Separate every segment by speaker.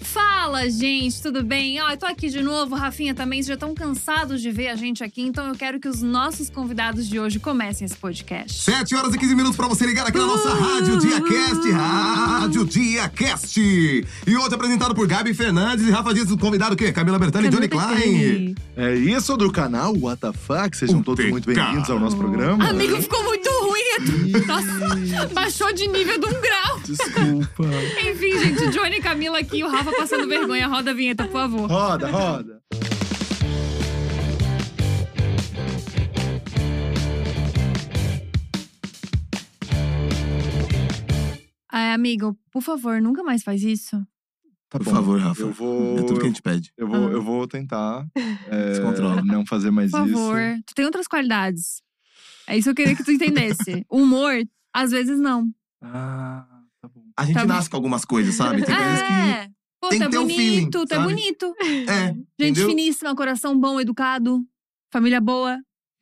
Speaker 1: Fala, gente, tudo bem? Ó, eu tô aqui de novo, Rafinha também. Vocês já estão cansados de ver a gente aqui, então eu quero que os nossos convidados de hoje comecem esse podcast.
Speaker 2: 7 horas e 15 minutos pra você ligar aqui na nossa Rádio DiaCast, Rádio DiaCast. E hoje apresentado por Gabi Fernandes e Rafa Dias, o convidado o quê? Camila Bertani e Johnny Klein.
Speaker 3: É isso do canal WTF, sejam
Speaker 2: O
Speaker 3: todos
Speaker 2: TK.
Speaker 3: muito bem-vindos ao nosso programa.
Speaker 1: Amigo, ficou muito ruim. Nossa, baixou de nível de um grau.
Speaker 3: Desculpa.
Speaker 1: Enfim, gente, Johnny e Camila aqui, o Rafa passando vergonha. Roda a vinheta, por favor.
Speaker 3: Roda, roda.
Speaker 1: Ai, É, amigo, por favor, nunca mais faz isso.
Speaker 3: Tá
Speaker 2: Por
Speaker 3: bom.
Speaker 2: favor, Rafa.
Speaker 3: Eu vou.
Speaker 2: É tudo que a gente pede.
Speaker 3: Eu vou,
Speaker 1: Ah.
Speaker 3: eu vou tentar é,
Speaker 2: Se controla.
Speaker 3: não fazer mais
Speaker 1: Por favor.
Speaker 3: isso.
Speaker 1: Tu tem outras qualidades. É isso que eu queria que tu entendesse. Humor, às vezes não.
Speaker 3: Ah, tá bom.
Speaker 2: A gente
Speaker 1: Tá bom.
Speaker 2: nasce com algumas coisas, sabe? Tem coisas que.
Speaker 1: é. Pô,
Speaker 2: tem
Speaker 1: tu é
Speaker 2: que ter um feeling,
Speaker 1: bonito, tu é
Speaker 2: sabe?
Speaker 1: bonito.
Speaker 2: É.
Speaker 1: Gente
Speaker 2: Entendeu?
Speaker 1: finíssima, coração bom, educado, família boa.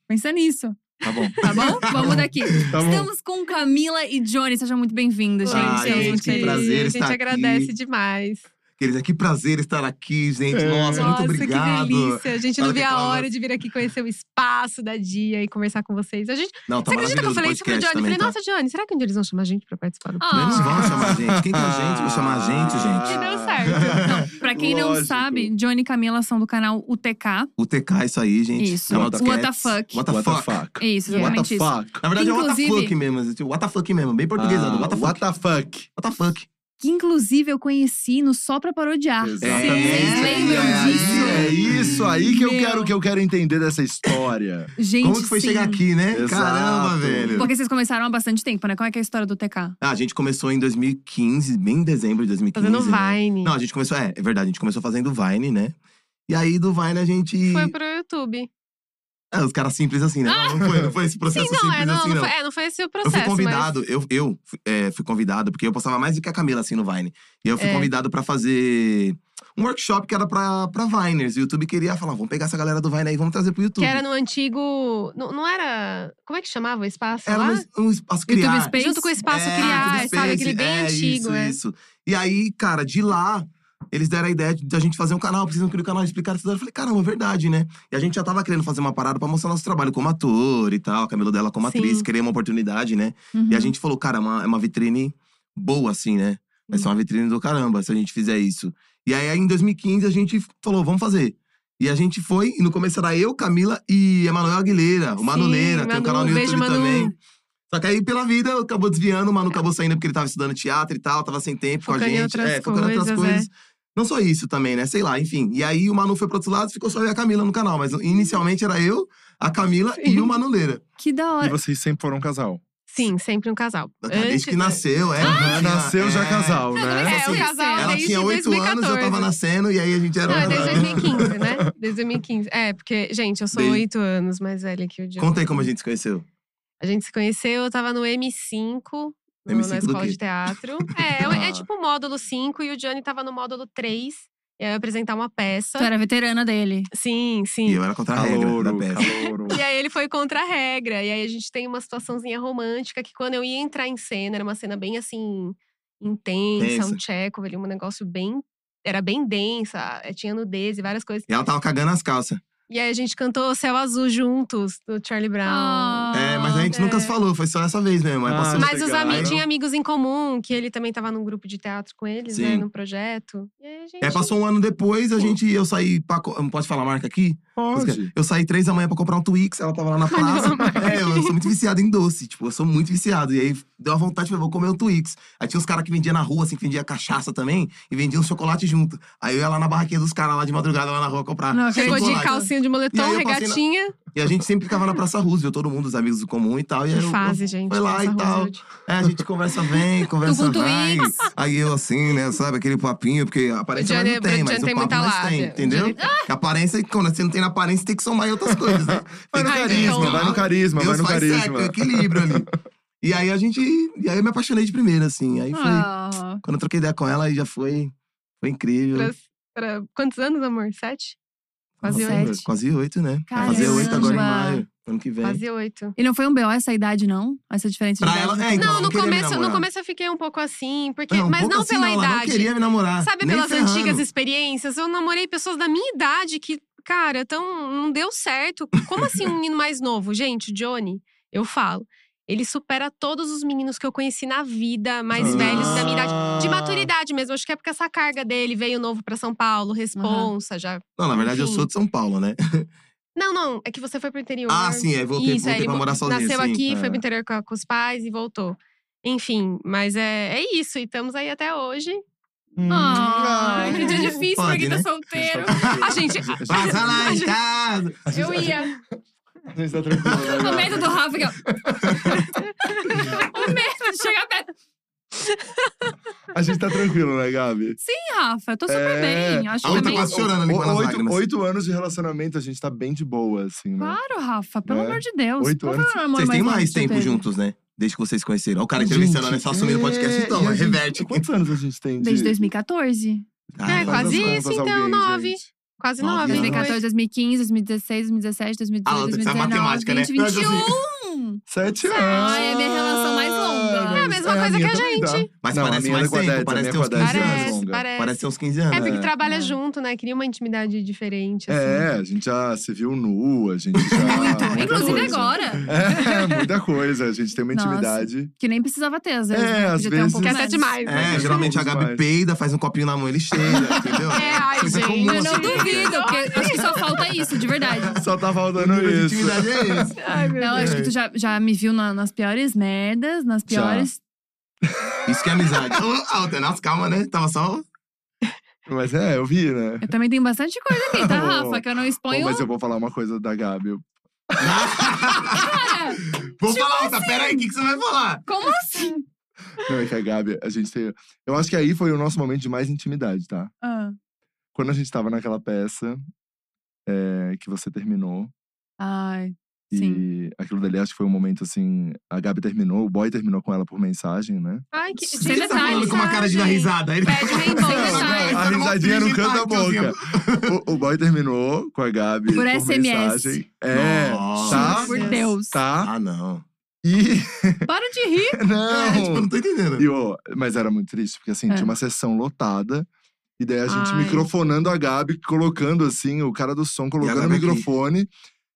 Speaker 1: Pensa nisso,
Speaker 3: Tá bom.
Speaker 1: tá bom? Vamos daqui.
Speaker 3: Tá bom.
Speaker 1: Estamos com Camila e Johnny, sejam muito bem-vindos, gente.
Speaker 2: Ah,
Speaker 1: Eles vão
Speaker 2: gente, que
Speaker 1: te-
Speaker 2: prazer
Speaker 4: A
Speaker 2: estar
Speaker 4: gente agradece
Speaker 2: aqui.
Speaker 4: demais.
Speaker 2: Querida, que prazer estar aqui, gente.
Speaker 3: É.
Speaker 2: Nossa, muito
Speaker 4: que
Speaker 2: obrigado.
Speaker 4: delícia. A gente
Speaker 2: Olha
Speaker 4: não vê
Speaker 2: que
Speaker 4: a
Speaker 2: palavra.
Speaker 4: hora de vir aqui conhecer o espaço da dia e conversar com vocês. A gente,
Speaker 2: Não, tá
Speaker 4: você acredita que eu
Speaker 2: maravilhoso
Speaker 4: falei
Speaker 2: o
Speaker 4: isso pro
Speaker 2: podcast
Speaker 4: Johnny? Eu
Speaker 2: também.
Speaker 4: falei,
Speaker 2: tá?
Speaker 4: nossa, Johnny, será que um dia eles vão chamar a gente pra participar do
Speaker 1: Ah.
Speaker 2: Eles vão chamar a gente. Quem que é a gente? Vou chamar a gente, gente.
Speaker 4: Que deu certo.
Speaker 1: Não, pra quem não
Speaker 3: Ah. Lógico.
Speaker 1: sabe, Johnny e Camila são do canal UTK.
Speaker 2: O TK, isso aí, gente.
Speaker 1: Isso.
Speaker 2: É uma
Speaker 3: What
Speaker 2: dos
Speaker 1: the
Speaker 2: cats.
Speaker 1: fuck.
Speaker 2: What the
Speaker 3: WTF.
Speaker 2: fuck.
Speaker 1: É Isso,
Speaker 3: What the
Speaker 1: exatamente isso.
Speaker 3: fuck.
Speaker 2: Na verdade, é
Speaker 1: Inclusive-
Speaker 2: what the fuck mesmo. tipo, What the fuck mesmo. Bem portuguesado.
Speaker 3: Ah,
Speaker 2: what the fuck.
Speaker 3: what the fuck.
Speaker 2: What the fuck.
Speaker 1: Que inclusive eu conheci no Só Pra Parodiar.
Speaker 3: Exatamente.
Speaker 1: Ah, Vocês lembram
Speaker 2: É,
Speaker 1: disso?
Speaker 3: É isso aí que eu
Speaker 1: Meu.
Speaker 3: quero que eu quero entender dessa história.
Speaker 1: Gente,
Speaker 2: Como que foi
Speaker 1: sim.
Speaker 2: chegar aqui, né?
Speaker 3: Exato.
Speaker 2: Caramba, velho.
Speaker 1: Porque vocês começaram há bastante tempo, né? Como é que é a história do TK?
Speaker 2: Ah, a gente começou em 2015, bem em dezembro de 2015.
Speaker 4: Tá Fazendo
Speaker 2: né?
Speaker 4: Vine.
Speaker 2: Não, a gente começou, é, é verdade, a gente começou fazendo Vine, né? E aí do Vine a gente.
Speaker 4: Foi pro YouTube.
Speaker 2: Ah, os caras simples assim, né? Não, não foi, não foi esse processo
Speaker 4: Sim, não,
Speaker 2: simples
Speaker 4: é, não,
Speaker 2: assim,
Speaker 4: não
Speaker 2: não.
Speaker 4: foi, é, não foi esse o
Speaker 2: Eu
Speaker 4: processo.
Speaker 2: fui convidado, eu, eu fui- é, fui convidado, porque eu postava mais do que a Camila, assim, no Vine. E eu fui
Speaker 4: É.
Speaker 2: convidado pra fazer um workshop que era pra, pra Viners. E o YouTube queria falar, vamos pegar essa galera do Vine aí, vamos trazer pro YouTube.
Speaker 4: Mas, que era no antigo. Não, não era. Como é que chamava o espaço?
Speaker 2: Era
Speaker 4: lá?
Speaker 2: um, es- um espaço
Speaker 1: YouTube
Speaker 2: criar.
Speaker 1: Space?
Speaker 4: Junto com o espaço
Speaker 2: É,
Speaker 4: criar,
Speaker 2: Arthur
Speaker 4: sabe?
Speaker 2: Spence,
Speaker 4: Aquele bem
Speaker 2: é,
Speaker 4: antigo.
Speaker 2: Isso,
Speaker 4: é.
Speaker 2: isso. E aí, cara, de lá, eles deram a ideia de a gente fazer um canal, precisam criar um canal, explicaram isso. Eu falei, caramba, é verdade, né? E a gente já tava querendo fazer uma parada pra mostrar nosso trabalho como ator e tal, a Camila dela como
Speaker 4: Sim.
Speaker 2: atriz, querer uma oportunidade, né?
Speaker 1: Uhum.
Speaker 2: E a gente falou, cara, é uma, é uma vitrine boa, assim, né? Vai
Speaker 4: Uhum.
Speaker 2: ser uma vitrine do caramba se a gente fizer isso. E aí, em 2015, a gente falou, vamos fazer. E a gente foi, e no começo era eu, Camila e Emanuel Aguilera, o
Speaker 4: Sim,
Speaker 2: Manuleira, tem um
Speaker 4: Manu,
Speaker 2: canal no
Speaker 4: beijo,
Speaker 2: YouTube
Speaker 4: Manu.
Speaker 2: também. Só que aí, pela vida, eu acabou desviando, o Manu acabou saindo porque ele tava estudando teatro e tal, tava sem tempo com
Speaker 4: Focando
Speaker 2: a gente.
Speaker 4: em outras
Speaker 2: é, focando em outras
Speaker 4: coisas, é.
Speaker 2: coisas. Não só isso também, né? Sei lá, enfim. E aí o Manu foi pro outro lado, ficou só eu e a Camila no canal. Mas inicialmente era eu, a Camila e o Manuleira.
Speaker 1: Que da
Speaker 3: E
Speaker 1: hora.
Speaker 3: vocês sempre foram um casal.
Speaker 4: Sim, sempre um casal. Antes-
Speaker 2: Desde que nasceu, é.
Speaker 3: Aham, nasceu já
Speaker 2: é.
Speaker 3: casal,
Speaker 4: É,
Speaker 3: né?
Speaker 2: Essa
Speaker 4: o
Speaker 2: sim.
Speaker 4: casal
Speaker 2: assim, Ela
Speaker 4: desde
Speaker 2: tinha 8
Speaker 4: 2014.
Speaker 2: anos, eu tava nascendo, e aí a gente era.
Speaker 4: Não, é
Speaker 2: casado.
Speaker 4: desde 2015, né? Desde 2015. É, porque, gente, eu sou
Speaker 2: Desde-
Speaker 4: oito anos mais velha que o Diogo.
Speaker 2: Conta aí como a gente se conheceu.
Speaker 4: A gente se conheceu, eu tava no M5, no-
Speaker 2: M5 do
Speaker 4: na escola
Speaker 2: quê?
Speaker 4: de teatro. É, eu-
Speaker 2: Ah.
Speaker 4: é tipo o módulo 5 e o Johnny tava no módulo 3. E aí eu ia apresentar uma peça.
Speaker 1: Tu era veterana dele.
Speaker 4: Sim, sim.
Speaker 2: E eu era contra
Speaker 3: Tá
Speaker 2: a regra da
Speaker 3: Calouro,
Speaker 2: peça.
Speaker 3: calouro.
Speaker 4: E aí ele foi contra a regra. E aí a gente tem uma situaçãozinha romântica que quando eu ia entrar em cena, era uma cena bem assim, intensa,
Speaker 2: Tensa.
Speaker 4: um Chekhov ali, um negócio bem. Era bem densa, eh, tinha nudez e várias coisas.
Speaker 2: E ela tava cagando as calças.
Speaker 4: E aí a gente cantou Céu Azul juntos, do Charlie Brown.
Speaker 1: Ah.
Speaker 2: é, mas a gente
Speaker 4: é.
Speaker 2: nunca se falou, foi só essa vez mesmo. Aí
Speaker 3: Ah,
Speaker 2: passou.
Speaker 4: Mas os
Speaker 3: legal.
Speaker 4: amigos tinha amigos em comum, que ele também tava num grupo de teatro com eles, né?
Speaker 2: Sim.
Speaker 4: Num projeto. E aí a gente.
Speaker 2: É, passou um ano depois, a gente, eu saí pra. co- Não posso falar a marca aqui?
Speaker 3: Pode.
Speaker 2: Eu saí três da manhã pra comprar um Twix, ela tava lá na praça. É, eu, eu sou muito viciado em doce, tipo, eu sou muito viciado. E aí deu a vontade, falei, vou comer um Twix. Aí tinha uns caras que vendiam na rua, assim, que vendia cachaça também, e vendiam chocolate junto. Aí eu ia lá na barraquinha dos caras lá de madrugada, lá na rua comprar.
Speaker 1: Não, que
Speaker 4: Chegou de
Speaker 2: chocolate.
Speaker 4: calcinha de
Speaker 2: E aí
Speaker 4: moletom,
Speaker 2: eu passei na-
Speaker 4: regatinha.
Speaker 2: E a gente sempre ficava na Praça Roosevelt, todo mundo, os amigos do comum e tal. E aí
Speaker 4: Que
Speaker 2: eu-
Speaker 4: fase, gente.
Speaker 2: foi lá
Speaker 4: Nossa,
Speaker 2: e tal.
Speaker 4: Roosevelt.
Speaker 2: É, a gente conversa bem, conversa
Speaker 1: com
Speaker 2: vai.
Speaker 1: Twix.
Speaker 2: Aí eu assim, né, sabe, aquele papinho, porque a aparência
Speaker 4: O Johnny-
Speaker 2: não tem,
Speaker 4: o
Speaker 2: mas
Speaker 4: Johnny
Speaker 2: o
Speaker 4: tem
Speaker 2: papo
Speaker 4: muita
Speaker 2: nós tem,
Speaker 4: lábia.
Speaker 2: entendeu? Que aparência, quando você não tem na aparência, tem que somar em outras coisas, né? Tem
Speaker 3: Vai no
Speaker 4: Ai,
Speaker 3: carisma,
Speaker 4: então.
Speaker 3: vai no carisma, vai
Speaker 2: Deus
Speaker 3: no
Speaker 2: faz
Speaker 3: carisma.
Speaker 2: certo, equilíbrio ali. E aí a gente, e aí eu me apaixonei de primeira, assim. Aí foi,
Speaker 1: Ah.
Speaker 2: quando eu troquei ideia com ela, aí já foi, foi incrível.
Speaker 4: Pra- pra- Quantos anos, amor? Sete? Quase
Speaker 2: Nossa,
Speaker 4: oito.
Speaker 1: sete.
Speaker 2: Quase oito, né? Vai fazer
Speaker 1: Caramba.
Speaker 2: oito agora em maio. Ano que vem.
Speaker 4: Quase oito.
Speaker 1: E não foi um B.O. essa idade, não? Essa diferença
Speaker 2: Pra
Speaker 1: de idade.
Speaker 2: ela-
Speaker 1: do
Speaker 2: é, então,
Speaker 1: casal?
Speaker 4: não,
Speaker 2: eu
Speaker 4: no
Speaker 2: queria me
Speaker 4: começo, no
Speaker 2: namorar.
Speaker 4: começo eu fiquei um pouco assim, porque,
Speaker 2: um
Speaker 4: mas
Speaker 2: pouco
Speaker 4: não
Speaker 2: assim,
Speaker 4: pela
Speaker 2: Ela
Speaker 4: idade.
Speaker 2: não queria me namorar.
Speaker 4: Sabe,
Speaker 2: nem
Speaker 4: pelas
Speaker 2: ferrando.
Speaker 4: antigas experiências, eu namorei pessoas da minha idade que, cara, tão, não deu certo. Como assim um menino mais novo? Gente, o Johnny, eu falo. Ele supera todos os meninos que eu conheci na vida, mais
Speaker 2: Ah.
Speaker 4: velhos da minha idade. De maturidade mesmo. Acho que é porque essa carga dele veio novo pra São Paulo, responsa, já.
Speaker 2: Não, na verdade, eu
Speaker 4: Enfim.
Speaker 2: sou de São Paulo, né?
Speaker 4: Não, não, é que você foi pro interior.
Speaker 2: Ah, sim, aí voltei,
Speaker 4: Isso, é,
Speaker 2: voltei
Speaker 4: ele
Speaker 2: pra morar
Speaker 4: vo-
Speaker 2: sozinho.
Speaker 4: Nasceu
Speaker 2: sim.
Speaker 4: aqui,
Speaker 3: é.
Speaker 4: foi pro interior com, com os pais e voltou. Enfim, mas é, é isso. E estamos aí até hoje.
Speaker 3: Hum,
Speaker 1: Ai,
Speaker 3: ai.
Speaker 1: que dia difícil pra
Speaker 2: Pode,
Speaker 1: quem tá
Speaker 2: né?
Speaker 1: solteiro.
Speaker 4: A gente.
Speaker 2: Passa lá em casa.
Speaker 4: Eu ia.
Speaker 3: A gente tá tranquilo. né,
Speaker 1: O
Speaker 3: galera?
Speaker 1: medo do Rafa. que é- o medo de chegar perto.
Speaker 3: A gente tá tranquilo, né, Gabi?
Speaker 1: Sim, Rafa, eu tô super
Speaker 3: É.
Speaker 1: bem. Acho que
Speaker 2: A outra
Speaker 1: também.
Speaker 2: quase chorando ali com as
Speaker 3: Oito,
Speaker 2: lágrimas.
Speaker 3: oito anos de relacionamento, a gente tá bem de boa, assim, né?
Speaker 1: Claro, Rafa, pelo
Speaker 3: É.
Speaker 1: amor de Deus.
Speaker 3: Oito
Speaker 1: Qual foi
Speaker 3: anos.
Speaker 1: o namoro
Speaker 2: Vocês têm
Speaker 1: longo
Speaker 2: mais
Speaker 4: um
Speaker 1: que você
Speaker 2: tempo
Speaker 1: teve?
Speaker 2: juntos, né? Desde que vocês se conheceram. Olha o cara entrevistando, né? Só assumindo o podcast, então,
Speaker 3: é, e a
Speaker 2: mas
Speaker 3: gente-
Speaker 2: reverte. Ah,
Speaker 3: Quantos anos a gente tem? de-
Speaker 1: Desde 2014.
Speaker 4: É,
Speaker 2: Caralho.
Speaker 4: quase
Speaker 3: Faz as
Speaker 4: isso,
Speaker 3: contas,
Speaker 4: então,
Speaker 3: alguém,
Speaker 4: nove.
Speaker 3: gente.
Speaker 4: Quase
Speaker 2: Nove
Speaker 4: nove.
Speaker 2: anos.
Speaker 4: oito.
Speaker 1: 2014, 2015, 2016, 2017, 2018,
Speaker 2: Ah, outra que sabe
Speaker 1: 2019,
Speaker 2: matemática, né?
Speaker 1: 20, 21.
Speaker 3: Sete anos. Ah,
Speaker 1: Ah, é a minha relação mais longa.
Speaker 4: É a mesma coisa
Speaker 3: minha
Speaker 4: que a
Speaker 3: também dá.
Speaker 4: gente.
Speaker 2: Mas
Speaker 3: Não, a
Speaker 2: parece
Speaker 3: minha
Speaker 2: mais
Speaker 3: é com a
Speaker 2: tempo,
Speaker 3: Dete, a
Speaker 2: parece
Speaker 3: minha
Speaker 2: ter
Speaker 3: é com
Speaker 2: uns
Speaker 3: a Dete,
Speaker 2: 15
Speaker 3: é mais
Speaker 2: anos.
Speaker 4: Parece,
Speaker 3: longa.
Speaker 4: parece.
Speaker 2: Parece um ter uns 15
Speaker 4: É
Speaker 2: anos.
Speaker 4: porque
Speaker 3: É.
Speaker 4: trabalha
Speaker 1: É.
Speaker 4: junto, né? Cria uma intimidade diferente. assim.
Speaker 3: É, a gente já se viu nu, a gente já.
Speaker 1: Muito.
Speaker 3: muita
Speaker 1: Inclusive
Speaker 3: coisa.
Speaker 1: agora,
Speaker 3: É, muita coisa. A gente tem uma
Speaker 1: Nossa.
Speaker 3: intimidade.
Speaker 1: que nem precisava ter, às vezes.
Speaker 3: É,
Speaker 1: né? Podia
Speaker 3: às
Speaker 1: ter
Speaker 3: vezes-
Speaker 1: Um pouco
Speaker 4: Que é até
Speaker 1: menos.
Speaker 4: demais.
Speaker 2: É,
Speaker 4: mas-
Speaker 2: geralmente a Gabi
Speaker 3: Demais.
Speaker 2: peida, faz um copinho na mão, ele cheia, entendeu?
Speaker 4: É, ai,
Speaker 2: Isso
Speaker 4: gente.
Speaker 2: comum,
Speaker 1: Eu não
Speaker 2: assim, no podcast.
Speaker 1: duvido, porque acho que só falta isso, de verdade.
Speaker 3: Só tá
Speaker 2: O
Speaker 3: faltando
Speaker 2: nível de
Speaker 3: isso.
Speaker 2: intimidade é esse.
Speaker 4: Ai, meu
Speaker 1: Não,
Speaker 4: Deus.
Speaker 1: acho que tu já, já me viu na- nas piores merdas, nas
Speaker 3: Já.
Speaker 1: piores.
Speaker 2: Isso que é amizade. Ô, Alter, nossa, calma, né? Tava só.
Speaker 3: Mas é, eu vi, né?
Speaker 1: Eu também tenho bastante coisa aqui, tá, Rafa? Que eu não
Speaker 3: Bom,
Speaker 1: exponho.
Speaker 3: mas eu vou falar uma coisa da Gabi. Eu-
Speaker 2: Vou falar, Alta, peraí, o que, que você vai falar?
Speaker 1: Como assim?
Speaker 3: Não, é que a Gabi, a gente tem. Eu acho que aí foi o nosso momento de mais intimidade, tá?
Speaker 1: Ah,
Speaker 3: Quando a gente tava naquela peça é, que você terminou.
Speaker 1: Ai,
Speaker 3: E
Speaker 1: sim.
Speaker 3: aquilo dali acho que foi um momento assim. A Gabi terminou, o boy terminou com ela por mensagem, né?
Speaker 4: Ai, que.
Speaker 1: Sem
Speaker 4: gente,
Speaker 2: Ele tá
Speaker 1: detalhes,
Speaker 2: falando com uma cara de dar
Speaker 4: mensagem.
Speaker 2: risada. Ele
Speaker 1: Pede o reembolso, detalhes.
Speaker 3: A risadinha não canta a
Speaker 2: assim,
Speaker 3: boca. O, o boy terminou com a Gabi.
Speaker 1: Por SMS.
Speaker 3: mensagem. É.
Speaker 2: Nossa.
Speaker 3: Tá?
Speaker 1: juro por
Speaker 4: Nossa.
Speaker 1: Deus.
Speaker 3: Tá?
Speaker 2: Ah, não.
Speaker 3: E.
Speaker 1: Para de rir.
Speaker 2: É, tipo, eu
Speaker 3: Não!
Speaker 2: não tô entendendo.
Speaker 3: E, ô, mas era muito triste, porque assim,
Speaker 1: É.
Speaker 3: tinha uma sessão lotada. E daí a gente
Speaker 4: Ai.
Speaker 3: microfonando a Gabi, colocando assim, o cara do som colocando o
Speaker 2: Gabi aqui.
Speaker 3: microfone.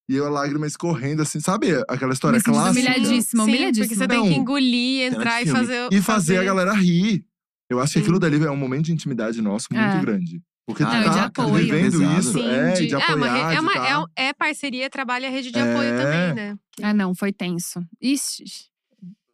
Speaker 3: E eu a lágrima escorrendo, assim, sabe aquela história
Speaker 1: Me sentindo
Speaker 3: clássica?
Speaker 1: humilhadíssima,
Speaker 4: Sim, Porque
Speaker 1: humilhadíssima.
Speaker 4: você tem que
Speaker 3: Não.
Speaker 4: engolir,
Speaker 2: Cena de
Speaker 4: entrar e
Speaker 2: filme.
Speaker 4: fazer.
Speaker 3: E fazer a galera rir. Eu acho
Speaker 4: Sim.
Speaker 3: que aquilo dali é um momento de intimidade nosso muito
Speaker 1: É.
Speaker 3: grande. Porque
Speaker 2: Ah,
Speaker 3: tu
Speaker 1: não, e de
Speaker 3: tá
Speaker 1: apoio.
Speaker 3: vivendo
Speaker 2: Pesado.
Speaker 3: isso,
Speaker 4: Sim,
Speaker 3: é,
Speaker 4: de-
Speaker 3: e de
Speaker 4: é, uma, re-
Speaker 3: apoiar,
Speaker 4: é,
Speaker 3: de
Speaker 4: uma-
Speaker 3: tal.
Speaker 4: é um- é parceria, trabalho, é rede de
Speaker 3: É.
Speaker 4: apoio também, né?
Speaker 1: Ah, não, foi tenso. Ixi.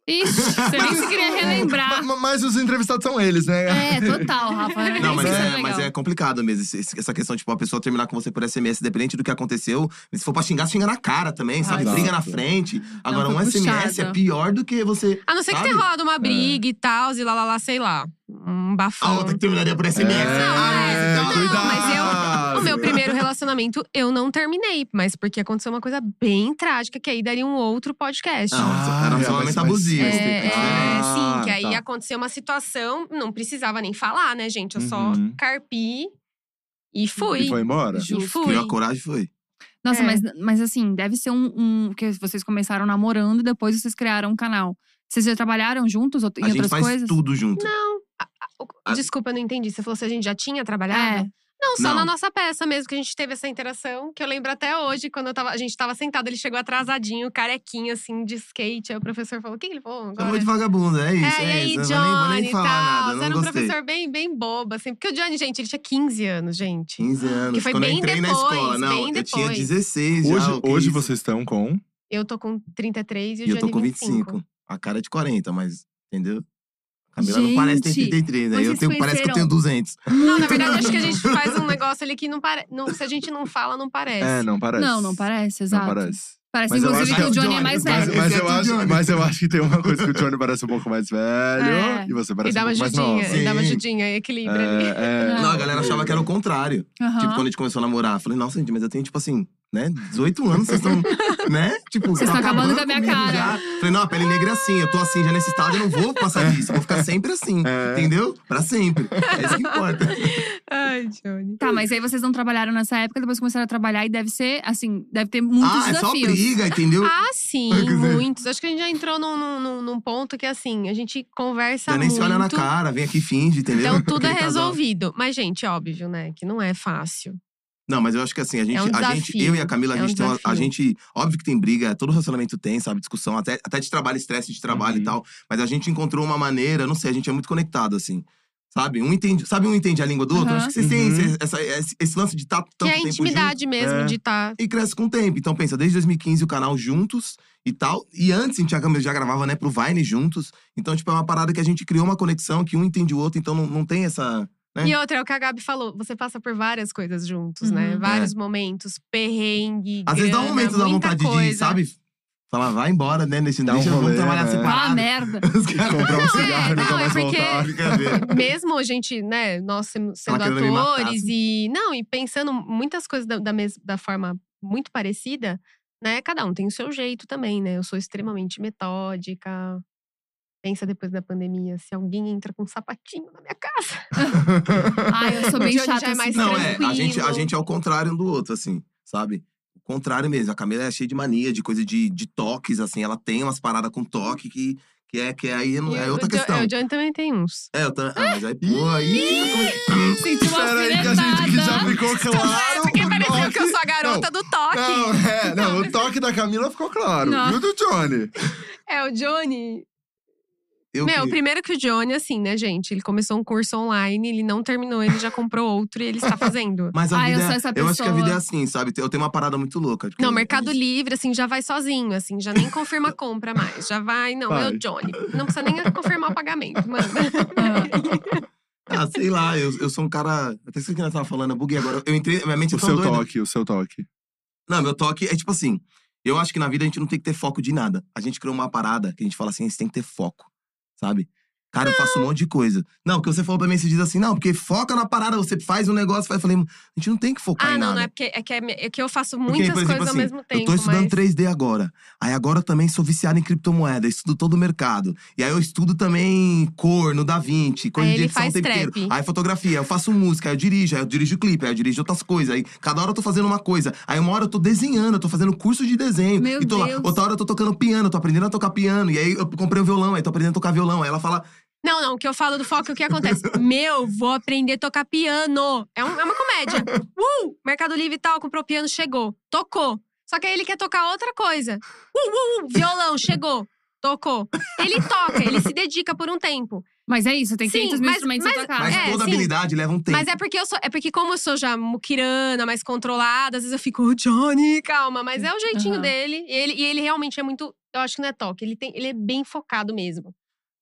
Speaker 1: Ixi, você nem se queria
Speaker 3: Ma-
Speaker 1: relembrar.
Speaker 3: ma- Mas os entrevistados são eles, né?
Speaker 1: É, total, Rafa. né?
Speaker 2: Não, mas
Speaker 1: Isso
Speaker 2: é,
Speaker 1: legal.
Speaker 2: mas é complicado mesmo. esse- esse- essa questão, tipo, a pessoa terminar com você por SMS, dependente do que aconteceu. Se for pra xingar, xinga na cara também, sabe?
Speaker 3: Ai,
Speaker 2: Briga na
Speaker 3: exato.
Speaker 2: frente. Agora,
Speaker 1: foi
Speaker 2: um SMS
Speaker 1: puxado.
Speaker 2: é pior do que você.
Speaker 4: A não ser que
Speaker 2: Sabe?
Speaker 4: tenha rolado uma briga e tal, e lá, lá, lá, sei lá. Um
Speaker 2: A
Speaker 4: bafão.
Speaker 2: outra que terminaria por SMS. Ah,
Speaker 4: é,
Speaker 2: então-
Speaker 4: não, mas eu-
Speaker 3: cuidado.
Speaker 4: O meu primeiro relacionamento eu não terminei, mas porque aconteceu uma coisa bem trágica, que aí daria um outro podcast.
Speaker 2: Não, era um
Speaker 3: Ah,
Speaker 2: relacionamento
Speaker 3: mas- mas-
Speaker 2: abusivo.
Speaker 4: É,
Speaker 2: isso tem-
Speaker 4: é,
Speaker 3: diferente.
Speaker 4: sim, que aí
Speaker 3: Ah, tá.
Speaker 4: aconteceu uma situação, não precisava nem falar, né, gente? Eu só
Speaker 3: Uhum.
Speaker 4: carpi e fui.
Speaker 3: E foi embora?
Speaker 4: E fui.
Speaker 2: Criou a coragem foi.
Speaker 1: Nossa,
Speaker 4: É.
Speaker 1: mas, mas assim, deve ser um, um. que vocês começaram namorando e depois vocês criaram um canal. Vocês já trabalharam juntos ou- em
Speaker 2: A gente
Speaker 1: outras
Speaker 2: faz
Speaker 1: coisas?
Speaker 2: tudo junto.
Speaker 4: O-
Speaker 2: Ah.
Speaker 4: Desculpa, eu não entendi. Você falou se a gente já tinha
Speaker 1: É.
Speaker 4: trabalhado? Não, só
Speaker 2: Não.
Speaker 4: na nossa peça mesmo que a gente teve essa interação, que eu lembro até hoje, quando eu tava- a gente tava sentado, ele chegou atrasadinho, carequinho, assim, de skate. Aí o professor falou: o que que ele falou?
Speaker 2: Eu vou
Speaker 4: Agora?
Speaker 2: de Tá vagabundo, é isso.
Speaker 4: é, e
Speaker 2: É,
Speaker 4: aí,
Speaker 2: isso.
Speaker 4: Johnny
Speaker 2: eu nem vou
Speaker 4: e
Speaker 2: nem
Speaker 4: tal.
Speaker 2: falar nada. Eu
Speaker 4: era
Speaker 2: não
Speaker 4: um
Speaker 2: gostei.
Speaker 4: professor bem, bem bobo, assim. Porque o Johnny, gente, ele tinha 15 anos, gente.
Speaker 2: 15 anos.
Speaker 4: Que foi
Speaker 2: Quando eu
Speaker 4: bem
Speaker 2: entrei na
Speaker 4: depois,
Speaker 2: escola, não.
Speaker 4: bem
Speaker 2: eu tinha
Speaker 4: depois.
Speaker 2: 16 já,
Speaker 3: Hoje,
Speaker 2: o que
Speaker 3: hoje
Speaker 2: isso?
Speaker 3: vocês estão com.
Speaker 4: Eu tô com 33 e o
Speaker 2: E eu
Speaker 4: é Johnny
Speaker 2: tô com
Speaker 4: 25.
Speaker 2: 25. A cara é de 40, mas. Entendeu? A Camila não
Speaker 1: Gente,
Speaker 2: parece que tem 33, né?
Speaker 1: vocês
Speaker 2: Eu tenho, parece que eu tenho 200.
Speaker 4: Não, na verdade, acho que a gente faz um negócio ali que não parece. se a gente não fala, não parece.
Speaker 3: É, não parece.
Speaker 1: Não, não parece,
Speaker 3: Não
Speaker 1: exato.
Speaker 3: parece.
Speaker 1: Parece,
Speaker 3: Mas eu
Speaker 1: inclusive,
Speaker 3: acho
Speaker 1: que o
Speaker 2: que é o
Speaker 1: Johnny é mais
Speaker 2: Johnny,
Speaker 1: velho.
Speaker 3: Mas, mas
Speaker 2: Esse é
Speaker 3: eu
Speaker 2: do
Speaker 3: acho,
Speaker 2: Johnny.
Speaker 3: mas eu acho que tem uma coisa que o Johnny parece um pouco mais velho
Speaker 1: É.
Speaker 3: e você
Speaker 4: E
Speaker 3: parece
Speaker 4: dá
Speaker 3: um
Speaker 4: uma
Speaker 3: pouco mais
Speaker 4: ajudinha,
Speaker 3: novo.
Speaker 4: e dá uma
Speaker 2: Sim.
Speaker 4: ajudinha, equilibra ali.
Speaker 3: É, é.
Speaker 1: Ah.
Speaker 2: Não, a galera achava que era o contrário.
Speaker 1: Aham.
Speaker 2: Tipo, quando a gente começou a namorar, eu falei, nossa, gente, mas eu tenho, tipo assim, né, 18 anos, vocês estão, né? Tipo,
Speaker 1: Vocês
Speaker 2: tão
Speaker 1: tão acabando com a minha
Speaker 2: comigo
Speaker 1: cara.
Speaker 2: já. Falei, não, a pele negra é assim, eu tô assim já nesse estado, eu não vou passar disso, eu vou ficar sempre assim,
Speaker 3: É.
Speaker 2: entendeu? Pra sempre. É isso que importa.
Speaker 4: Ai, Johnny.
Speaker 1: Tá, mas aí vocês não trabalharam nessa época, depois começaram a trabalhar e deve ser, assim, deve ter muitos
Speaker 2: ah, é só
Speaker 1: desafios.
Speaker 2: briga, entendeu?
Speaker 4: Ah, sim,
Speaker 2: Quer dizer-
Speaker 4: muitos. Acho que a gente já entrou num, num- num, num ponto que, assim, a gente conversa
Speaker 2: Já é nem
Speaker 4: muito.
Speaker 1: tá
Speaker 2: se olha na cara, vem aqui e finge, entendeu? tá
Speaker 4: Então tudo é
Speaker 2: Aquele casal.
Speaker 4: resolvido. Mas, gente, óbvio, né? Que não é fácil.
Speaker 2: Não, mas eu acho que assim, a gente,
Speaker 4: um
Speaker 2: a gente eu
Speaker 4: desafio,
Speaker 2: e a Camila, a
Speaker 4: é um
Speaker 2: gente tem uma, a
Speaker 4: desafio.
Speaker 2: gente, óbvio que tem briga, todo relacionamento tem, sabe, discussão, até, até de trabalho, estresse de trabalho e
Speaker 5: Uhum.
Speaker 2: tal, mas a gente encontrou uma maneira, não sei, a gente é muito conectado assim. Sabe? Um entende, sabe um entende a língua do outro?
Speaker 1: Aham.
Speaker 2: Acho que vocês têm
Speaker 5: Uhum.
Speaker 2: esse, essa- esse, esse lance de estar
Speaker 4: Que
Speaker 2: tanto
Speaker 4: é a
Speaker 2: tempo
Speaker 4: intimidade mesmo
Speaker 5: é.
Speaker 4: de tá estar.
Speaker 2: junto e cresce com o tempo. Então pensa, desde 2015 o canal juntos e tal. E antes a gente a Camila já gravava, né, pro Vine juntos. Então tipo é uma parada que a gente criou uma conexão que um entende o outro, então não, não tem essa É.
Speaker 4: E outra, é o que a Gabi falou. Você passa por várias coisas juntos, né?
Speaker 1: Uhum.
Speaker 4: Vários momentos, perrengue,
Speaker 2: é. Às vezes dá um
Speaker 4: grana,
Speaker 2: momento da
Speaker 4: É, muita
Speaker 2: vontade
Speaker 4: coisa.
Speaker 2: de, sabe? Falar, vai embora, né? Nesse
Speaker 3: Dá um
Speaker 2: deixa, vamos
Speaker 3: rolê,
Speaker 2: trabalhar
Speaker 3: né?
Speaker 1: Ah,
Speaker 2: separado.
Speaker 1: merda.
Speaker 2: Os caras
Speaker 3: Comprar um
Speaker 4: Não, é,
Speaker 3: cigarro e nunca
Speaker 4: não, é
Speaker 3: mais
Speaker 4: porque-
Speaker 3: voltar.
Speaker 2: brincadeira.
Speaker 4: mesmo a gente, né, nós sendo sendo
Speaker 2: Tá querendo me matar,
Speaker 4: atores
Speaker 2: assim.
Speaker 4: e. Não, e pensando muitas coisas da, da, mes- da forma muito parecida, né? Cada um tem o seu jeito também, né? Eu sou extremamente metódica. Pensa depois da pandemia, se alguém entra com um sapatinho na minha casa.
Speaker 1: Ai, eu sou bem
Speaker 4: Johnny
Speaker 1: chata.
Speaker 4: já é
Speaker 1: assim.
Speaker 4: mais
Speaker 2: Não, é, a gente, a
Speaker 4: tranquilo.
Speaker 2: gente é o contrário um do outro, assim, sabe? O contrário mesmo. A Camila é cheia de mania, de coisa de, de toques, assim. Ela tem umas paradas com toque que, que, é, que aí não-
Speaker 4: E
Speaker 2: é
Speaker 4: o-
Speaker 2: outra
Speaker 4: o Jo-
Speaker 2: questão.
Speaker 4: O Johnny também tem uns.
Speaker 2: É, eu também. Ah, mas aí, pô, aí. como é que-
Speaker 1: Senti uma
Speaker 3: Peraí, que a gente que já
Speaker 1: alfinetada.
Speaker 3: ficou claro.
Speaker 4: Porque
Speaker 3: o
Speaker 4: pareceu que eu
Speaker 3: toque-
Speaker 4: sou a garota do toque.
Speaker 3: Não, é, não, o toque da Camila ficou claro.
Speaker 1: Não.
Speaker 3: E o do Johnny?
Speaker 4: É, o Johnny.
Speaker 2: Eu
Speaker 4: Meu,
Speaker 2: que-
Speaker 4: primeiro que o Johnny, assim, né, gente? Ele começou um curso online, ele não terminou, ele já comprou outro e ele está fazendo.
Speaker 2: Mas a
Speaker 1: Ai, eu
Speaker 2: vida.
Speaker 1: sou
Speaker 2: é-
Speaker 1: essa
Speaker 2: eu acho que a vida é
Speaker 1: pessoa.
Speaker 2: assim, sabe? Eu tenho uma parada muito louca. tipo, de
Speaker 4: Não,
Speaker 2: coisa-
Speaker 4: Mercado Livre, assim, já vai sozinho, assim, já nem confirma a compra mais. Já vai, não, é
Speaker 3: Vai.
Speaker 4: o Johnny. Não precisa nem confirmar o pagamento, mano.
Speaker 2: é, Ah, sei lá, eu, eu sou um cara. Até esqueci o que nós tava falando, eu buguei agora. Eu entrei, minha mente é
Speaker 3: O
Speaker 2: tão
Speaker 3: seu
Speaker 2: doida.
Speaker 3: toque, o seu toque.
Speaker 2: Não, meu toque é tipo assim. Eu acho que na vida a gente não tem que ter foco de nada. A gente criou uma parada que a gente fala assim, você tem que ter foco, sabe? Cara, eu faço um monte de coisa. Não, porque você falou pra mim, você diz assim, não, porque foca na parada, você faz um negócio, faz. Eu falei, a gente não tem que focar
Speaker 4: ah,
Speaker 2: em
Speaker 4: não,
Speaker 2: nada.
Speaker 4: não é porque é que, é, é que eu faço
Speaker 2: Porque,
Speaker 4: muitas
Speaker 2: por exemplo,
Speaker 4: coisas ao
Speaker 2: assim,
Speaker 4: mesmo tempo.
Speaker 2: Eu tô estudando
Speaker 4: mas...
Speaker 2: 3D agora. Aí agora eu também sou viciado em criptomoeda, estudo todo o mercado. E aí eu estudo também cor no Da Vinci, coisa
Speaker 4: Aí
Speaker 2: de
Speaker 4: ele
Speaker 2: edição o
Speaker 4: faz
Speaker 2: tempo
Speaker 4: trap.
Speaker 2: inteiro. Aí fotografia, eu faço música, aí eu dirijo, aí eu dirijo clipe, aí eu dirijo outras coisas. Aí cada hora eu tô fazendo uma coisa. Aí uma hora eu tô desenhando, eu tô fazendo curso de desenho.
Speaker 1: Meu
Speaker 2: e tô lá.
Speaker 1: Deus.
Speaker 2: Outra hora eu tô tocando piano, eu tô aprendendo a tocar piano. E aí eu comprei um violão, aí tô aprendendo a tocar violão. Aí ela fala,
Speaker 4: Não, não, o que eu falo do foco, é o que acontece? Meu, vou aprender a tocar piano. É, um- é uma comédia. Uh! Mercado Livre e tal, comprou piano, chegou. Tocou. Só que aí ele quer tocar outra coisa. Uh, uh, uh, violão, chegou. Tocou. Ele toca, ele se dedica por um tempo.
Speaker 1: Mas é isso, tem
Speaker 4: Sim,
Speaker 1: 500 mil
Speaker 4: mas-
Speaker 1: instrumentos na tua
Speaker 2: mas
Speaker 1: casa.
Speaker 4: é,
Speaker 2: toda
Speaker 4: sim.
Speaker 2: habilidade leva um tempo.
Speaker 4: Mas é porque eu sou. É porque, como eu sou já muquirana, mais controlada, às vezes eu fico, "Ô, Johnny, calma. Mas é o jeitinho
Speaker 1: Aham.
Speaker 4: dele. E ele, e ele realmente é muito. Eu acho que não é toque. Ele, tem, ele é bem focado mesmo.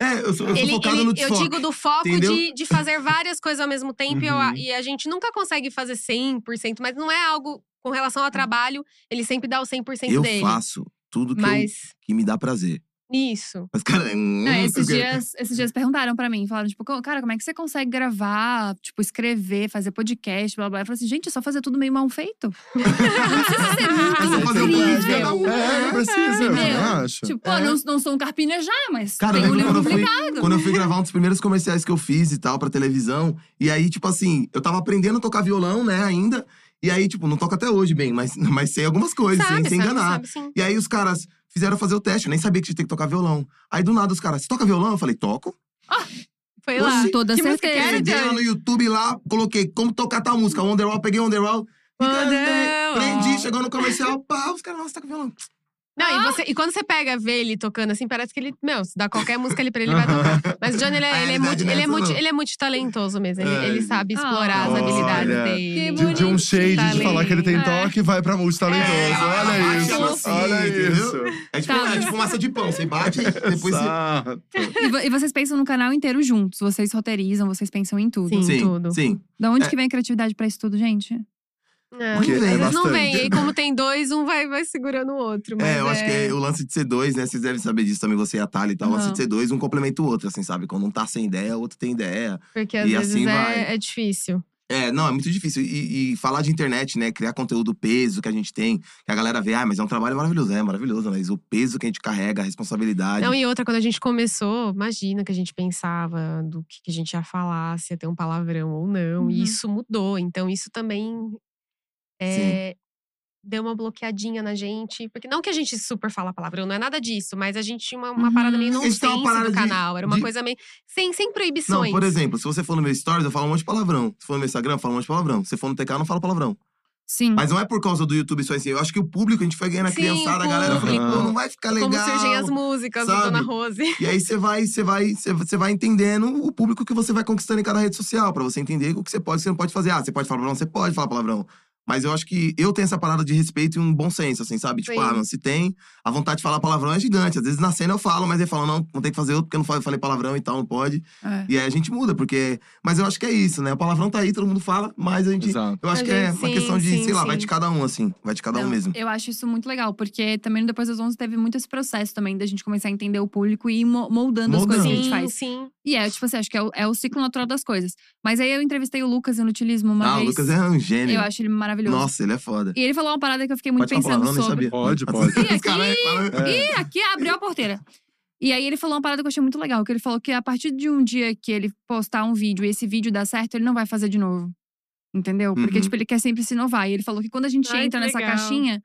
Speaker 2: É, eu sou, eu sou
Speaker 4: ele,
Speaker 2: focado
Speaker 4: ele-
Speaker 2: no
Speaker 4: eu
Speaker 2: desfoque.
Speaker 4: digo do foco
Speaker 2: entendeu?
Speaker 4: de, de fazer várias coisas ao mesmo tempo. e eu a-
Speaker 5: Uhum.
Speaker 4: e a gente nunca consegue fazer 100%, mas não é algo com relação ao trabalho. Ele sempre dá o 100%
Speaker 2: Eu
Speaker 4: dele.
Speaker 2: faço tudo que, eu-
Speaker 4: mas
Speaker 2: que me dá prazer.
Speaker 4: isso.
Speaker 2: Mas, cara, é um
Speaker 1: Não, esses,
Speaker 2: eu quero-
Speaker 1: dias, esses dias perguntaram pra mim, falaram, tipo, "Co- cara, como é que você consegue gravar, tipo, escrever, fazer podcast, blá blá. blá?" Eu falei assim, gente, é só fazer tudo meio mal feito. Não precisa ser
Speaker 4: Ah,
Speaker 2: Eu sou fazer
Speaker 1: muito
Speaker 2: um plástico,
Speaker 1: incrível.
Speaker 2: cada um.
Speaker 3: É, não precisa, eu
Speaker 1: Entendeu?
Speaker 3: não acho.
Speaker 1: Tipo, pô, não, não sou um carpinejar, mas
Speaker 2: Cara, eu
Speaker 1: tem um livro
Speaker 2: lembro quando eu, fui,
Speaker 1: publicado.
Speaker 2: quando eu fui gravar um dos primeiros comerciais que eu fiz e tal, pra televisão. E aí, tipo assim, eu tava aprendendo a tocar violão, né, ainda. E aí, tipo, não toco até hoje bem, mas, mas sei algumas coisas, sem,
Speaker 4: sabe,
Speaker 2: é, sem
Speaker 4: sabe,
Speaker 2: enganar.
Speaker 4: sabe, sim.
Speaker 2: E aí os caras fizeram fazer o teste, eu nem sabia que tinha que tocar violão. Aí do nada os caras, você toca violão? Eu falei, toco.
Speaker 4: Foi
Speaker 2: Oxi,
Speaker 4: lá.
Speaker 1: Com toda
Speaker 4: que música que
Speaker 1: certeza.
Speaker 4: era,
Speaker 2: Peguei lá no YouTube lá, coloquei como tocar tal música, Wonderwall, peguei Wonderwall. e cara,
Speaker 4: Wonderwall.
Speaker 2: Aprendi, chegou no comercial, pá, os caras, nossa, toca violão.
Speaker 4: Não,
Speaker 2: Ah.
Speaker 4: e, você- e quando você pega, vê ele tocando assim, parece que ele. Meu, se dá qualquer música ali pra ele, ele vai tocar. Mas o Johnny, ele
Speaker 2: A
Speaker 4: é, ele é,
Speaker 2: realidade
Speaker 4: multi, ele, é
Speaker 2: nessa,
Speaker 4: multi,
Speaker 2: não.
Speaker 4: ele é multitalentoso mesmo. Ele,
Speaker 2: Ai,
Speaker 4: ele
Speaker 2: gente.
Speaker 4: sabe explorar as
Speaker 2: Ah. Olha,
Speaker 4: habilidades
Speaker 1: que
Speaker 4: dele.
Speaker 3: De, de um
Speaker 1: Bonitinho,
Speaker 3: shade de falar que ele tem
Speaker 1: é.
Speaker 3: toque, vai pra multitalentoso.
Speaker 4: É,
Speaker 3: olha
Speaker 4: ela
Speaker 3: isso,
Speaker 4: bate assim,
Speaker 3: olha isso.
Speaker 2: entendeu? É tipo,
Speaker 1: Tá.
Speaker 2: é tipo massa de pão, você bate, depois você…
Speaker 3: Exato.
Speaker 1: E, vo- e vocês pensam no canal inteiro juntos, vocês roteirizam, vocês pensam em tudo.
Speaker 4: Sim.
Speaker 2: Sim, É.
Speaker 4: tudo.
Speaker 2: sim.
Speaker 1: Da onde que vem a criatividade pra isso tudo, gente?
Speaker 4: É,
Speaker 2: Porque
Speaker 4: às
Speaker 2: é
Speaker 4: vezes não
Speaker 3: bastante,
Speaker 4: vem. E aí,
Speaker 3: né?
Speaker 4: como tem dois, um vai, vai segurando o outro. Mas
Speaker 2: É, eu acho que é o lance de ser dois, né? Vocês devem saber disso também, você e a Thalia e tal. O lance
Speaker 1: Aham.
Speaker 2: de ser dois, um complementa o outro, assim, sabe? Quando um tá sem ideia, o outro tem ideia.
Speaker 4: Porque às
Speaker 2: E
Speaker 4: vezes
Speaker 2: assim
Speaker 4: é,
Speaker 2: vai.
Speaker 4: é difícil.
Speaker 2: É, não, é muito difícil. E, e falar de internet, né? Criar conteúdo, o peso que a gente tem, que a galera vê, ah, mas é um trabalho maravilhoso. É maravilhoso, mas o peso que a gente carrega, a responsabilidade.
Speaker 4: Não, e outra, quando a gente começou, imagina que a gente pensava do que, que a gente ia falar, se ia ter um palavrão ou não.
Speaker 1: Uhum.
Speaker 4: E isso mudou. Então, isso também é, deu uma bloqueadinha na gente. Porque não que a gente super fala palavrão, não é nada disso. Mas a gente tinha uma, uma parada meio
Speaker 2: Uhum. A
Speaker 4: nonsense
Speaker 2: gente tem uma parada
Speaker 4: do
Speaker 2: de-
Speaker 4: canal. Era uma
Speaker 2: de-
Speaker 4: coisa meio… Sem, sem proibições.
Speaker 2: Não, por exemplo, se você for no meu Stories, eu falo um monte de palavrão. Se for no meu Instagram, eu falo um monte de palavrão. Se for no TK, eu não falo palavrão.
Speaker 4: Hum.
Speaker 1: Sim.
Speaker 2: Mas não é por causa do YouTube só assim. Eu acho que o público, a gente foi ganhando a
Speaker 4: Sim,
Speaker 2: né, criançada,
Speaker 4: o
Speaker 2: a galera
Speaker 3: público.
Speaker 2: falou, não vai ficar legal.
Speaker 4: Como surgem as músicas do
Speaker 2: sabe?
Speaker 4: Dona Rose.
Speaker 2: E aí você vai, você vai, você- você vai entendendo o público que você vai conquistando em cada rede social, pra você entender o que você pode, o que você não pode fazer. Ah, você pode falar palavrão, você pode falar palavrão. Mas eu acho que eu tenho essa parada de respeito e um bom senso, assim, sabe? Tipo,
Speaker 4: Sim.
Speaker 2: ah, mano, se tem, a vontade de falar palavrão é gigante. Às vezes na cena eu falo, mas ele fala, não, vou ter que fazer outro, porque eu não fa- falei palavrão e tal, não pode.
Speaker 1: É.
Speaker 2: E aí a gente muda, porque. Mas eu acho que é isso, né? O palavrão tá aí, todo mundo fala, mas a gente.
Speaker 3: Exato.
Speaker 2: Eu acho
Speaker 4: A
Speaker 2: que é
Speaker 4: gente-
Speaker 2: uma
Speaker 4: sim,
Speaker 2: questão de,
Speaker 4: sim,
Speaker 2: sei lá, vai
Speaker 4: sim.
Speaker 2: de cada um, assim. Vai de cada um
Speaker 1: Não,
Speaker 2: mesmo.
Speaker 1: Eu acho isso muito legal, porque também no Depois das 11 teve muito esse processo também da gente começar a entender o público e ir mo- moldando as
Speaker 2: Moldando.
Speaker 1: coisas que a gente
Speaker 4: Sim,
Speaker 1: faz.
Speaker 4: sim.
Speaker 1: E é, tipo assim, acho que é o, é o ciclo natural das coisas. Mas aí eu entrevistei o Lucas no Nutilismo uma
Speaker 2: ah,
Speaker 1: vez.
Speaker 2: o Lucas é um gênio.
Speaker 1: Eu acho ele maravilhoso.
Speaker 2: Nossa, ele é foda.
Speaker 1: E ele falou uma parada que eu fiquei muito
Speaker 2: pode falar
Speaker 1: pensando
Speaker 2: palavrão, nem
Speaker 1: sobre.
Speaker 2: sabia.
Speaker 3: Pode, pode.
Speaker 1: E aqui-
Speaker 2: Caralho, fala- É.
Speaker 1: E aqui abriu a porteira. E aí ele falou uma parada que eu achei muito legal, que ele falou que a partir de um dia que ele postar um vídeo e esse vídeo dar certo, ele não vai fazer de novo. Entendeu? Porque,
Speaker 2: Uhum.
Speaker 1: tipo, ele quer sempre se inovar. E ele falou que quando a gente
Speaker 4: Ai,
Speaker 1: entra
Speaker 4: que
Speaker 1: nessa
Speaker 4: legal.
Speaker 1: caixinha,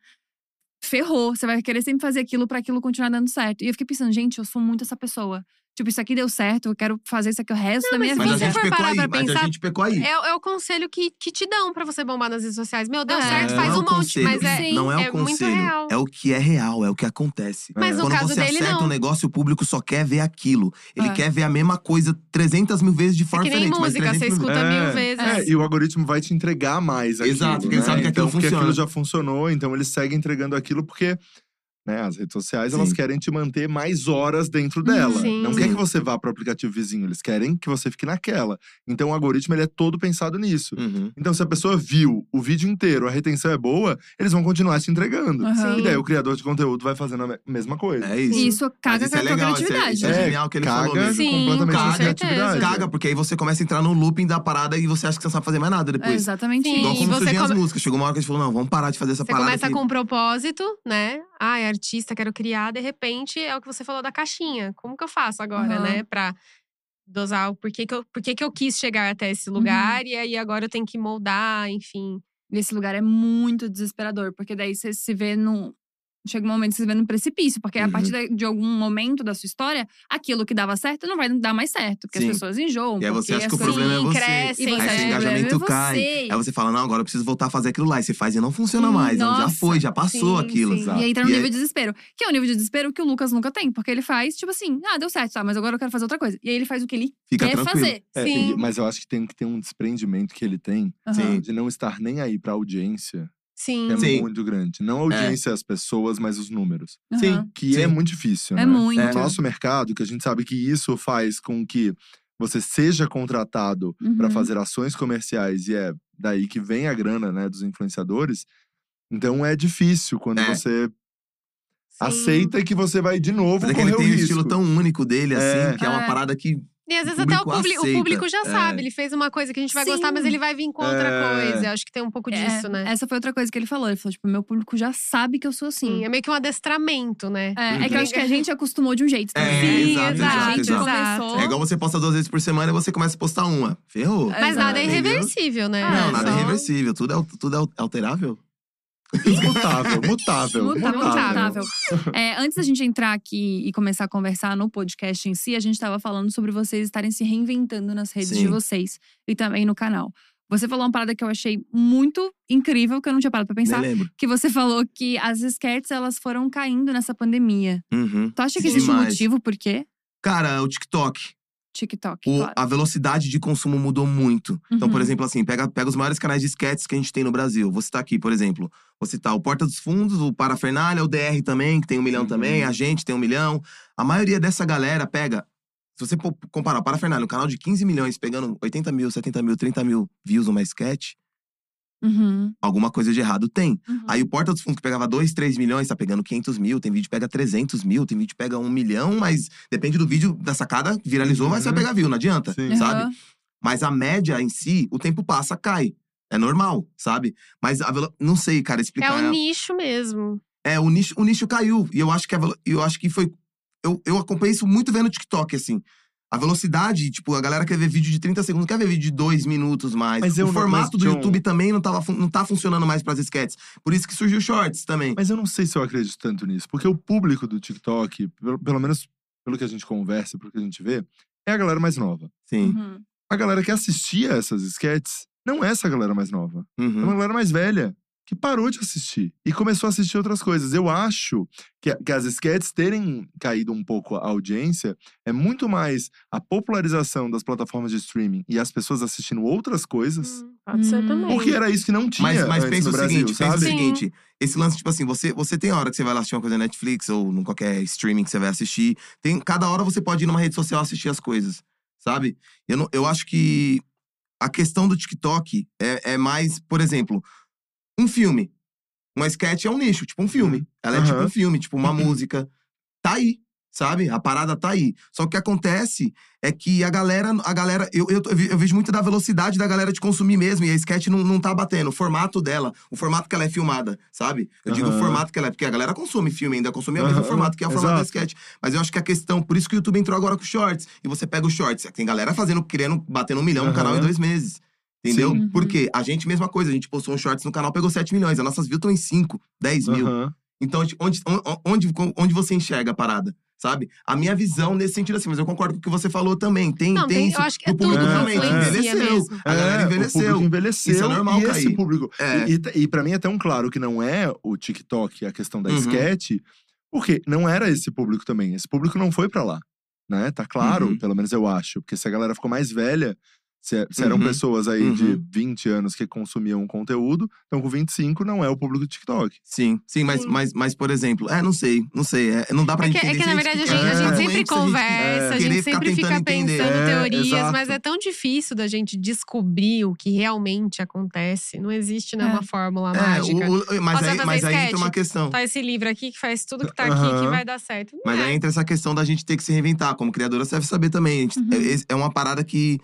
Speaker 1: ferrou. Você vai querer sempre fazer aquilo pra aquilo continuar dando certo. E eu fiquei pensando, gente, eu sou muito essa pessoa. Tipo, isso aqui deu certo, eu quero fazer isso aqui o resto da minha
Speaker 4: mas é
Speaker 2: Mas
Speaker 1: vida.
Speaker 2: a
Speaker 4: você
Speaker 2: gente
Speaker 4: for
Speaker 2: pecou
Speaker 4: parar
Speaker 2: aí,
Speaker 4: pra
Speaker 2: mas a
Speaker 4: pensar,
Speaker 2: gente pecou aí.
Speaker 4: É, o- é o conselho que, que te dão pra você bombar nas redes sociais. Meu, deu
Speaker 1: É.
Speaker 4: certo, faz
Speaker 2: Não é
Speaker 4: um
Speaker 2: o
Speaker 4: monte.
Speaker 2: conselho,
Speaker 4: Mas é,
Speaker 1: sim,
Speaker 2: não é, o
Speaker 4: é muito
Speaker 2: conselho,
Speaker 4: real.
Speaker 2: é o que é real, é o que acontece.
Speaker 4: Mas no
Speaker 2: Quando
Speaker 4: caso
Speaker 2: você
Speaker 4: dele,
Speaker 2: acerta
Speaker 4: não.
Speaker 2: um negócio, o público só quer ver aquilo. Ele
Speaker 1: É.
Speaker 2: quer ver a mesma coisa 300 mil vezes de
Speaker 4: É
Speaker 2: forma
Speaker 4: que nem
Speaker 2: diferente. mas
Speaker 4: música, você
Speaker 2: 300 mil
Speaker 4: escuta mil vezes.
Speaker 3: É, e o algoritmo vai te entregar mais aquilo,
Speaker 2: Exato, porque
Speaker 3: porque
Speaker 2: ele sabe que
Speaker 3: então,
Speaker 2: aquilo
Speaker 3: porque aquilo
Speaker 2: funciona.
Speaker 3: já funcionou, então ele segue entregando aquilo porque né, as redes sociais elas
Speaker 2: Sim.
Speaker 3: querem te manter mais horas dentro
Speaker 1: Hum,
Speaker 3: dela.
Speaker 4: sim.
Speaker 3: Não quer
Speaker 2: Sim.
Speaker 3: que você vá para o aplicativo vizinho, eles querem que você fique naquela. Então o algoritmo ele é todo pensado nisso.
Speaker 2: vezes. Uhum.
Speaker 3: Então se a pessoa viu o vídeo inteiro, a retenção é boa, eles vão continuar te entregando.
Speaker 4: Uhum.
Speaker 1: Aham.
Speaker 3: E daí o criador de conteúdo vai fazendo a me- mesma coisa.
Speaker 2: É isso.
Speaker 1: E isso
Speaker 2: Mas
Speaker 1: caga
Speaker 2: isso
Speaker 1: com a
Speaker 2: é
Speaker 1: tua
Speaker 2: legal, isso é-
Speaker 1: criatividade.
Speaker 2: Isso é,
Speaker 3: É,
Speaker 2: genial que ele falou
Speaker 3: Caga
Speaker 2: mesmo.
Speaker 4: Sim,
Speaker 3: completamente
Speaker 2: com
Speaker 3: a
Speaker 2: certeza.
Speaker 3: criatividade.
Speaker 2: Caga, porque aí você começa a entrar no looping da parada e você acha que você não sabe fazer mais nada
Speaker 1: É
Speaker 2: depois.
Speaker 1: exatamente
Speaker 4: Sim,
Speaker 2: Igual
Speaker 4: e
Speaker 1: isso.
Speaker 2: como
Speaker 4: você
Speaker 2: surgiam as
Speaker 4: come-
Speaker 2: músicas. Chegou uma hora que a gente falou, não, vamos parar de fazer essa
Speaker 4: Você
Speaker 2: parada
Speaker 4: começa
Speaker 2: que-
Speaker 4: com um propósito, né? Ai, artista, quero criar. De repente, é o que você falou da caixinha. Como que eu faço agora,
Speaker 1: Aham.
Speaker 4: né? Pra dosar o porquê que eu, porquê que eu quis chegar até esse lugar. E aí, agora eu tenho que moldar, enfim.
Speaker 1: Nesse lugar é muito desesperador, porque daí você se vê num. Chega um momento que você se vê num precipício, porque a
Speaker 2: Uhum.
Speaker 1: partir da- de algum momento da sua história, aquilo que dava certo não vai dar mais certo, porque
Speaker 2: Sim.
Speaker 1: as pessoas enjoam.
Speaker 2: E aí você
Speaker 1: porque
Speaker 2: acha que o
Speaker 1: as coisas-
Speaker 2: problema é
Speaker 4: Sim,
Speaker 2: você.
Speaker 4: crescem,
Speaker 1: E você
Speaker 2: Aí
Speaker 1: acha
Speaker 2: seu
Speaker 1: que o
Speaker 2: engajamento
Speaker 1: problema é
Speaker 2: cai.
Speaker 1: você.
Speaker 2: Aí você fala, não, agora eu preciso voltar a fazer aquilo lá. E você faz e não funciona mais. não, já
Speaker 1: Hum, Nossa,
Speaker 2: foi, já passou
Speaker 4: sim,
Speaker 2: aquilo.
Speaker 4: sim.
Speaker 1: E aí entra no
Speaker 2: E
Speaker 1: nível
Speaker 2: aí-
Speaker 1: de desespero. Que é o nível de desespero que o Lucas nunca tem, porque ele faz, tipo assim, ah, deu certo, tá, mas agora eu quero fazer outra coisa. E aí ele faz o que ele
Speaker 2: Fica
Speaker 1: quer
Speaker 2: tranquilo.
Speaker 1: fazer.
Speaker 3: É,
Speaker 4: Sim.
Speaker 3: e- mas eu acho que tem que ter um desprendimento que ele tem
Speaker 1: Aham.
Speaker 3: de não estar nem aí pra audiência.
Speaker 4: Sim.
Speaker 3: que é
Speaker 2: Sim.
Speaker 3: muito grande. Não a audiência, as pessoas, mas os números.
Speaker 2: Sim.
Speaker 1: Aham.
Speaker 3: Que é
Speaker 2: Sim.
Speaker 3: muito difícil,
Speaker 1: É
Speaker 3: né?
Speaker 1: muito.
Speaker 3: No nosso mercado, que a gente sabe que isso faz com que você seja contratado
Speaker 1: Uhum.
Speaker 3: para fazer ações comerciais e é daí que vem a grana, né, dos influenciadores. Então é difícil quando
Speaker 2: É.
Speaker 3: você
Speaker 4: sim.
Speaker 3: aceita que você vai de novo
Speaker 2: Mas é que
Speaker 3: correr
Speaker 2: ele
Speaker 3: o
Speaker 2: tem um
Speaker 3: risco.
Speaker 2: estilo tão único dele, assim,
Speaker 3: É.
Speaker 2: que é uma
Speaker 1: É.
Speaker 2: parada que.
Speaker 4: E às vezes
Speaker 2: O
Speaker 4: até o,
Speaker 2: público
Speaker 4: publi- o
Speaker 2: aceita,
Speaker 4: público já
Speaker 2: é.
Speaker 4: sabe. Ele fez uma coisa que a gente vai gostar, mas
Speaker 1: Sim.
Speaker 4: ele vai vir com outra
Speaker 3: É.
Speaker 4: coisa. Eu acho que tem um pouco
Speaker 1: É,
Speaker 4: disso, né?
Speaker 1: Essa foi outra coisa que ele falou. Ele falou, tipo, meu público já sabe que eu sou assim.
Speaker 4: Sim, é meio que um adestramento, né?
Speaker 1: É, é que eu acho que a gente acostumou de um jeito.
Speaker 2: Uhum. É,
Speaker 1: também, né?
Speaker 4: Sim,
Speaker 2: exato,
Speaker 1: A gente
Speaker 2: exato,
Speaker 4: exato.
Speaker 1: começou.
Speaker 2: É igual você posta duas vezes por semana e você começa a postar uma. Ferrou.
Speaker 1: É.
Speaker 4: Mas nada é
Speaker 2: Exato.
Speaker 4: irreversível, né?
Speaker 1: Entendeu?
Speaker 2: Não,
Speaker 1: É,
Speaker 2: nada é
Speaker 4: Só-
Speaker 2: irreversível. Tudo é, al- tudo é al- alterável.
Speaker 3: mutável, mutável,
Speaker 1: Mutável,
Speaker 3: mutável.
Speaker 1: mutável. É, antes da gente entrar aqui e começar a conversar no podcast em si, a gente estava falando sobre vocês estarem se reinventando nas redes
Speaker 2: Sim.
Speaker 1: de vocês e também no canal. Você falou uma parada que eu achei muito incrível, que eu não tinha parado pra
Speaker 2: Nem
Speaker 1: pensar.
Speaker 2: lembro.
Speaker 1: Que você falou que as sketches, elas foram caindo nessa pandemia.
Speaker 2: Uhum.
Speaker 1: Tu acha que existe um
Speaker 2: Demais.
Speaker 1: motivo por quê?
Speaker 2: Cara, o TikTok.
Speaker 1: TikTok,
Speaker 2: o-
Speaker 1: claro.
Speaker 2: a velocidade de consumo mudou muito. Então, por
Speaker 1: Uhum.
Speaker 2: exemplo, assim, pega, pega os maiores canais de sketches que a gente tem no Brasil. Vou citar aqui, por exemplo. Vou citar o Porta dos Fundos, o Parafernália, o DR também, que tem um milhão
Speaker 3: Uhum.
Speaker 2: também, a gente tem um milhão. A maioria dessa galera pega. Se você po- comparar o Parafernália, um canal de 15 milhões, pegando 80 mil, 70 mil, 30 mil views numa sketch,
Speaker 1: Uhum.
Speaker 2: alguma coisa de errado tem.
Speaker 1: Uhum.
Speaker 2: Aí o Porta dos Fundos, que pegava 2, 3 milhões, tá pegando 500 mil. Tem vídeo que pega 300 mil, tem vídeo que um pega 1 milhão, mas depende do vídeo da sacada, viralizou, mas vai
Speaker 3: Uhum.
Speaker 2: pegar view, não adianta,
Speaker 3: Sim.
Speaker 1: Aham.
Speaker 2: sabe? Mas a média em si, o tempo passa, cai. É normal, sabe? Mas a velo... não sei, cara,
Speaker 4: É
Speaker 2: explicar.
Speaker 4: o nicho mesmo.
Speaker 2: É, o nicho, o nicho caiu. E eu acho que a velo- eu acho que foi. Eu, eu acompanhei isso muito vendo o TikTok, assim. A velocidade, tipo, a galera quer ver vídeo de 30 segundos, quer ver vídeo de 2 minutos mais.
Speaker 3: Mas
Speaker 2: o
Speaker 3: eu não- mas, um
Speaker 2: formato do
Speaker 3: John-
Speaker 2: YouTube também não, tava, fun- não tá funcionando mais pras sketches. Por isso que surgiu shorts também.
Speaker 3: Mas eu não sei se eu acredito tanto nisso, porque o público do TikTok, pelo, pelo menos pelo que a gente conversa, pelo que a gente vê, é a galera mais nova.
Speaker 2: Sim.
Speaker 1: Uhum.
Speaker 3: A galera que assistia essas sketches não é essa galera mais nova. É
Speaker 2: Uhum.
Speaker 3: uma galera mais velha que parou de assistir e começou a assistir outras coisas. Eu acho que, que as sketches terem caído um pouco a audiência é muito mais a popularização das plataformas de streaming e as pessoas assistindo outras coisas.
Speaker 4: Hum, Pode ser
Speaker 1: Hum.
Speaker 4: também.
Speaker 3: Porque era isso que não tinha
Speaker 2: Mas, mas
Speaker 3: antes
Speaker 2: pensa
Speaker 3: no
Speaker 2: o
Speaker 3: Brasil,
Speaker 2: seguinte,
Speaker 3: sabe?
Speaker 2: pensa o
Speaker 4: Sim.
Speaker 2: seguinte. Esse lance, tipo assim, você, você tem a hora que você vai lá assistir uma coisa na Netflix ou em qualquer streaming que você vai assistir. Tem, cada hora você pode ir numa rede social assistir as coisas, sabe? Eu, não, eu acho que a questão do TikTok é, é mais, por exemplo, um filme. Uma sketch é um nicho, tipo um filme. Ela é tipo
Speaker 3: Uhum. Aham.
Speaker 2: um filme, tipo uma
Speaker 3: Uhum.
Speaker 2: música. Tá aí, sabe? A parada tá aí. Só que o que acontece é que a galera. A galera eu, eu, eu vi- eu vejo muito da velocidade da galera de consumir mesmo. E a sketch não, não tá batendo. O formato dela, o formato que ela é filmada, sabe? Eu digo o
Speaker 3: Aham.
Speaker 2: formato que ela é. Porque a galera consome filme ainda, consome o mesmo
Speaker 3: Aham,
Speaker 2: formato que é o formato da
Speaker 3: exato.
Speaker 2: sketch. Mas eu acho que a questão. Por isso que o YouTube entrou agora com shorts. E você pega os shorts. Tem galera fazendo, querendo, batendo um milhão no canal em
Speaker 3: Aham.
Speaker 2: dois meses. Entendeu?
Speaker 1: Sim.
Speaker 2: Por quê? A gente, mesma coisa, a gente postou um shorts no canal, pegou 7 milhões. As nossas views estão em 5, 10 mil.
Speaker 3: Aham.
Speaker 2: Então, tipo, onde, on- onde, onde você enxerga a parada? Sabe? A minha visão nesse sentido, assim, mas eu concordo com o que você falou também. Tem,
Speaker 4: Não,
Speaker 2: tem,
Speaker 4: tem-
Speaker 2: isso.
Speaker 4: eu acho que é
Speaker 2: o público
Speaker 4: tudo
Speaker 3: que
Speaker 2: realmente
Speaker 4: influencia
Speaker 2: envelheceu.
Speaker 4: mesmo.
Speaker 2: A galera
Speaker 3: É, O
Speaker 2: envelheceu.
Speaker 3: público envelheceu.
Speaker 2: Isso é normal
Speaker 3: e esse
Speaker 2: cair.
Speaker 3: público
Speaker 2: É.
Speaker 3: E, e, e para mim é tão claro que não é o TikTok a questão da
Speaker 2: Uhum.
Speaker 3: sketch, porque não era esse público também. Esse público não foi pra lá, né? Tá claro,
Speaker 2: Uhum.
Speaker 3: pelo menos eu acho. Porque se a galera ficou mais velha, se, é- se eram
Speaker 2: Uhum.
Speaker 3: pessoas aí de
Speaker 2: Uhum.
Speaker 3: 20 anos que consumiam conteúdo, então com 25 não é o público do TikTok.
Speaker 2: Sim, sim, mas,
Speaker 4: Sim.
Speaker 2: Mas, mas, por exemplo, é, não sei, não sei. é, não dá pra
Speaker 4: É que, é
Speaker 2: entender.
Speaker 4: que,
Speaker 2: se
Speaker 4: na verdade, a
Speaker 2: fica-
Speaker 4: gente, a
Speaker 2: é,
Speaker 4: gente
Speaker 2: fica
Speaker 4: sempre
Speaker 2: doente, se a gente- é,
Speaker 4: conversa, a
Speaker 2: querer
Speaker 4: gente
Speaker 2: ficar
Speaker 4: sempre
Speaker 2: tentando
Speaker 4: fica
Speaker 2: entender.
Speaker 4: pensando
Speaker 3: É,
Speaker 4: teorias, mas
Speaker 3: exato.
Speaker 4: é tão difícil da gente descobrir o que realmente acontece. Não existe né,
Speaker 1: É.
Speaker 4: uma fórmula
Speaker 2: É,
Speaker 4: mágica.
Speaker 2: o- o-
Speaker 4: Você
Speaker 2: mas
Speaker 4: vai
Speaker 2: aí,
Speaker 4: fazer
Speaker 2: mas aí entra uma
Speaker 4: sketch?
Speaker 2: questão.
Speaker 4: Tá esse livro aqui que faz tudo que tá aqui que
Speaker 3: Aham.
Speaker 4: vai dar certo. Não
Speaker 2: Mas
Speaker 4: é.
Speaker 2: aí entra essa questão da gente ter que se reinventar. Como criadora, você deve saber também. A gente-
Speaker 1: Uhum.
Speaker 2: é- esse- é, uma parada que,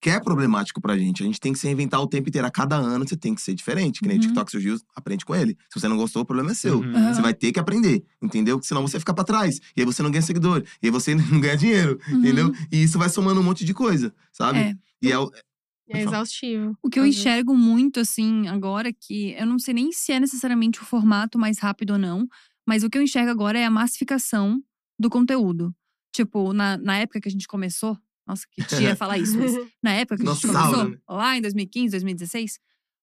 Speaker 2: que é problemático pra gente. A gente tem que se reinventar o tempo inteiro. A cada ano você tem que ser diferente. Que nem o
Speaker 1: Uhum.
Speaker 2: TikTok surgiu, aprende com ele. Se você não gostou, o problema é seu.
Speaker 3: Uhum.
Speaker 1: Aham.
Speaker 2: Você vai ter que aprender, entendeu? Porque senão você fica pra trás. E aí você não ganha seguidor. E aí você não ganha dinheiro,
Speaker 1: Uhum.
Speaker 2: entendeu? E isso vai somando um monte de coisa, sabe?
Speaker 1: É.
Speaker 2: E é o-
Speaker 4: É exaustivo.
Speaker 1: O que eu
Speaker 4: Às vezes.
Speaker 1: enxergo muito, assim, agora, que eu não sei nem se é necessariamente o formato mais rápido ou não, mas o que eu enxergo agora é a massificação do conteúdo. Tipo, na, na época que a gente começou, nossa, que tia falar isso, mas na época que a gente
Speaker 2: Dinossauro,
Speaker 1: começou,
Speaker 2: né?
Speaker 1: lá em 2015, 2016,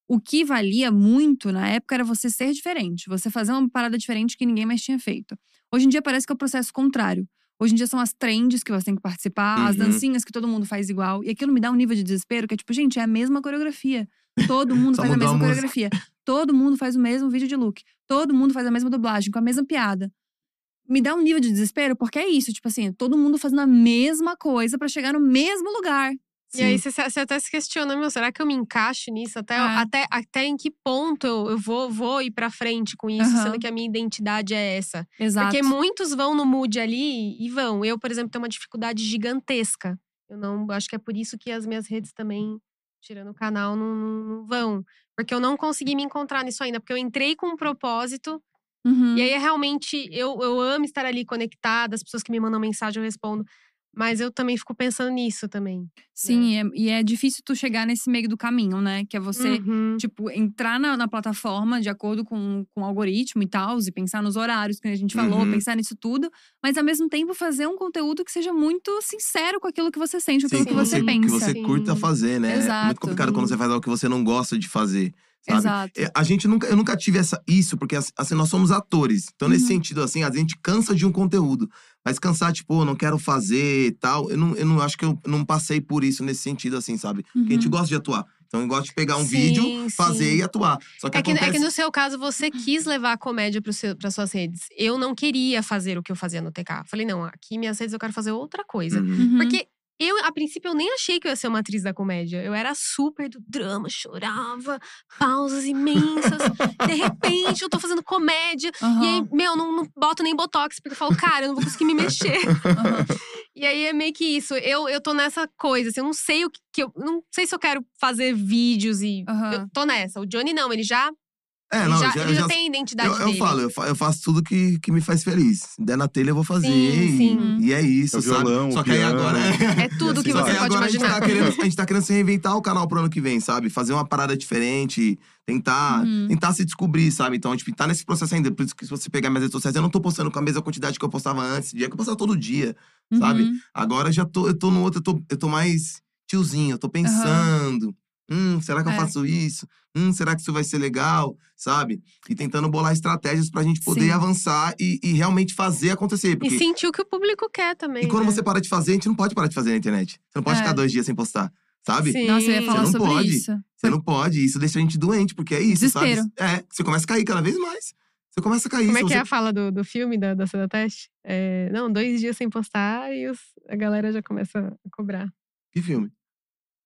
Speaker 1: o que valia muito na época era você ser diferente, você fazer uma parada diferente que ninguém mais tinha feito. Hoje em dia parece que é o processo contrário. Hoje em dia são as trends que você tem que participar, as
Speaker 2: Uhum.
Speaker 1: dancinhas que todo mundo faz igual. E aquilo me dá um nível de desespero que é tipo, gente, é a mesma coreografia. Todo mundo
Speaker 2: Só
Speaker 1: faz a
Speaker 2: mudou a
Speaker 1: mesma
Speaker 2: música.
Speaker 1: coreografia. Todo mundo faz o mesmo vídeo de look. Todo mundo faz a mesma dublagem, com a mesma piada. Me dá um nível de desespero, porque é isso, tipo assim, todo mundo fazendo a mesma coisa pra chegar no mesmo lugar.
Speaker 4: E aí você, se- você até se questiona, meu, será que eu me encaixo nisso? Até,
Speaker 1: Ah.
Speaker 4: até, até em que ponto eu, eu vou, vou ir pra frente com isso,
Speaker 1: Aham.
Speaker 4: sendo que a minha identidade é essa?
Speaker 1: Exato.
Speaker 4: Porque muitos vão no mood ali e vão. Eu, por exemplo, tenho uma dificuldade gigantesca. Eu não acho que é por isso que as minhas redes também, tirando o canal, não, não- não vão. Porque eu não consegui me encontrar nisso ainda. Porque eu entrei com um propósito.
Speaker 1: Uhum.
Speaker 4: E aí, é realmente, eu, eu amo estar ali conectada. As pessoas que me mandam mensagem, eu respondo. Mas eu também fico pensando nisso também.
Speaker 1: Sim, e é- e é difícil tu chegar nesse meio do caminho, né? Que é você,
Speaker 4: Uhum.
Speaker 1: tipo, entrar na, na plataforma de acordo com, com o algoritmo e tal, e pensar nos horários que a gente falou,
Speaker 2: Uhum.
Speaker 1: pensar nisso tudo, mas ao mesmo tempo fazer um conteúdo que seja muito sincero com aquilo que você sente, ou
Speaker 2: Sim,
Speaker 1: pelo
Speaker 2: que
Speaker 1: que você,
Speaker 2: você, que
Speaker 1: pensa.
Speaker 2: você
Speaker 4: Sim.
Speaker 2: curta fazer, né? É muito
Speaker 1: Exato.
Speaker 2: complicado quando você faz algo que você não gosta de fazer, sabe?
Speaker 1: Exato.
Speaker 2: É, A gente nunca, eu nunca tive essa, isso, porque ass- assim, nós somos atores. Então, nesse
Speaker 1: Uhum.
Speaker 2: sentido, assim, a gente cansa de um conteúdo. Mas cansar, tipo, "Pô, não quero fazer e tal. Eu não, eu não acho que eu não passei por isso nesse sentido, assim, sabe? Porque a gente
Speaker 1: Uhum.
Speaker 2: gosta de atuar. Então eu gosto de pegar um
Speaker 4: Sim,
Speaker 2: vídeo, fazer
Speaker 4: sim.
Speaker 2: e atuar. Só que
Speaker 4: É que,
Speaker 2: acontece.
Speaker 4: é que no seu caso, você
Speaker 1: Uhum.
Speaker 4: quis levar a comédia para suas redes. Eu não queria fazer o que eu fazia no TK. Falei, não, aqui minhas redes eu quero fazer outra coisa.
Speaker 2: Uhum.
Speaker 1: Uhum.
Speaker 4: Porque eu, a princípio, eu nem achei que eu ia ser uma atriz da comédia. Eu era super do drama, chorava, pausas imensas. De repente, eu tô fazendo comédia. E aí,
Speaker 1: Aham,
Speaker 4: meu, não, não boto nem botox, porque eu falo, cara, eu não vou conseguir me mexer.
Speaker 1: aham.
Speaker 4: E aí é meio que isso. Eu, eu tô nessa coisa, assim, eu não sei o que, que eu. Não sei se eu quero fazer vídeos e.
Speaker 1: Aham.
Speaker 4: Eu tô nessa. O Johnny não, ele já,
Speaker 2: É,
Speaker 4: ele
Speaker 2: não,
Speaker 4: já,
Speaker 2: já,
Speaker 4: ele já
Speaker 2: já-
Speaker 4: tem a identidade
Speaker 2: eu, eu
Speaker 4: dele.
Speaker 2: falo, eu fa- eu faço tudo que, que me faz feliz. Se der na telha, eu vou fazer.
Speaker 4: Sim,
Speaker 2: e,
Speaker 4: sim.
Speaker 2: e é isso,
Speaker 3: É o
Speaker 2: sabe?
Speaker 3: violão, o
Speaker 2: Só que aí
Speaker 3: piano.
Speaker 2: agora.
Speaker 4: É tudo que
Speaker 2: Só
Speaker 4: você
Speaker 2: aí
Speaker 4: pode
Speaker 2: agora a gente,
Speaker 4: imaginar.
Speaker 2: tá querendo, a gente tá querendo se reinventar o canal pro ano que vem, sabe? Fazer uma parada diferente, tentar,
Speaker 1: Uhum.
Speaker 2: tentar se descobrir, sabe? Então, tipo, tá nesse processo ainda. Por isso que se você pegar minhas redes sociais, eu não tô postando com a mesma quantidade que eu postava antes, dia que eu postava todo dia. sabe?
Speaker 1: Uhum.
Speaker 2: Agora já tô, eu tô no outro, eu tô, eu tô mais tiozinho, eu tô pensando. Hum, será que eu
Speaker 1: É.
Speaker 2: faço isso? Hum, será que isso vai ser legal? Sabe? E tentando bolar estratégias pra gente poder
Speaker 1: Sim.
Speaker 2: avançar e, e realmente fazer acontecer.
Speaker 4: E
Speaker 2: Porque
Speaker 4: sentir o que o público quer também.
Speaker 2: e quando
Speaker 4: né?
Speaker 2: você para de fazer, a gente não pode parar de fazer na internet. Você não pode
Speaker 1: É.
Speaker 2: ficar dois dias sem postar, sabe?
Speaker 4: Sim.
Speaker 1: Nossa, eu ia falar
Speaker 2: não
Speaker 1: sobre
Speaker 2: pode.
Speaker 1: isso.
Speaker 2: Você não pode. Isso deixa a gente doente, porque é isso,
Speaker 1: Desespero.
Speaker 2: sabe? É, você começa a cair cada vez mais. Você começa a cair.
Speaker 4: Como é
Speaker 2: se
Speaker 4: que
Speaker 2: você...
Speaker 4: é a fala do, do filme da, da Seda Teste? É, não, dois dias sem postar e os- a galera já começa a cobrar.
Speaker 2: Que filme?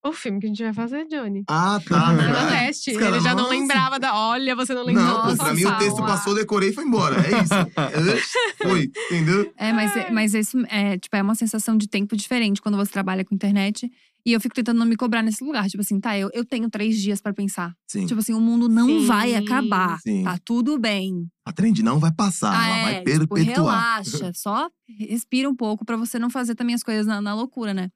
Speaker 4: O filme que a gente vai fazer, Johnny.
Speaker 2: Ah, tá,
Speaker 3: É
Speaker 4: Seda
Speaker 2: verdade.
Speaker 4: Teste.
Speaker 2: Os caras,
Speaker 4: Ele já não
Speaker 2: nossa.
Speaker 4: lembrava da. Olha, você não lembrava.
Speaker 2: Não, pô, pra
Speaker 4: Nossa,
Speaker 2: mim o texto
Speaker 4: Paula.
Speaker 2: passou, decorei e foi embora. É isso. foi, entendeu?
Speaker 1: É, mas,
Speaker 4: Ah.
Speaker 1: é- mas esse é, tipo, é uma sensação de tempo diferente quando você trabalha com internet. E eu fico tentando não me cobrar nesse lugar. Tipo assim, tá, eu, eu tenho três dias pra pensar.
Speaker 2: Sim.
Speaker 1: Tipo assim, o mundo não
Speaker 4: Sim,
Speaker 1: vai acabar.
Speaker 2: sim.
Speaker 1: Tá tudo bem.
Speaker 2: A trend não vai passar, Ah, ela
Speaker 1: é,
Speaker 2: vai
Speaker 1: tipo,
Speaker 2: perpetuar.
Speaker 1: relaxa. Só respira um pouco pra você não fazer também as coisas na, na loucura, né?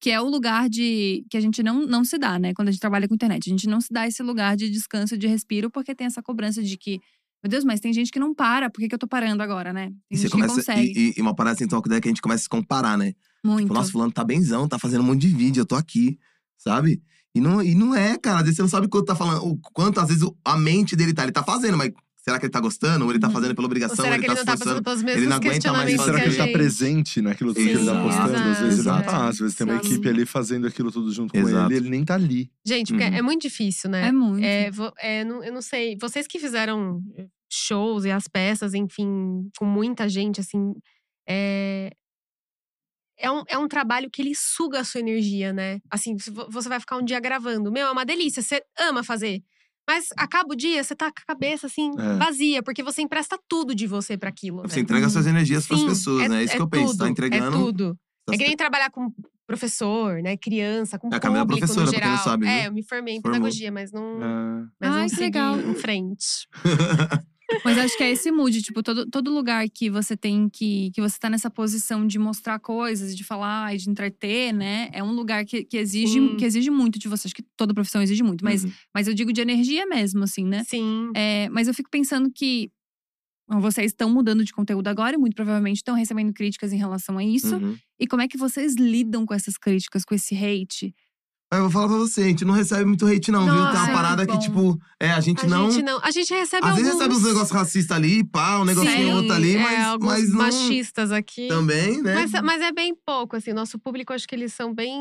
Speaker 1: Que é o lugar de… Que a gente não, não se dá, né? Quando a gente trabalha com internet. A gente não se dá esse lugar de descanso, de respiro. Porque tem essa cobrança de que… Meu Deus, mas tem gente que não para. Por que, que eu tô parando agora, né? Tem
Speaker 2: e
Speaker 1: gente
Speaker 2: você
Speaker 1: que
Speaker 2: começa.
Speaker 1: consegue.
Speaker 2: E, e- e uma parada assim, então, que daí que a gente começa a se comparar, né?
Speaker 1: muito.
Speaker 2: Tipo,
Speaker 4: Então.
Speaker 2: nossa, fulano tá benzão, tá fazendo um monte de vídeo, eu tô aqui, sabe? E não, e não é, cara. Às vezes você não sabe quanto tá falando, o quanto às vezes o- a mente dele tá. Ele tá fazendo, mas será que ele tá gostando? Ou ele tá
Speaker 1: Uhum.
Speaker 2: fazendo pela
Speaker 4: Ou
Speaker 2: obrigação,
Speaker 4: será
Speaker 2: ou
Speaker 4: que
Speaker 2: ele tá
Speaker 4: ele não
Speaker 2: se
Speaker 4: tá
Speaker 2: forçando?
Speaker 4: passando pelos
Speaker 2: não
Speaker 4: mesmos
Speaker 2: aguenta mais
Speaker 3: E
Speaker 4: questionamentos
Speaker 3: será
Speaker 2: fazer
Speaker 3: que
Speaker 4: que a
Speaker 3: ele tá
Speaker 4: gente.
Speaker 3: presente naquilo tudo que ele tá
Speaker 4: Sim,
Speaker 3: postando? Às vezes ele não
Speaker 4: exato.
Speaker 3: tá, às vezes tem uma
Speaker 1: Exato.
Speaker 3: equipe ali fazendo aquilo tudo junto com
Speaker 2: Exato.
Speaker 3: ele, ele nem tá ali.
Speaker 4: Gente, porque
Speaker 2: Uhum.
Speaker 4: é muito difícil, né?
Speaker 1: É muito.
Speaker 4: É, vo- é, não- eu não sei, vocês que fizeram eh, shows e as peças, enfim, com muita gente, assim. É, é, um, é um trabalho que ele suga a sua energia, né? Assim, se vo- você vai ficar um dia gravando. Meu, é uma delícia, você ama fazer. Mas acaba o dia, você tá com a cabeça, assim,
Speaker 3: É.
Speaker 4: vazia, porque você empresta tudo de você para aquilo.
Speaker 2: Você
Speaker 4: né?
Speaker 2: entrega suas energias pras
Speaker 4: Sim,
Speaker 2: pessoas, né? É isso que eu penso.
Speaker 4: tudo,
Speaker 2: Tá entregando.
Speaker 4: É tudo.
Speaker 2: tá
Speaker 4: É que
Speaker 2: se-
Speaker 4: nem trabalhar com professor, né? Criança,
Speaker 2: É,
Speaker 4: com
Speaker 2: a
Speaker 4: público
Speaker 2: Camila é professora, pra
Speaker 4: no
Speaker 2: quem
Speaker 4: geral.
Speaker 2: não sabe,
Speaker 4: é,
Speaker 2: né?
Speaker 4: eu me formei em
Speaker 2: Formou. É.
Speaker 4: pedagogia, mas não,
Speaker 3: Ah,
Speaker 4: mas
Speaker 1: Ai,
Speaker 4: não
Speaker 1: que
Speaker 4: segui
Speaker 1: legal.
Speaker 4: em frente.
Speaker 1: Mas acho que é esse mood, tipo, todo, todo lugar que você tem que. que você tá nessa posição de mostrar coisas, de falar e de entreter, né? É um lugar que, que exige,
Speaker 4: Sim.
Speaker 1: que exige muito de você. Acho que toda profissão exige muito, mas,
Speaker 2: Uhum.
Speaker 1: mas eu digo de energia mesmo, assim, né?
Speaker 4: Sim.
Speaker 1: É, mas eu fico pensando que bom, vocês estão mudando de conteúdo agora e muito provavelmente estão recebendo críticas em relação a isso.
Speaker 2: Uhum.
Speaker 1: E como é que vocês lidam com essas críticas, com esse hate?
Speaker 2: Mas eu vou falar pra você, a gente não recebe muito hate, não, viu? Tem
Speaker 1: Nossa,
Speaker 2: uma
Speaker 1: é
Speaker 2: parada
Speaker 1: muito
Speaker 2: que, tipo, é, a gente
Speaker 4: A
Speaker 2: não.
Speaker 4: gente não. A gente recebe
Speaker 2: Às
Speaker 4: alguns.
Speaker 2: vezes recebe uns negócios racistas ali, pá, um negocinho
Speaker 1: Sim,
Speaker 2: outro ali,
Speaker 4: é,
Speaker 2: mas,
Speaker 4: alguns
Speaker 2: mas não.
Speaker 4: machistas aqui.
Speaker 2: Também, né?
Speaker 4: Mas, mas é bem pouco, assim. Nosso público, acho que eles são bem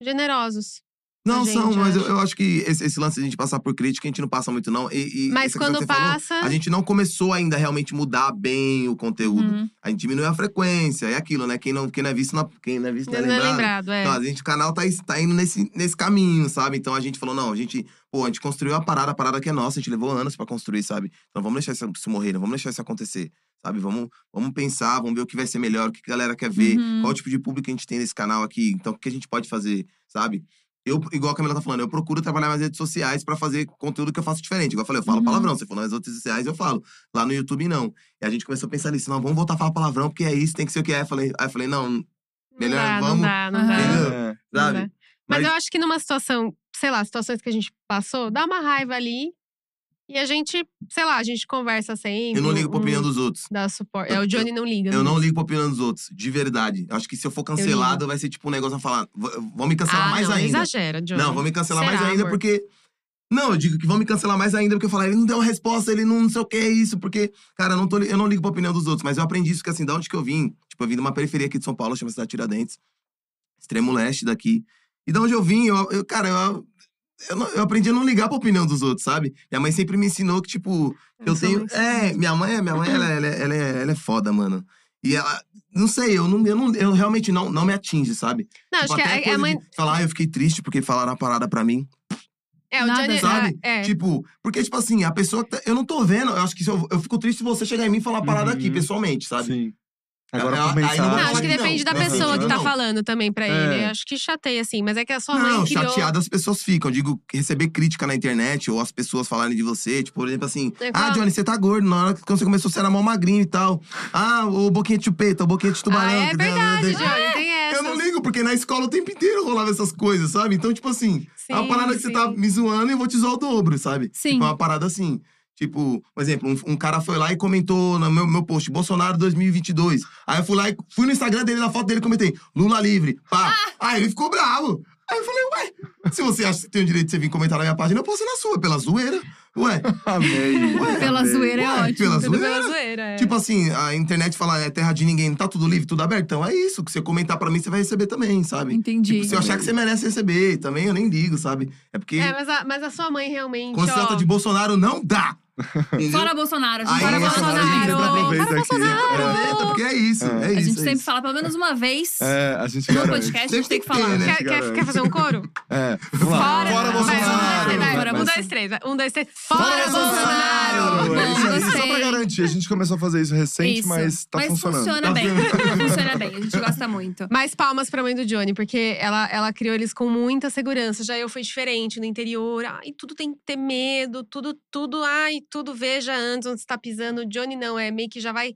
Speaker 4: generosos.
Speaker 2: não
Speaker 4: a gente,
Speaker 2: são, mas eu,
Speaker 4: acho.
Speaker 2: eu acho que esse, esse lance de a gente passar por crítica, a gente não passa muito, não. E, e
Speaker 4: Mas
Speaker 2: essa questão que
Speaker 4: quando
Speaker 2: você falou,
Speaker 4: passa.
Speaker 2: a gente não começou ainda realmente mudar bem o conteúdo.
Speaker 1: Uhum.
Speaker 2: A gente diminuiu a frequência, é aquilo, né? Quem não, quem não é visto, não, quem não é visto não é
Speaker 4: não é
Speaker 2: lembrado.
Speaker 4: lembrado, é.
Speaker 2: Então, a gente, o canal tá, tá indo nesse, nesse caminho, sabe? Então a gente falou, não, a gente, pô, a gente construiu a parada, a parada que é nossa, a gente levou anos pra construir, sabe? Então vamos deixar isso, isso morrer, não vamos deixar isso acontecer, sabe? Vamos, vamos pensar, vamos ver o que vai ser melhor, o que a galera quer ver,
Speaker 1: Uhum.
Speaker 2: qual tipo de público a gente tem nesse canal aqui, então o que a gente pode fazer, sabe? Eu, igual a Camila tá falando, eu procuro trabalhar nas redes sociais pra fazer conteúdo que eu faço diferente. Igual eu falei, eu falo
Speaker 1: Uhum.
Speaker 2: palavrão, você falou nas outras redes sociais, eu falo. Lá no YouTube, não. E a gente começou a pensar nisso, não, vamos voltar a falar palavrão, porque é isso, tem que ser o que é. Eu falei, aí eu falei, não, melhor
Speaker 4: não dá,
Speaker 2: vamos-
Speaker 4: Não dá, não dá.
Speaker 1: Aham.
Speaker 3: é.
Speaker 4: Não
Speaker 2: sabe?
Speaker 4: dá. Mas,
Speaker 2: Mas-
Speaker 4: eu acho que numa situação, sei lá, situações que a gente passou, dá uma raiva ali. E a gente, sei lá, a gente conversa sempre.
Speaker 2: Eu não ligo pra
Speaker 4: um-
Speaker 2: opinião dos outros.
Speaker 4: Dá suporte.
Speaker 2: Eu-
Speaker 4: É, o Johnny não liga.
Speaker 2: Eu não ligo pra opinião dos outros, de verdade. Acho que se eu for cancelado, vai ser tipo um negócio a falar. "V- Vão me cancelar
Speaker 4: ah,
Speaker 2: mais
Speaker 4: não,
Speaker 2: ainda.
Speaker 4: exagera, Johnny.
Speaker 2: Não, vão me cancelar
Speaker 4: Será,
Speaker 2: mais ainda
Speaker 4: amor?
Speaker 2: porque. Não, eu digo que vão me cancelar mais ainda porque eu falar, ele não deu uma resposta, ele não, não sei o que é isso, porque, cara, eu não, tô, li- eu não ligo pra opinião dos outros, mas eu aprendi isso, que assim, da onde que eu vim? Tipo, eu vim de uma periferia aqui de São Paulo, chama Cidade Tiradentes, extremo leste daqui. E da onde eu vim, eu, eu- cara, eu, eu, não- eu aprendi a não ligar pra opinião dos outros, sabe? Minha mãe sempre me ensinou que, tipo, eu
Speaker 4: sou
Speaker 2: tenho.
Speaker 4: muito
Speaker 2: É, minha mãe, minha mãe ela, ela, ela, é, ela é foda, mano. E ela. Não sei, eu, não, eu, não, eu realmente não, não me atinge, sabe?
Speaker 4: Não,
Speaker 2: Tipo,
Speaker 4: acho que
Speaker 2: até
Speaker 4: é, é,
Speaker 2: coisa
Speaker 4: mãe.
Speaker 2: de falar, ah, eu fiquei triste porque falaram a parada pra mim.
Speaker 4: É, o
Speaker 1: Nada,
Speaker 4: Johnny.
Speaker 2: sabe?
Speaker 4: É, é.
Speaker 2: Tipo, porque, tipo assim, a pessoa. que tá- Eu não tô vendo. Eu acho que se eu, eu fico triste se você chegar em mim e falar a parada
Speaker 3: Uhum.
Speaker 2: aqui, pessoalmente, sabe?
Speaker 3: Sim. Agora
Speaker 2: Ela-
Speaker 3: por
Speaker 2: aí não
Speaker 3: mensagem.
Speaker 4: Não,
Speaker 2: pode
Speaker 4: acho que
Speaker 2: não,
Speaker 4: depende da
Speaker 2: não,
Speaker 4: pessoa que tá
Speaker 2: não.
Speaker 4: falando também pra ele.
Speaker 3: É.
Speaker 4: Acho que chateia, assim. Mas é que a sua mãe
Speaker 2: Não,
Speaker 4: criou.
Speaker 2: chateada as pessoas ficam. Eu digo, receber crítica na internet ou as pessoas falarem de você. Tipo, por exemplo, assim…
Speaker 4: Eu
Speaker 2: Ah,
Speaker 4: falo-
Speaker 2: Johnny, você tá gordo. Na hora que quando você começou, você era mó magrinho e tal. Ah, o boquinha de chupeta, o boquinha de tubarão.
Speaker 4: Ah, é
Speaker 2: entendeu?
Speaker 4: verdade, Johnny.
Speaker 2: né,
Speaker 4: Tem essa.
Speaker 2: Eu não ligo, porque na escola o tempo inteiro rolava essas coisas, sabe? Então, tipo assim, é uma parada que você tá me zoando e eu vou te zoar o dobro, sabe?
Speaker 1: Sim.
Speaker 2: Tipo, é uma parada assim. Tipo, por exemplo, um, um cara foi lá e comentou no meu, meu post, Bolsonaro 2022. Aí eu fui lá e fui no Instagram dele, na foto dele, comentei, Lula livre, pá. Aí ele ficou bravo. Aí eu falei, ué, se você acha que tem o direito de você vir comentar na minha página, eu posso ir na sua, pela zoeira. Ué,
Speaker 3: Amei.
Speaker 2: Ué,
Speaker 1: Pela
Speaker 3: amei.
Speaker 1: zoeira é
Speaker 2: ué,
Speaker 1: ótimo.
Speaker 2: pela
Speaker 4: Tudo
Speaker 2: zoeira.
Speaker 4: pela zoeira. é.
Speaker 2: Tipo assim, a internet fala, é terra de ninguém, tá tudo livre, tudo aberto. Então é isso, que você comentar pra mim, você vai receber também, sabe?
Speaker 1: Entendi.
Speaker 2: Tipo, se eu achar que você merece receber, também eu nem ligo, sabe? É porque
Speaker 4: Uhum. É, mas a, mas a sua mãe realmente.
Speaker 2: quando se
Speaker 4: ó,
Speaker 2: trata de Bolsonaro, não dá! Entendeu?
Speaker 1: Fora Bolsonaro, a gente
Speaker 2: Aí
Speaker 1: fora
Speaker 2: é,
Speaker 1: Bolsonaro.
Speaker 2: a gente
Speaker 4: Bolsonaro.
Speaker 2: sempre aproveita,
Speaker 3: Aproveita aqui. É.
Speaker 2: aproveita, porque é isso, é,
Speaker 1: A
Speaker 2: isso.
Speaker 1: gente
Speaker 2: é
Speaker 1: sempre
Speaker 2: isso.
Speaker 1: fala pelo menos uma vez
Speaker 3: É, a gente
Speaker 1: no
Speaker 3: garante.
Speaker 1: podcast, a gente tem que
Speaker 2: Sempre
Speaker 1: falar.
Speaker 2: tem, né?
Speaker 4: Quer, quer, quer fazer um coro?
Speaker 3: É, vamos lá.
Speaker 4: Fora, vai,
Speaker 2: Bolsonaro!
Speaker 4: Um, dois, três, vai.
Speaker 1: Fora
Speaker 4: Um, dois, três. vai. Um, dois, três. Fora,
Speaker 1: Bolsonaro!
Speaker 4: Bolsonaro!
Speaker 3: É isso aí, só pra
Speaker 1: Gostei.
Speaker 3: garantir. A gente começou a fazer isso recente,
Speaker 1: Isso.
Speaker 3: mas tá
Speaker 1: Mas
Speaker 3: funcionando.
Speaker 1: funciona
Speaker 2: Tá
Speaker 1: bem.
Speaker 2: funcionando.
Speaker 1: funciona bem. A gente gosta muito.
Speaker 4: Mais palmas pra mãe do Johnny, porque ela, ela criou eles com muita segurança. Já eu fui diferente no interior. Ai, tudo tem que ter medo, tudo, tudo, ai, tudo veja antes onde está pisando. O Johnny não, é meio que já vai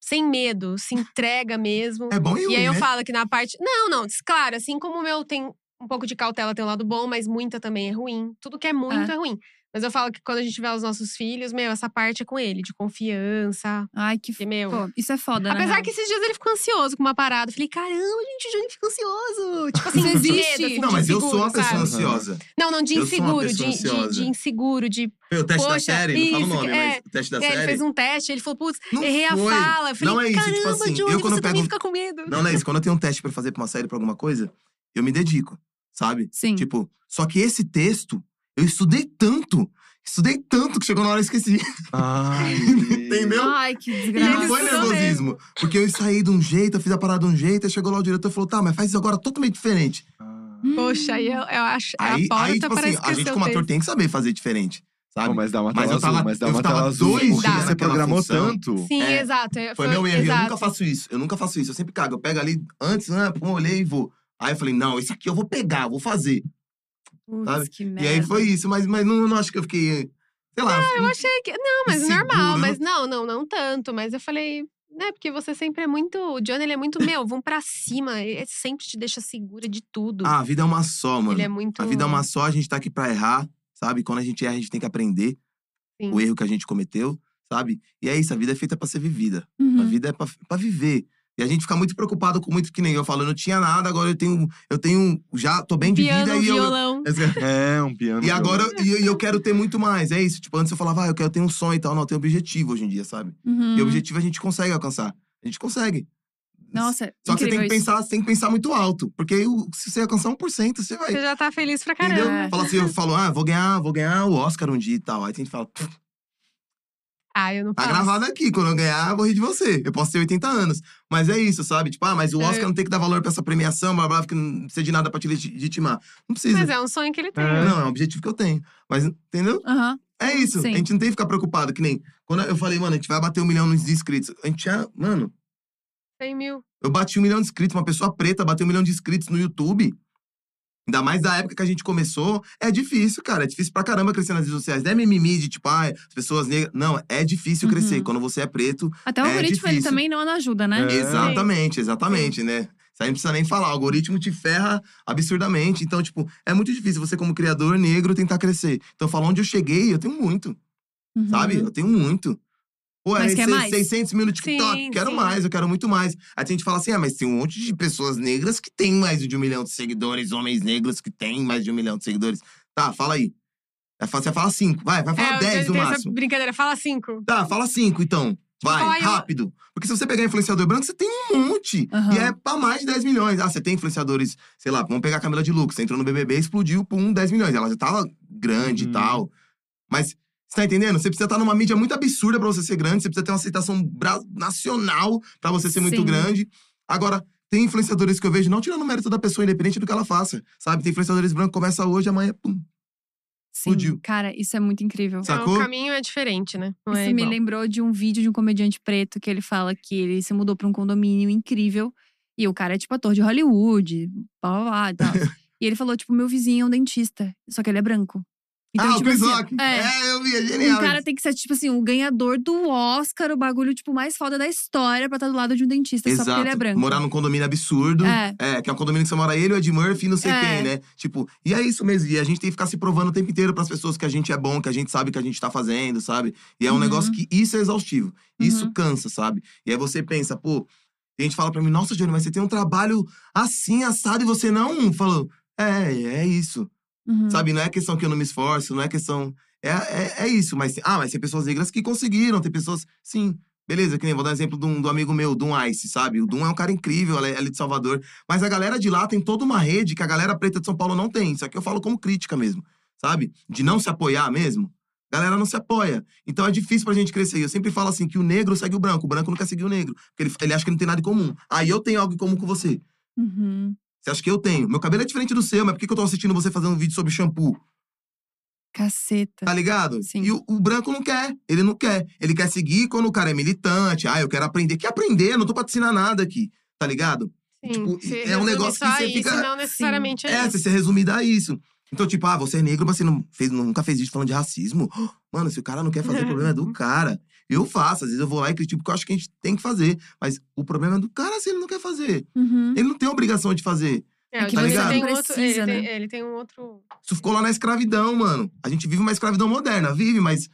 Speaker 4: sem medo, se entrega mesmo.
Speaker 2: É bom e ruim,
Speaker 4: E aí eu
Speaker 2: né?
Speaker 4: falo que na parte. Não, não, des- claro, assim como o meu tem um pouco de cautela, tem um lado bom, mas muita também é ruim. Tudo que é muito é, ruim. Mas eu falo que quando a gente vê os nossos filhos, meu, essa parte é com ele, de confiança.
Speaker 1: Ai, que f...
Speaker 4: Que, meu.
Speaker 1: Pô, isso é foda, né?
Speaker 4: Apesar
Speaker 1: real?
Speaker 4: que esses dias ele ficou ansioso com uma parada. Eu Falei, caramba, gente, o Johnny fica ansioso. Tipo assim,
Speaker 1: Isso
Speaker 4: de medo,
Speaker 1: existe.
Speaker 4: assim,
Speaker 2: Não,
Speaker 4: de
Speaker 2: mas eu
Speaker 4: inseguro,
Speaker 2: sou uma pessoa
Speaker 4: sabe?
Speaker 2: ansiosa.
Speaker 4: Não, não, de
Speaker 2: Eu sou uma
Speaker 4: inseguro, de,
Speaker 2: pessoa
Speaker 4: de,
Speaker 2: ansiosa.
Speaker 4: de inseguro, de.
Speaker 2: Foi o teste
Speaker 4: Poxa,
Speaker 2: da série, não fala o
Speaker 4: isso,
Speaker 2: nome,
Speaker 4: é.
Speaker 2: mas o teste da
Speaker 4: É, ele
Speaker 2: série.
Speaker 4: fez um teste, ele falou, putz,
Speaker 2: Não
Speaker 4: errei
Speaker 2: foi.
Speaker 4: a fala. Eu Falei,
Speaker 2: Não é isso, tipo
Speaker 4: caramba,
Speaker 2: assim, eu
Speaker 4: Johnny,
Speaker 2: quando
Speaker 4: você
Speaker 2: pego-
Speaker 4: também fica com medo.
Speaker 2: Não, não é isso. Quando eu tenho um teste pra fazer pra uma série, pra alguma coisa, eu me dedico, sabe?
Speaker 1: Sim.
Speaker 2: Tipo, só que esse texto, eu estudei tanto, estudei tanto que chegou na hora eu esqueci.
Speaker 3: Ai,
Speaker 2: Entendeu?
Speaker 1: Ai, que
Speaker 2: E não
Speaker 1: desgraça.
Speaker 4: ele
Speaker 2: foi né,
Speaker 4: estudou
Speaker 2: nervosismo. Porque eu saí de um jeito, eu fiz a parada de um jeito, aí chegou lá o diretor e falou: tá, mas faz isso agora totalmente diferente.
Speaker 3: Ah.
Speaker 1: Hum.
Speaker 4: Poxa, aí eu, eu acho. é
Speaker 2: aí,
Speaker 4: a porta
Speaker 2: aí, tipo
Speaker 4: para
Speaker 2: assim, a gente como ator tem que saber fazer diferente, sabe?
Speaker 3: Pô, mas dá uma
Speaker 2: Mas
Speaker 3: tela
Speaker 2: eu tava-
Speaker 3: azul, mas dá
Speaker 2: eu
Speaker 3: uma
Speaker 2: tava
Speaker 3: tela azul.
Speaker 2: dois
Speaker 3: porque
Speaker 4: dias
Speaker 3: você
Speaker 2: naquela
Speaker 3: programou
Speaker 2: função.
Speaker 3: tanto.
Speaker 4: Sim,
Speaker 2: É.
Speaker 4: exato. é,
Speaker 2: Foi meu erro,
Speaker 4: exato.
Speaker 2: eu nunca faço isso. Eu nunca faço isso. Eu sempre cago. Eu pego ali antes, né? Pum, olhei e vou. Aí eu falei, não, isso aqui eu vou pegar, vou fazer.
Speaker 1: Putz,
Speaker 2: sabe?
Speaker 1: que
Speaker 2: E aí
Speaker 1: merda.
Speaker 2: foi isso, mas, mas não, não acho que eu fiquei. Sei lá.
Speaker 4: Eu achei que. É. Não, mas
Speaker 2: Inseguro,
Speaker 4: normal.
Speaker 2: né?
Speaker 4: Mas não, não, não tanto. Mas eu falei. Né, porque você sempre é muito. O Johnny, ele é muito meu, vamos pra cima. Ele sempre te deixa segura de tudo.
Speaker 2: Ah, a vida é uma só, mano.
Speaker 4: ele é muito.
Speaker 2: A vida é uma só, a gente tá aqui pra errar, sabe? Quando a gente erra, a gente tem que aprender
Speaker 4: Sim.
Speaker 2: o erro que a gente cometeu, sabe? E é isso, a vida é feita pra ser vivida. A
Speaker 1: Uhum.
Speaker 2: vida é pra, pra viver. E a gente fica muito preocupado com muito que nem eu falo, eu não tinha nada, agora eu tenho. Eu tenho. Já tô bem de
Speaker 4: Piano,
Speaker 2: vida e eu.
Speaker 4: violão.
Speaker 3: É, um piano.
Speaker 2: E agora e eu, e eu quero ter muito mais. É isso. Tipo, antes eu falava, ah, eu quero ter um sonho e tal. Não, eu tenho objetivo hoje em dia, sabe?
Speaker 1: Uhum.
Speaker 2: E objetivo a gente consegue alcançar. A gente consegue.
Speaker 1: Nossa,
Speaker 2: Só que você tem
Speaker 1: incrível
Speaker 2: que,
Speaker 1: isso.
Speaker 2: pensar, você tem que pensar muito alto. Porque aí, o- se você alcançar 1%, você vai.
Speaker 4: Você já tá feliz pra
Speaker 2: Entendeu?
Speaker 4: caramba.
Speaker 1: É.
Speaker 2: Fala assim, eu falo, ah, vou ganhar, vou ganhar o Oscar um dia e tal. Aí tem gente que fala, "Pff,
Speaker 4: Ah, eu não
Speaker 2: tá
Speaker 4: faço.
Speaker 2: gravado aqui, quando eu ganhar, eu vou rir de você. Eu posso ter 80 anos. Mas é isso, sabe? Tipo, ah, mas o
Speaker 4: É.
Speaker 2: Oscar não tem que dar valor pra essa premiação, blá blá, blá, que não precisa de nada pra te legitimar. Não precisa.
Speaker 4: Mas é um sonho que ele tem.
Speaker 3: É.
Speaker 2: Não, é um objetivo que eu tenho. Mas, entendeu?
Speaker 1: Aham.
Speaker 2: É isso.
Speaker 1: Sim.
Speaker 2: A gente não tem que ficar preocupado, que nem. Quando eu falei, mano, a gente vai bater um milhão de inscritos. A gente já. Mano,
Speaker 4: 100 mil.
Speaker 2: eu bati um milhão de inscritos, uma pessoa preta bateu um milhão de inscritos no YouTube. Ainda mais da época que a gente começou, é difícil, cara. É difícil pra caramba crescer nas redes sociais. Não é mimimi de tipo, ah, as pessoas negras. Não, é difícil crescer.
Speaker 1: Uhum.
Speaker 2: Quando você é preto.
Speaker 1: Até o
Speaker 2: É
Speaker 1: algoritmo ele
Speaker 2: difícil.
Speaker 1: também não ajuda, né?
Speaker 3: É.
Speaker 2: Exatamente, exatamente, né? Isso aí não precisa nem falar. O algoritmo te ferra absurdamente. Então, tipo, é muito difícil você, como criador negro, tentar crescer. Então, eu falo onde eu cheguei, eu tenho muito.
Speaker 1: Uhum.
Speaker 2: sabe? Eu tenho muito. Pô,
Speaker 1: Mas
Speaker 2: aí
Speaker 1: quer
Speaker 2: seis-
Speaker 1: mais?
Speaker 2: 600 mil no TikTok,
Speaker 4: Sim,
Speaker 2: quero
Speaker 4: sim.
Speaker 2: mais, eu quero muito mais. Aí tem gente que fala assim, ah, mas tem um monte de pessoas negras que tem mais de um milhão de seguidores, homens negros que tem mais de um milhão de seguidores. Tá, fala aí. Aí fala- Você fala cinco, vai, vai
Speaker 1: É,
Speaker 2: falar
Speaker 4: o
Speaker 2: dez
Speaker 4: Johnny
Speaker 2: no
Speaker 4: tem essa
Speaker 2: máximo.
Speaker 4: brincadeira. Fala cinco.
Speaker 2: Tá, fala cinco, então. Vai,
Speaker 4: fala, eu-
Speaker 2: rápido. Porque se você pegar influenciador branco, você tem um monte.
Speaker 1: Aham.
Speaker 2: E é pra mais de 10 milhões. Ah, você tem influenciadores, sei lá, vamos pegar a Camila de Lucas. Você entrou no BBB, explodiu, pum, 10 milhões. Ela já tava grande
Speaker 3: Uhum.
Speaker 2: e tal. Mas, você tá entendendo? Você precisa estar numa mídia muito absurda pra você ser grande. Você precisa ter uma aceitação bra- nacional pra você ser muito
Speaker 1: Sim.
Speaker 2: grande. Agora, tem influenciadores que eu vejo, não tirando o mérito da pessoa, independente do que ela faça. Sabe? Tem influenciadores brancos que começa hoje, amanhã, pum,
Speaker 1: Sim,
Speaker 2: Explodiu.
Speaker 1: Cara, isso é muito incrível.
Speaker 2: Sabe? Sacou?
Speaker 4: O caminho é diferente, né? Não é
Speaker 1: Isso me
Speaker 4: igual.
Speaker 1: lembrou de um vídeo de um comediante preto que ele fala que ele se mudou pra um condomínio incrível. E o cara é tipo ator de Hollywood, blá blá blá e tal. e ele falou, tipo, meu vizinho é um dentista, só que ele é branco.
Speaker 2: ah, o
Speaker 1: tipo,
Speaker 2: Chris
Speaker 1: assim,
Speaker 2: Rock.
Speaker 1: é.
Speaker 2: É. eu vi, é
Speaker 1: Um
Speaker 2: genial.
Speaker 1: cara tem que ser, tipo assim, o ganhador do Oscar, o bagulho, tipo, mais foda da história pra estar do lado de um dentista,
Speaker 2: Exato.
Speaker 1: só porque ele é branco.
Speaker 2: Morar num condomínio absurdo.
Speaker 1: É.
Speaker 2: É, que é um condomínio que só mora ele, o Ed Murphy e não sei
Speaker 1: É.
Speaker 2: quem, né? Tipo, e é isso mesmo. E a gente tem que ficar se provando o tempo inteiro pras pessoas que a gente é bom, que a gente sabe o que a gente tá fazendo, sabe? E é um
Speaker 1: Uhum.
Speaker 2: negócio que isso é exaustivo. Isso
Speaker 1: Uhum.
Speaker 2: cansa, sabe? E aí você pensa, pô, a gente fala pra mim, nossa, Júnior, mas você tem um trabalho assim, assado, e você não falou. É, é isso.
Speaker 1: Uhum.
Speaker 2: Sabe? Não é questão que eu não me esforço, não é questão. É, é, é isso, mas. Ah, mas tem pessoas negras que conseguiram, tem pessoas. Sim, beleza, que nem vou dar um exemplo de um, do amigo meu, Dum Ice, sabe? O Dum é um cara incrível, ele é de Salvador. Mas a galera de lá tem toda uma rede que a galera preta de São Paulo não tem. Isso aqui eu falo como crítica mesmo, sabe? De não se apoiar mesmo. A galera não se apoia. Então é difícil pra gente crescer. Eu sempre falo assim: que o negro segue o branco, o branco não quer seguir o negro. Porque ele, ele acha que não tem nada em comum. Aí eu tenho algo em comum com você.
Speaker 1: Uhum.
Speaker 2: Você acha que eu tenho? Meu cabelo é diferente do seu, mas por que, que eu tô assistindo você fazendo um vídeo sobre shampoo?
Speaker 1: Caceta.
Speaker 2: Tá ligado?
Speaker 1: Sim.
Speaker 2: E o, o branco não quer. Ele não quer. Ele quer seguir quando o cara é militante. Ah, eu quero aprender. Quer aprender? Eu Não tô pra te ensinar nada aqui. Tá ligado?
Speaker 4: Sim,
Speaker 2: tipo,
Speaker 4: se
Speaker 2: é um
Speaker 4: resume
Speaker 2: negócio que
Speaker 4: só
Speaker 2: você
Speaker 4: a isso,
Speaker 2: fica-
Speaker 4: não necessariamente é
Speaker 2: É,
Speaker 4: isso.
Speaker 2: se você resumir, dá isso. Então, tipo, ah, você é negro, mas você não fez, nunca fez vídeo falando de racismo. Mano, se o cara não quer fazer, o problema é do cara. Eu faço. Às vezes eu vou lá e critico, porque eu acho que a gente tem que fazer. Mas o problema é do cara se ele não quer fazer.
Speaker 1: Uhum.
Speaker 2: Ele não tem obrigação de fazer.
Speaker 4: É,
Speaker 1: É que
Speaker 4: o
Speaker 2: você
Speaker 4: Johnny
Speaker 2: não
Speaker 4: tem um outro,
Speaker 1: precisa,
Speaker 4: ele, tem,
Speaker 1: né?
Speaker 4: ele tem um outro.
Speaker 2: Isso ficou lá na escravidão, mano. A gente vive uma escravidão moderna, vive, mas.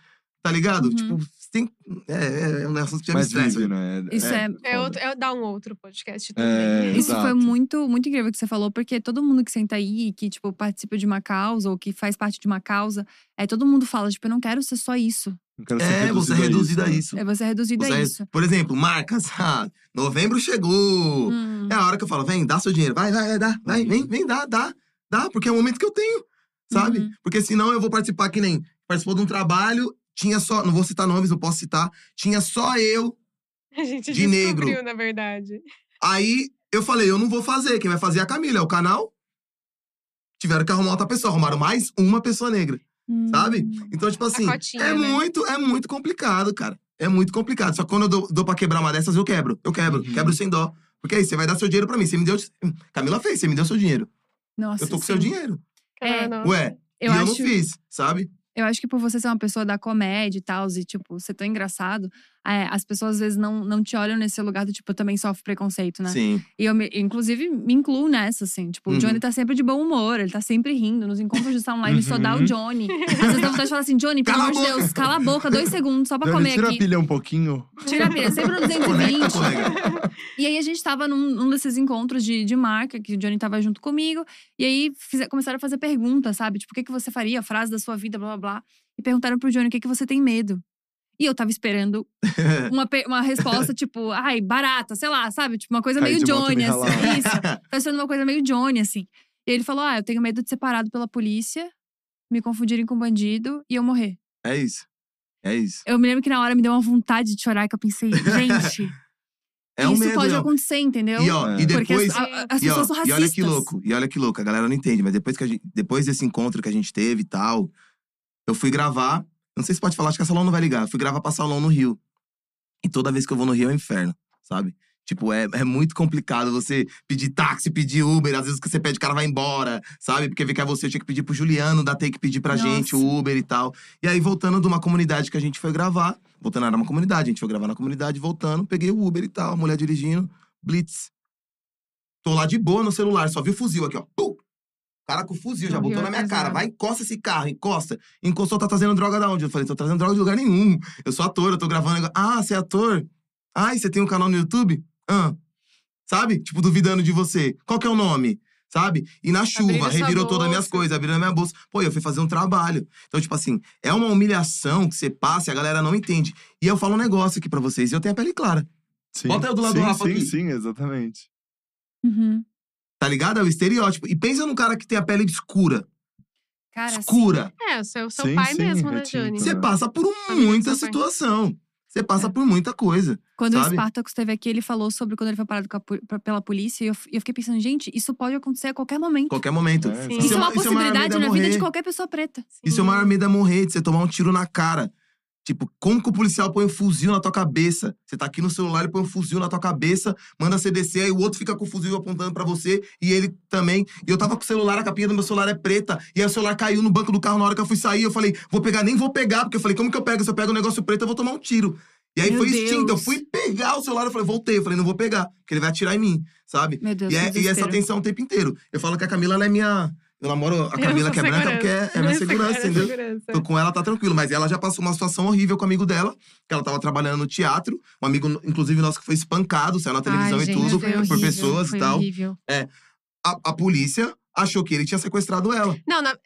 Speaker 2: Tá ligado?
Speaker 1: Uhum.
Speaker 2: Tipo, tem. É, é, é um assunto que já me
Speaker 3: Mas
Speaker 2: estressa.
Speaker 3: vive, né?
Speaker 1: Isso é-
Speaker 4: É,
Speaker 3: foda.
Speaker 4: outro, é dar um outro podcast
Speaker 3: É,
Speaker 4: também.
Speaker 1: Isso foi
Speaker 3: Exato.
Speaker 1: muito, muito incrível que você falou, porque todo mundo que senta aí e que, tipo, participa de uma causa ou que faz parte de uma causa, aí todo mundo fala, tipo, eu não quero ser só isso.
Speaker 3: Não quero ser
Speaker 2: É, você é reduzido a isso.
Speaker 1: É você reduzida
Speaker 2: Você
Speaker 1: a
Speaker 2: é-
Speaker 1: isso.
Speaker 2: Por exemplo, marcas. Ah, novembro chegou.
Speaker 1: Hum.
Speaker 2: É a hora que eu falo, vem, dá seu dinheiro. Vai, vai, vai, dá. Vai, vem, vem, dá, dá. Dá, porque é o momento que eu tenho, sabe?
Speaker 1: Uhum.
Speaker 2: Porque senão eu vou participar que nem... Participou de um trabalho, tinha só... Não vou citar nomes, não posso citar. Tinha só eu.
Speaker 4: A gente
Speaker 2: De negro.
Speaker 4: descobriu, na verdade.
Speaker 2: Aí eu falei, eu não vou fazer. Quem vai fazer é a Camila, é o canal. Tiveram que arrumar outra pessoa. Arrumaram mais uma pessoa negra.
Speaker 1: Hum.
Speaker 2: sabe? Então, tipo assim,
Speaker 4: A cotinha,
Speaker 2: é
Speaker 4: né?
Speaker 2: muito, é muito complicado, cara. É muito complicado. Só que quando eu dou, dou pra quebrar uma dessas, eu quebro. Eu quebro,
Speaker 3: Uhum.
Speaker 2: quebro sem dó. Porque aí você vai dar seu dinheiro pra mim. Você me deu. Camila fez, você me deu seu dinheiro.
Speaker 1: Nossa,
Speaker 2: eu tô com
Speaker 1: sim.
Speaker 2: seu dinheiro.
Speaker 1: É,
Speaker 4: Caramba,
Speaker 2: Ué,
Speaker 1: Eu
Speaker 2: e eu
Speaker 1: acho,
Speaker 2: não fiz, sabe?
Speaker 1: eu acho que por você ser uma pessoa da comédia e tal, e tipo, ser tão engraçado, é, as pessoas às vezes não, não te olham nesse lugar do tipo, eu também sofro preconceito, né?
Speaker 2: Sim.
Speaker 1: E eu, me- inclusive, me incluo nessa, assim. Tipo,
Speaker 2: Uhum.
Speaker 1: o Johnny tá sempre de bom humor, ele tá sempre rindo. Nos encontros de salão live só dá o
Speaker 3: Uhum.
Speaker 1: Johnny. Às vezes dá vontade de falar assim, Johnny, pelo
Speaker 2: Cala a
Speaker 1: amor de
Speaker 2: boca."
Speaker 1: Deus, cala a boca, dois segundos, só pra
Speaker 3: Johnny,
Speaker 1: comer
Speaker 3: tira
Speaker 1: aqui.
Speaker 3: a pilha um pouquinho.
Speaker 1: Tira a pilha, sempre no
Speaker 2: Conecta,
Speaker 1: 220.
Speaker 2: colega.
Speaker 1: E aí a gente tava num, num desses encontros de, de marca, que o Johnny tava junto comigo. E aí fize- começaram a fazer perguntas, sabe? Tipo, o que, que você faria? A frase da sua vida, blá, blá, blá. E perguntaram pro Johnny, o que, que você tem medo? E eu tava esperando uma, pe- uma resposta, tipo, ai, barata, sei lá, sabe? Tipo, uma coisa
Speaker 3: Cair
Speaker 1: meio
Speaker 3: de moto e
Speaker 1: Johnny,
Speaker 3: me ralar.
Speaker 1: assim. Isso. Tá sendo uma coisa meio Johnny, assim. E ele falou, ah, eu tenho medo de ser parado pela polícia, me confundirem com bandido e eu morrer.
Speaker 2: é isso. É isso.
Speaker 1: Eu me lembro que na hora me deu uma vontade de chorar, que eu pensei, gente…
Speaker 2: É um
Speaker 1: isso
Speaker 2: medo,
Speaker 1: pode
Speaker 2: ó.
Speaker 1: acontecer, entendeu?
Speaker 2: E ó,
Speaker 3: É.
Speaker 2: e
Speaker 1: Porque as-
Speaker 2: depois.
Speaker 1: a- a- as,
Speaker 2: E, ó,
Speaker 1: pessoas são racistas.
Speaker 2: e olha que louco, e olha que louco, a galera não entende, mas depois, que a gente- depois desse encontro que a gente teve e tal, eu fui gravar. Não sei se pode falar, acho que a Salão não vai ligar. Eu fui gravar pra Salão no Rio. E toda vez que eu vou no Rio é um inferno, sabe? Tipo, é, é muito complicado você pedir táxi, pedir Uber. Às vezes que você pede, o cara vai embora, sabe? Porque vê que é você, eu tinha que pedir pro Juliano da Take pedir pra
Speaker 1: Nossa.
Speaker 2: gente o Uber e tal. E aí, voltando de uma comunidade que a gente foi gravar, voltando era uma comunidade, a gente foi gravar na comunidade, voltando, peguei o Uber e tal, a mulher dirigindo, blitz. Tô lá de boa no celular, só vi o fuzil aqui, ó. Pum! O cara com o fuzil, já
Speaker 4: Não,
Speaker 2: botou na
Speaker 4: Rio é
Speaker 2: minha cara.
Speaker 4: pesado.
Speaker 2: Vai, encosta esse carro, encosta. Encostou, tá trazendo droga da onde? Eu falei, tô trazendo droga de lugar nenhum. Eu sou ator, eu tô gravando. agora. Ah, você é ator? Ah, e você tem um canal no YouTube? Ah. Sabe? Tipo, duvidando de você. Qual que é o nome? Sabe? E na chuva,
Speaker 4: Tá sua
Speaker 2: revirou todas as minhas
Speaker 4: bolsa.
Speaker 2: coisas, abriram a minha bolsa. Pô, eu fui fazer um trabalho. Então, tipo assim, é uma humilhação que você passa e a galera não entende. E eu falo um negócio aqui pra vocês, eu tenho a pele clara.
Speaker 3: Sim.
Speaker 2: Bota eu do lado do
Speaker 3: sim,
Speaker 2: Rafa
Speaker 3: sim,
Speaker 2: aqui.
Speaker 3: Sim, exatamente.
Speaker 1: Uhum.
Speaker 2: Tá ligado? É o estereótipo. E pensa num cara que tem a pele escura.
Speaker 1: Cara, assim,
Speaker 2: escura.
Speaker 4: É, o seu, seu
Speaker 3: Sim,
Speaker 4: pai
Speaker 3: sim,
Speaker 4: mesmo, né,
Speaker 2: é
Speaker 3: retinto.
Speaker 2: tipo,
Speaker 4: Johnny?
Speaker 2: Você passa por
Speaker 1: Tá
Speaker 4: Família do
Speaker 2: muita
Speaker 4: seu pai.
Speaker 2: situação. Você passa por muita coisa.
Speaker 1: Quando o
Speaker 2: Sabe?
Speaker 1: Spartacus esteve aqui, ele falou sobre quando ele foi parado com a pu- pra- pela polícia. E eu, f- eu fiquei pensando, gente, isso pode acontecer a qualquer momento.
Speaker 2: Qualquer momento.
Speaker 3: É, exato.
Speaker 4: Sim.
Speaker 1: Isso,
Speaker 2: Isso é
Speaker 1: é uma
Speaker 2: uma- isso é uma
Speaker 1: possibilidade na
Speaker 2: arma da
Speaker 1: vida de
Speaker 2: morrer.
Speaker 1: qualquer pessoa preta.
Speaker 2: Isso é o maior medo é morrer, de você tomar um tiro na cara. Tipo, como que o policial põe um fuzil na tua cabeça? Você tá aqui no celular, ele põe um fuzil na tua cabeça, manda você descer, aí o outro fica com o fuzil apontando pra você, e ele também. E eu tava com o celular, a capinha do meu celular é preta, e aí o celular caiu no banco do carro na hora que eu fui sair. Eu falei, vou pegar, nem vou pegar, porque eu falei, como que eu pego? Se eu pego um negócio preto, eu vou tomar um tiro. E aí
Speaker 1: Meu
Speaker 2: foi instinto, eu
Speaker 1: Deus.
Speaker 2: fui pegar o celular, eu falei, voltei. Eu falei, não vou pegar, porque ele vai atirar em mim, sabe?
Speaker 1: Meu Deus,
Speaker 2: E, é-
Speaker 1: que
Speaker 2: e essa
Speaker 1: desespero.
Speaker 2: tensão o tempo inteiro. Eu falo que a Camila, ela é minha. Eu namoro a Camila, que é branca, porque é, é minha segurança, entendeu? Tô com ela, tá tranquilo. Mas ela já passou uma situação horrível com o amigo dela, que ela tava trabalhando no teatro. Um amigo, inclusive, nosso que foi espancado, saiu na televisão
Speaker 4: Ai,
Speaker 2: e
Speaker 4: gente,
Speaker 2: tudo,
Speaker 4: foi
Speaker 2: por
Speaker 4: horrível,
Speaker 2: pessoas
Speaker 4: foi
Speaker 2: e tal.
Speaker 4: horrível.
Speaker 2: A, a polícia achou que ele tinha sequestrado ela.
Speaker 4: Não, na-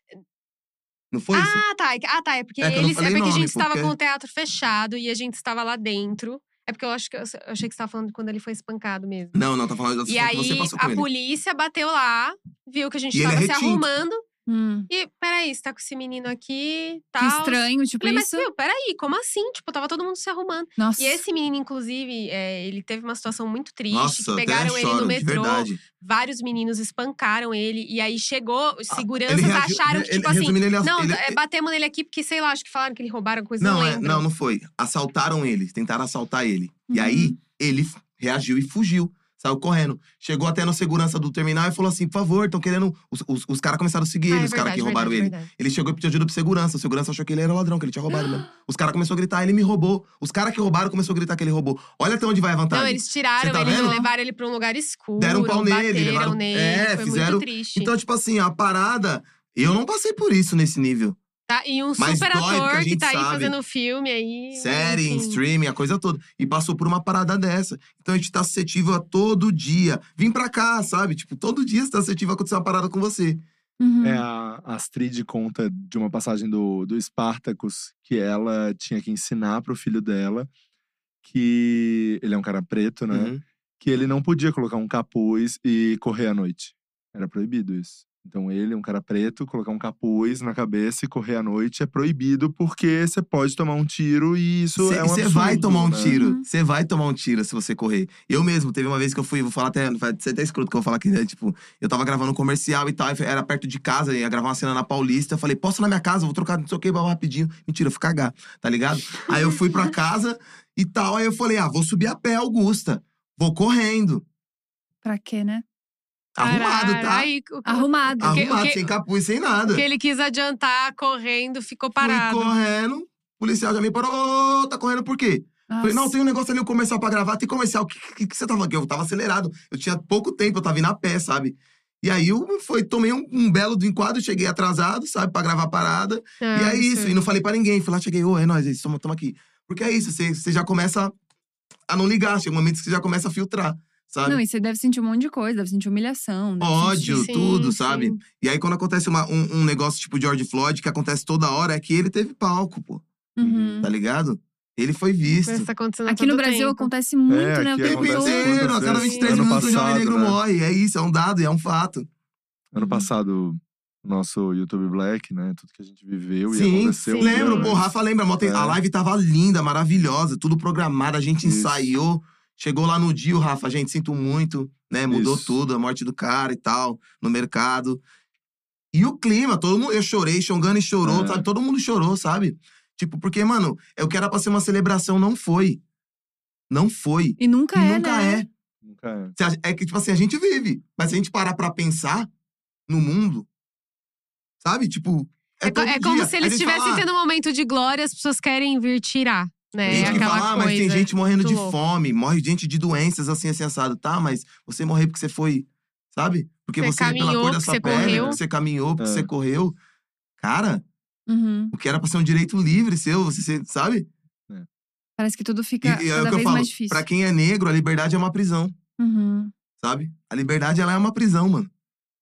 Speaker 2: Não foi isso?
Speaker 4: ah, tá. é que- Ah, tá. É porque,
Speaker 2: É que eu não
Speaker 4: eles, é
Speaker 2: falei
Speaker 4: porque a
Speaker 2: nome,
Speaker 4: gente estava
Speaker 2: porque-
Speaker 4: com o teatro fechado e a gente estava lá dentro. É porque eu acho que eu, eu achei que você tava falando quando ele foi espancado mesmo.
Speaker 2: Não, não, tá falando da
Speaker 4: E
Speaker 2: situação que você
Speaker 4: aí,
Speaker 2: passou com
Speaker 4: a
Speaker 2: ele.
Speaker 4: polícia bateu lá, viu que a gente
Speaker 2: E ele
Speaker 4: tava
Speaker 2: é
Speaker 4: se
Speaker 2: retinto.
Speaker 4: arrumando.
Speaker 1: Hum.
Speaker 4: E, peraí, você tá com esse menino aqui, tal.
Speaker 1: Que estranho, tipo
Speaker 4: Falei, mas,
Speaker 1: isso.
Speaker 4: meu, peraí, como assim? Tipo, tava todo mundo se arrumando.
Speaker 1: Nossa.
Speaker 4: E esse menino, inclusive, é, ele teve uma situação muito triste.
Speaker 2: Nossa,
Speaker 4: que
Speaker 2: até
Speaker 4: pegaram ele
Speaker 2: choro,
Speaker 4: no
Speaker 2: de
Speaker 4: metrô.
Speaker 2: verdade.
Speaker 4: Vários meninos espancaram ele. E aí chegou, os seguranças
Speaker 2: Ah, Ele reagiu-
Speaker 4: acharam que,
Speaker 2: ele-
Speaker 4: tipo assim…
Speaker 2: resumindo, ele,
Speaker 4: Não,
Speaker 2: ele-
Speaker 4: é, batemos nele aqui porque, sei lá, acho que falaram que ele roubaram coisa, não,
Speaker 2: não, é-
Speaker 4: lembro.
Speaker 2: não, não foi. Assaltaram ele, tentaram assaltar ele. E
Speaker 4: Uhum.
Speaker 2: aí, ele f- reagiu e fugiu. Saiu correndo. Chegou até na segurança do terminal e falou assim: por favor, estão querendo. Os, os, os caras começaram a seguir
Speaker 4: Ah,
Speaker 2: ele,
Speaker 4: é
Speaker 2: os caras que
Speaker 4: verdade,
Speaker 2: roubaram
Speaker 4: verdade, Ah.
Speaker 2: ele.
Speaker 4: verdade.
Speaker 2: Ele chegou e pediu ajuda pro segurança. O segurança achou que ele era ladrão, que ele tinha roubado mesmo. Os caras começaram a gritar, ele me roubou. Os caras que roubaram começaram a gritar que ele roubou. Olha até onde vai a vantagem.
Speaker 4: Não, eles tiraram
Speaker 2: Você tá
Speaker 4: ele,
Speaker 2: vendo?
Speaker 4: levaram ele pra um lugar escuro.
Speaker 2: Deram um pau nele,
Speaker 4: bateram
Speaker 2: levaram-
Speaker 4: nele.
Speaker 2: É,
Speaker 4: foi
Speaker 2: fizeram-
Speaker 4: muito triste.
Speaker 2: Então, tipo assim, a parada. Eu não passei por isso nesse nível.
Speaker 4: Tá, E um
Speaker 2: Mas
Speaker 4: super
Speaker 2: dói, porque a
Speaker 4: ator que
Speaker 2: gente
Speaker 4: tá aí
Speaker 2: sabe.
Speaker 4: fazendo filme aí.
Speaker 2: Série, em
Speaker 4: enfim.
Speaker 2: streaming, a coisa toda. E passou por uma parada dessa. Então a gente tá suscetível a todo dia. Vim pra cá, sabe? Tipo, todo dia você tá suscetível a acontecer uma parada com você.
Speaker 1: Uhum.
Speaker 2: Hum.
Speaker 3: É, a Astrid conta de uma passagem do, do Spartacus que ela tinha que ensinar pro filho dela que ele é um cara preto, né?
Speaker 2: Uhum.
Speaker 3: Que ele não podia colocar um capuz e correr à noite. Era proibido isso. Então ele, um cara preto, colocar um capuz na cabeça e correr à noite é proibido porque você pode tomar um tiro e isso
Speaker 2: Você
Speaker 3: é um absurdo,
Speaker 2: vai tomar um
Speaker 3: né?
Speaker 2: tiro.
Speaker 1: Uhum.
Speaker 2: Você vai tomar um tiro se você correr. Eu mesmo, teve uma vez que eu fui, vou falar até. Vai ser é até escroto que eu vou falar aqui, né? Tipo, eu tava gravando um comercial e tal, e era perto de casa, ia gravar uma cena na Paulista. Eu falei, posso ir na minha casa, Eu vou trocar não sei o que, babá, rapidinho. Mentira, eu fui cagar, tá ligado? Aí eu fui pra casa e tal. Aí eu falei, ah, vou subir a pé, Augusta. Vou correndo.
Speaker 1: Pra quê, né?
Speaker 2: Arrumado,
Speaker 4: Caralho,
Speaker 2: tá?
Speaker 4: aí o-
Speaker 1: Arrumado.
Speaker 4: o que-
Speaker 2: Arrumado,
Speaker 4: o que-
Speaker 2: sem capuz, sem
Speaker 4: o
Speaker 2: nada.
Speaker 4: que ele quis adiantar correndo, ficou parado.
Speaker 2: Fui correndo. O policial já me parou. Ô, tá correndo por quê? Falei, não,
Speaker 1: Nossa.
Speaker 2: tem um negócio ali, um comercial pra gravar. Tem comercial. O que, que, que você tava aqui? Eu tava acelerado. Eu tinha pouco tempo, eu tava indo a pé, sabe? E aí eu foi, tomei um, um belo do enquadro, cheguei atrasado, sabe, pra gravar a parada.
Speaker 4: Ah,
Speaker 2: e é isso.
Speaker 4: absurdo.
Speaker 2: E não falei pra ninguém. Fui lá, cheguei, ô, é nóis, é isso, tamo, tamo aqui. Porque é isso, você você já começa a não ligar. Chega um momento que você já começa a filtrar, sabe?
Speaker 1: Não, e você deve sentir um monte de coisa, deve sentir humilhação. deve
Speaker 2: Ódio,
Speaker 4: Sim,
Speaker 2: tudo,
Speaker 4: sim.
Speaker 2: sabe? E aí, quando acontece uma- um, um negócio tipo George Floyd, que acontece toda hora, é que ele teve palco, pô.
Speaker 1: sentir-
Speaker 3: Uhum.
Speaker 2: Tá ligado? Ele foi visto.
Speaker 4: Isso tá acontecendo há
Speaker 1: Aqui no
Speaker 4: tanto
Speaker 1: Brasil
Speaker 4: tempo.
Speaker 1: acontece muito,
Speaker 3: É,
Speaker 1: né? O
Speaker 3: aqui
Speaker 2: O tempo
Speaker 1: tempo
Speaker 3: acontece
Speaker 1: todo.
Speaker 3: muito.
Speaker 2: inteiro, a cada
Speaker 3: aconteceu
Speaker 2: 23
Speaker 4: ano
Speaker 2: minutos o jovem
Speaker 3: passado,
Speaker 2: negro
Speaker 3: né?
Speaker 2: morre. É isso, é um dado, é um fato.
Speaker 3: Ano
Speaker 1: Uhum.
Speaker 3: passado, nosso YouTube Black, né? Tudo que a gente viveu e
Speaker 2: Sim,
Speaker 3: aconteceu.
Speaker 4: sim.
Speaker 2: Lembro,
Speaker 3: né?
Speaker 2: pô, o Rafa lembra. a moto-
Speaker 3: É.
Speaker 2: A live tava linda, maravilhosa, tudo programado, a gente
Speaker 3: Isso.
Speaker 2: ensaiou. Chegou lá no dia, o Rafa, gente, sinto muito, né? Mudou
Speaker 3: Isso.
Speaker 2: tudo, a morte do cara e tal, no mercado. E o clima, todo mundo. Eu chorei, Xongani chorou,
Speaker 3: É.
Speaker 2: sabe? Todo mundo chorou, sabe? Tipo, porque, mano, eu que era pra ser uma celebração, não foi. Não foi.
Speaker 1: E nunca é,
Speaker 2: Nunca
Speaker 1: né?
Speaker 2: é.
Speaker 3: Nunca é.
Speaker 2: Se a- É que, tipo assim, a gente vive. Mas se a gente parar pra pensar no mundo, sabe? Tipo. É,
Speaker 4: É, co-
Speaker 2: todo
Speaker 4: é como
Speaker 2: dia.
Speaker 4: se
Speaker 2: A
Speaker 4: eles
Speaker 2: gente
Speaker 4: estivessem
Speaker 2: fala,
Speaker 4: tendo um momento de glória, as pessoas querem vir tirar.
Speaker 2: "Ah,
Speaker 4: Né?
Speaker 2: Tem gente que
Speaker 4: Aquela
Speaker 2: fala, "Ah,
Speaker 4: coisa.
Speaker 2: mas tem gente morrendo
Speaker 4: muito
Speaker 2: de
Speaker 4: louco."
Speaker 2: fome, morre gente de doenças assim, assim, assado. Tá, mas você morreu porque você foi, sabe? Porque
Speaker 4: Você
Speaker 2: você, pela
Speaker 4: caminhou,
Speaker 2: cor da
Speaker 4: porque
Speaker 2: sua
Speaker 4: você
Speaker 2: pele,
Speaker 4: correu.
Speaker 2: porque você caminhou, porque
Speaker 3: É.
Speaker 2: você correu. Cara,
Speaker 1: Uhum.
Speaker 2: o que era pra ser um direito livre seu, você, você- sabe?
Speaker 1: Parece que tudo
Speaker 2: E,
Speaker 1: fica
Speaker 2: e é o
Speaker 1: cada
Speaker 2: que eu
Speaker 1: vez
Speaker 2: falo,
Speaker 1: mais difícil.
Speaker 2: pra quem é negro, a liberdade é uma prisão,
Speaker 1: Uhum.
Speaker 2: sabe? A liberdade, ela é uma prisão, mano.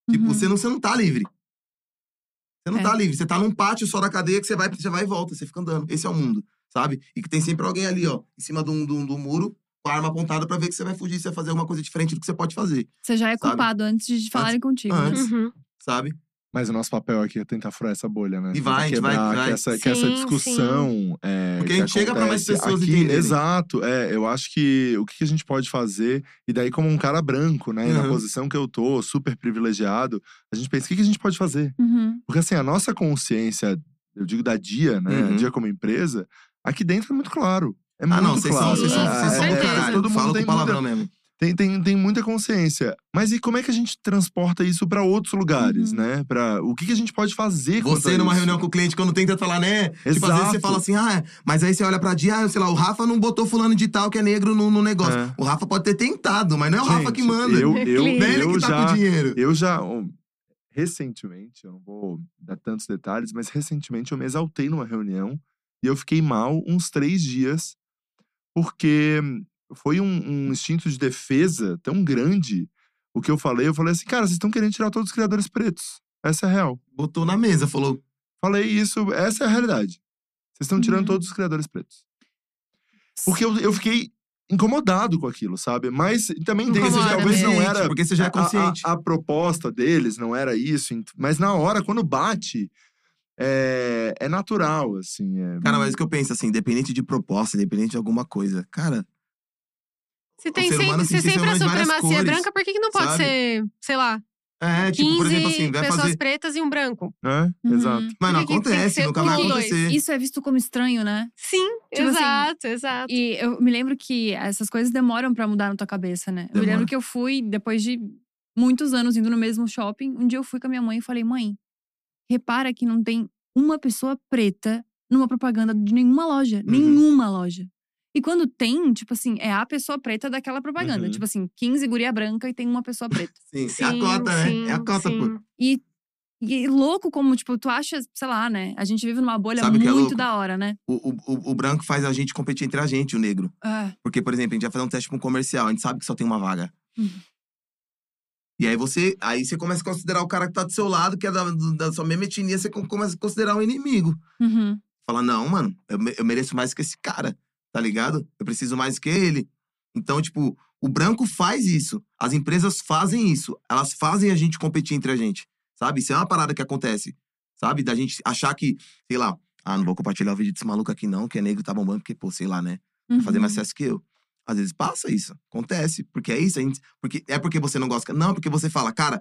Speaker 2: Tipo,
Speaker 1: Uhum.
Speaker 2: você, não, você não tá livre. Você não
Speaker 1: É.
Speaker 2: tá livre. Você tá num pátio só da cadeia que você vai, você vai e volta. Você fica andando. Esse é o mundo, sabe? E que tem sempre alguém ali, ó, em cima um, do, do, do muro, com a arma apontada pra ver que você vai fugir, você vai fazer alguma coisa diferente do que você pode fazer,
Speaker 1: Você já é
Speaker 2: sabe?
Speaker 1: culpado antes de falarem contigo. né?
Speaker 2: antes.
Speaker 4: Uhum.
Speaker 2: sabe?
Speaker 3: Mas o nosso papel aqui é tentar furar essa bolha, né?
Speaker 2: E vai,
Speaker 3: Tentar
Speaker 2: vai,
Speaker 3: quebrar
Speaker 2: vai.
Speaker 3: Que essa, que essa
Speaker 4: Sim,
Speaker 3: discussão. É,
Speaker 2: Porque a
Speaker 3: que
Speaker 2: gente chega pra mais
Speaker 3: acontece
Speaker 2: pessoas
Speaker 3: aqui,
Speaker 2: entenderem.
Speaker 3: Exato. É, eu acho que o que a gente pode fazer, e daí, como um cara branco, né? Na
Speaker 2: Uhum.
Speaker 3: posição que eu tô, super privilegiado, a gente pensa: o que que a gente pode fazer?
Speaker 1: Uhum.
Speaker 3: Porque assim, a nossa consciência, eu digo da dia, né?
Speaker 2: Uhum.
Speaker 3: Dia como empresa, aqui dentro é muito claro. É
Speaker 2: Ah,
Speaker 3: muito
Speaker 2: não, vocês são,
Speaker 3: claro. É,
Speaker 2: vocês são,
Speaker 4: Sim,
Speaker 2: vocês
Speaker 4: com
Speaker 2: são do
Speaker 4: certeza.
Speaker 2: caralho.
Speaker 3: Todo mundo
Speaker 2: Fala
Speaker 3: tem
Speaker 2: com palavrão né, mesmo.
Speaker 3: tem, tem, tem muita consciência. Mas e como é que a gente transporta isso pra outros lugares,
Speaker 1: Uhum.
Speaker 3: né? Pra, o que, que a gente pode fazer com
Speaker 2: Você numa reunião com o cliente, quando tenta falar, né? Tipo, às vezes você
Speaker 3: Exato.
Speaker 2: fala assim, ah, mas aí você olha pra dia, ah, sei lá, o Rafa não botou fulano de tal que é negro no, no negócio.
Speaker 3: É.
Speaker 2: O Rafa pode ter tentado, mas não é o Rafa que
Speaker 3: Gente,
Speaker 2: manda.
Speaker 3: Eu,
Speaker 4: É
Speaker 3: eu,
Speaker 4: cliente.
Speaker 2: Não é ele
Speaker 3: eu
Speaker 2: que tá com o
Speaker 3: já.
Speaker 2: dinheiro.
Speaker 3: Eu já. ó, Recentemente, eu não vou dar tantos detalhes, mas recentemente eu me exaltei numa reunião e eu fiquei mal uns três dias, porque foi um, um instinto de defesa tão grande. O que eu falei, eu falei assim, cara, vocês estão querendo tirar todos os criadores pretos. Essa é a real.
Speaker 2: Botou na mesa, falou.
Speaker 3: Falei isso, essa é a realidade. Vocês estão tirando
Speaker 1: Uhum.
Speaker 3: todos os criadores pretos. Porque eu, eu fiquei incomodado com aquilo, sabe? Mas também entendo que
Speaker 4: Incomoda
Speaker 3: talvez não
Speaker 2: Consciente,
Speaker 3: era.
Speaker 2: Porque você já é
Speaker 3: a- a-
Speaker 2: consciente.
Speaker 3: A, proposta deles não era isso, ent- mas na hora, quando bate, é, é natural, assim. é-
Speaker 2: Cara, mas o que eu penso, assim, independente de proposta, independente de alguma coisa, cara,
Speaker 4: Se tem
Speaker 2: ser humano
Speaker 4: sempre, se
Speaker 2: se
Speaker 4: sempre a
Speaker 2: sistema de várias
Speaker 4: supremacia é
Speaker 2: cores,
Speaker 4: branca, por que, que não pode
Speaker 2: sabe?
Speaker 4: ser, sei lá,
Speaker 2: é,
Speaker 4: 15
Speaker 2: tipo, por exemplo, assim, vai
Speaker 4: pessoas
Speaker 2: fazer.
Speaker 4: pretas e um branco?
Speaker 3: né?
Speaker 1: Uhum.
Speaker 3: Exato.
Speaker 2: Mas não
Speaker 4: Por que que tem que
Speaker 2: acontece,
Speaker 4: ser
Speaker 2: nunca vai
Speaker 4: tudo dois?
Speaker 2: acontecer.
Speaker 1: Isso é visto como estranho, né?
Speaker 4: Sim,
Speaker 1: Tipo assim,
Speaker 4: exato, exato.
Speaker 1: E eu me lembro que essas coisas demoram pra mudar na tua cabeça, né? Eu me
Speaker 2: Demora.
Speaker 1: lembro que eu fui, depois de muitos anos indo no mesmo shopping, um dia eu fui com a minha mãe e falei: mãe, repara que não tem uma pessoa preta numa propaganda de nenhuma loja.
Speaker 2: Uhum.
Speaker 1: Nenhuma loja. E quando tem, tipo assim, é a pessoa preta daquela propaganda.
Speaker 3: Uhum.
Speaker 1: Tipo assim, 15 guria branca e tem uma pessoa preta.
Speaker 2: Sim, é a cota, né? É a cota,
Speaker 4: sim.
Speaker 2: pô.
Speaker 1: E é louco como, tipo, tu acha, sei lá, né? A gente vive numa bolha
Speaker 2: Sabe o que é
Speaker 1: muito
Speaker 2: louco?
Speaker 1: da hora, né?
Speaker 2: O, o, o- o branco faz a gente competir entre a gente, o negro.
Speaker 1: É.
Speaker 2: Porque, por exemplo, a gente vai fazer um teste pra um comercial, a gente sabe que só tem uma vaga.
Speaker 1: Uhum.
Speaker 2: E aí você, aí você começa a considerar o cara que tá do seu lado, que é da, do- da sua mesma etnia, você com- começa a considerar um inimigo.
Speaker 1: Uhum.
Speaker 2: Fala, não, mano, eu, me- eu mereço mais que esse cara, tá ligado? Eu preciso mais que ele. Então, tipo, o branco faz isso. As empresas fazem isso. Elas fazem a gente competir entre a gente, sabe? Isso é uma parada que acontece, sabe? Da gente achar que, sei lá, ah, não vou compartilhar o vídeo desse maluco aqui não, que é negro, tá bombando, porque, pô, sei lá, né? vai fazer mais
Speaker 1: uhum.
Speaker 2: sucesso que eu. Às vezes passa isso, acontece, porque é isso, a gente, porque é porque você não gosta, não, é porque você fala, cara,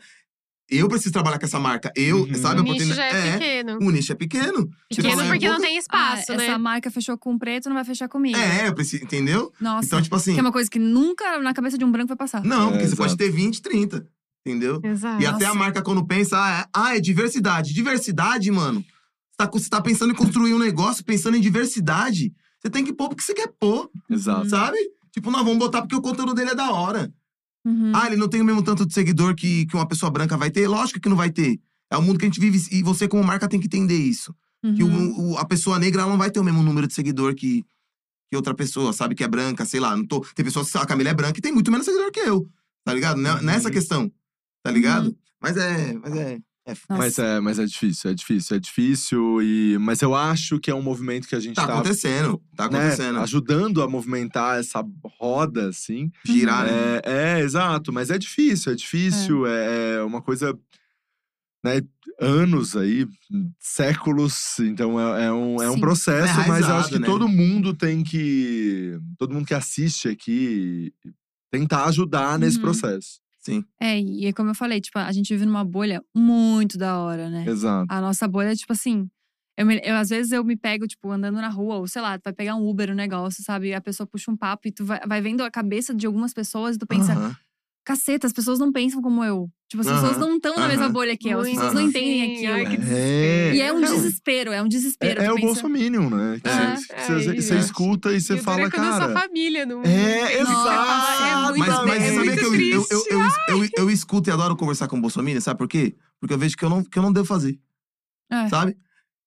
Speaker 2: eu preciso trabalhar com essa marca, eu,
Speaker 3: Uhum.
Speaker 2: sabe, a
Speaker 4: o nicho já
Speaker 2: oportunidade
Speaker 4: é,
Speaker 2: é,
Speaker 4: pequeno.
Speaker 2: o nicho é pequeno.
Speaker 1: Tipo,
Speaker 2: Você
Speaker 4: Pequeno
Speaker 2: fala, é
Speaker 4: porque não
Speaker 2: pouca-
Speaker 4: tem espaço,
Speaker 1: Ah,
Speaker 4: né?
Speaker 1: Essa marca fechou com o preto, não vai fechar comigo.
Speaker 2: É, eu preciso, entendeu?
Speaker 1: Nossa.
Speaker 2: Então, tipo assim,
Speaker 1: Que é uma coisa que nunca na cabeça de um branco vai passar.
Speaker 2: não,
Speaker 3: É,
Speaker 2: porque você pode
Speaker 3: exato.
Speaker 2: ter 20, 30, entendeu?
Speaker 4: Exato.
Speaker 2: E até a
Speaker 1: Ah, Nossa.
Speaker 2: marca quando pensa, ah, é, ah, é diversidade, diversidade, mano. Você tá, co- você tá pensando em construir um negócio pensando em diversidade, você tem que pôr porque você quer pôr,
Speaker 3: Exato.
Speaker 2: sabe? Tipo, não, vamos botar porque o conteúdo dele é da hora.
Speaker 1: Uhum.
Speaker 2: Ah, ele não tem o mesmo tanto de seguidor que, que uma pessoa branca vai ter? Lógico que não vai ter. É o mundo que a gente vive e você, como marca, tem que entender isso.
Speaker 1: uhum.
Speaker 2: Que o- o- a pessoa negra ela não vai ter o mesmo número de seguidor que, que outra pessoa, sabe? Que é branca, sei lá. Não tô, tem pessoas que a Camila é branca e tem muito menos seguidor que eu, tá ligado? Né-
Speaker 3: Uhum.
Speaker 2: Nessa questão, tá ligado? Mas é. Mas é. é f-
Speaker 1: Nossa.
Speaker 3: Mas é, mas é difícil, é difícil, é difícil. E, mas eu acho que é um movimento que a gente
Speaker 2: Tá
Speaker 3: tá,
Speaker 2: acontecendo. Tá
Speaker 3: né,
Speaker 2: acontecendo.
Speaker 3: ajudando a movimentar essa roda, assim.
Speaker 2: Girar, né?
Speaker 3: É, é, exato, mas é difícil, é difícil, é, é uma coisa. Né, anos aí, séculos, então é, é um, é um
Speaker 1: Sim.
Speaker 3: processo,
Speaker 2: É
Speaker 3: mas eu acho
Speaker 2: enraizado,
Speaker 3: que
Speaker 2: né?
Speaker 3: todo mundo tem que. Todo mundo que assiste aqui tentar ajudar nesse
Speaker 1: Uhum.
Speaker 3: processo.
Speaker 2: Sim.
Speaker 1: É, e é como eu falei, tipo, a gente vive numa bolha muito da hora, né?
Speaker 3: Exato.
Speaker 1: A nossa bolha é tipo assim. Eu, me- eu, às vezes eu me pego, tipo, andando na rua, ou sei lá, tu vai pegar um Uber, um negócio, sabe? E a pessoa puxa um papo e tu vai, vai vendo a cabeça de algumas pessoas e tu pensa,
Speaker 2: Aham.
Speaker 1: caceta, as pessoas não pensam como eu. Tipo, as
Speaker 2: Aham,
Speaker 1: pessoas não estão na mesma
Speaker 2: aham.
Speaker 1: bolha que eu, as
Speaker 4: Muito
Speaker 1: pessoas não
Speaker 2: Aham.
Speaker 1: entendem
Speaker 4: sim,
Speaker 1: aquilo.
Speaker 4: ai, que
Speaker 3: É.
Speaker 1: E é um
Speaker 3: Não.
Speaker 1: desespero, é um
Speaker 3: É,
Speaker 1: desespero.
Speaker 3: é
Speaker 1: tu
Speaker 3: o
Speaker 1: pensa,
Speaker 3: Bolsominion, né? Que
Speaker 1: É.
Speaker 3: você- que Você
Speaker 4: É,
Speaker 3: você
Speaker 4: é.
Speaker 3: escuta e você
Speaker 4: E o
Speaker 3: fala,
Speaker 4: duro é quando a sua
Speaker 3: cara.
Speaker 4: família não.
Speaker 3: É,
Speaker 1: Nossa,
Speaker 3: exato.
Speaker 1: é muito
Speaker 2: Mas,
Speaker 1: bem,
Speaker 2: mas
Speaker 1: é
Speaker 2: você sabia
Speaker 1: muito
Speaker 2: que eu, eu, eu, eu, eu, eu escuto e adoro conversar com o Bolsonaro, sabe por quê? Porque eu vejo que eu não, que eu não devo fazer.
Speaker 1: É.
Speaker 2: Sabe?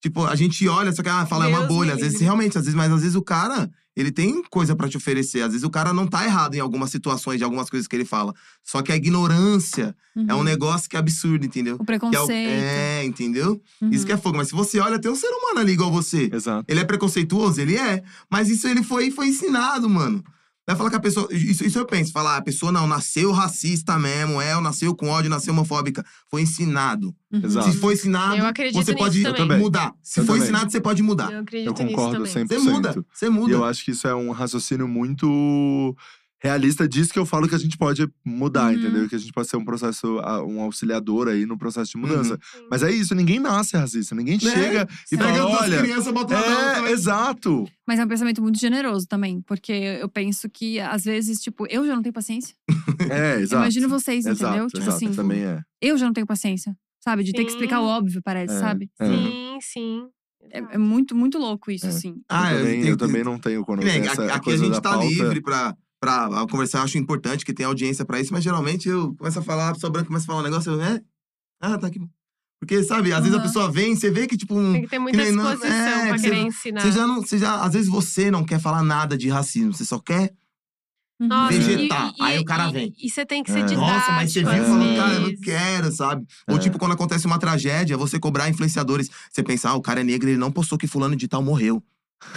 Speaker 2: Tipo, a gente olha, só que ah, fala, é uma
Speaker 4: Deus me
Speaker 2: bolha. Às vezes,
Speaker 4: livre.
Speaker 2: realmente, às vezes, mas às vezes o cara, ele tem coisa pra te oferecer. Às vezes o cara não tá errado em algumas situações, de algumas coisas que ele fala. Só que a ignorância é um
Speaker 1: uhum,
Speaker 2: negócio que é absurdo,
Speaker 1: O
Speaker 2: entendeu? Que é, o-
Speaker 1: preconceito.
Speaker 2: é, entendeu?
Speaker 1: uhum.
Speaker 2: Isso que é fogo. Mas se você olha, tem um ser humano ali igual você.
Speaker 3: Exato.
Speaker 2: Ele é preconceituoso? Ele é. Mas isso ele foi, foi ensinado, mano. Vai falar que a pessoa. Isso, isso eu penso. Falar, a pessoa não, nasceu racista mesmo, é, ou nasceu com ódio, nasceu homofóbica. Foi ensinado.
Speaker 1: Uhum.
Speaker 3: Exato.
Speaker 2: Se foi ensinado,
Speaker 4: Eu acredito
Speaker 2: você
Speaker 4: nisso
Speaker 2: pode
Speaker 4: também.
Speaker 2: mudar. Se
Speaker 3: Tá. Eu
Speaker 2: foi
Speaker 3: também.
Speaker 2: ensinado, você pode mudar.
Speaker 4: Eu acredito
Speaker 3: Eu concordo
Speaker 4: nisso
Speaker 3: 100%.
Speaker 4: também.
Speaker 2: Você muda, você
Speaker 3: E eu
Speaker 2: muda.
Speaker 3: acho que isso é um raciocínio muito realista disso que eu falo que a gente pode mudar,
Speaker 1: Uhum.
Speaker 3: entendeu? Que a gente pode ser um processo, a- um auxiliador aí no processo
Speaker 2: Uhum.
Speaker 3: de mudança.
Speaker 4: Sim.
Speaker 3: Mas é isso, ninguém nasce racista, ninguém chega e
Speaker 2: Né? Pega
Speaker 3: fala,
Speaker 2: duas
Speaker 3: tá, olha.
Speaker 2: crianças, bota na mão
Speaker 3: É,
Speaker 2: também.
Speaker 3: exato.
Speaker 1: Mas é um pensamento muito generoso também, porque eu penso que, às vezes, tipo, eu já não tenho paciência.
Speaker 3: É, exato.
Speaker 1: Imagino vocês,
Speaker 3: exato,
Speaker 1: entendeu? tipo
Speaker 3: exato,
Speaker 1: assim,
Speaker 3: também é.
Speaker 1: eu já não tenho paciência, sabe? De ter que
Speaker 4: Sim.
Speaker 1: explicar o óbvio, parece,
Speaker 3: É,
Speaker 1: sabe?
Speaker 3: é.
Speaker 4: Sim, sim.
Speaker 1: É, é muito, muito louco isso,
Speaker 3: É.
Speaker 1: assim.
Speaker 2: Ah,
Speaker 3: eu, também,
Speaker 2: tenho
Speaker 3: eu
Speaker 2: que-
Speaker 3: também não tenho quando
Speaker 2: Que nem,
Speaker 3: tem essa
Speaker 2: aqui- aqui a
Speaker 3: coisa
Speaker 2: gente
Speaker 3: da
Speaker 2: tá
Speaker 3: pauta.
Speaker 2: livre pra, pra ah, conversar. Eu acho importante que tem audiência pra isso, mas geralmente eu começo a falar, a pessoa branca começa a falar um negócio, eu, é? Ah, tá aqui. Porque, sabe, às vezes a
Speaker 1: Aham.
Speaker 2: pessoa vem, você vê que, tipo, um-
Speaker 4: Tem que ter muita
Speaker 2: nem não-
Speaker 4: disposição
Speaker 2: é,
Speaker 4: pra
Speaker 2: que
Speaker 4: querer
Speaker 2: você-
Speaker 4: ensinar.
Speaker 2: Você já não. Você já, às vezes você não quer falar nada de racismo, você só quer.
Speaker 1: Uhum.
Speaker 4: Nossa, e-
Speaker 2: vegetar.
Speaker 4: e-
Speaker 2: Aí o cara
Speaker 4: e-
Speaker 2: vem.
Speaker 4: E você tem que ser
Speaker 3: É.
Speaker 4: didático.
Speaker 2: Nossa, mas você
Speaker 1: tipo
Speaker 2: viu
Speaker 4: às
Speaker 2: falando,
Speaker 1: assim
Speaker 2: cara, eu não
Speaker 4: vezes.
Speaker 2: quero, sabe?
Speaker 3: É.
Speaker 2: Ou tipo, quando acontece uma tragédia, é você cobrar influenciadores, você pensar, ah, o cara é negro, ele não postou que fulano de tal morreu.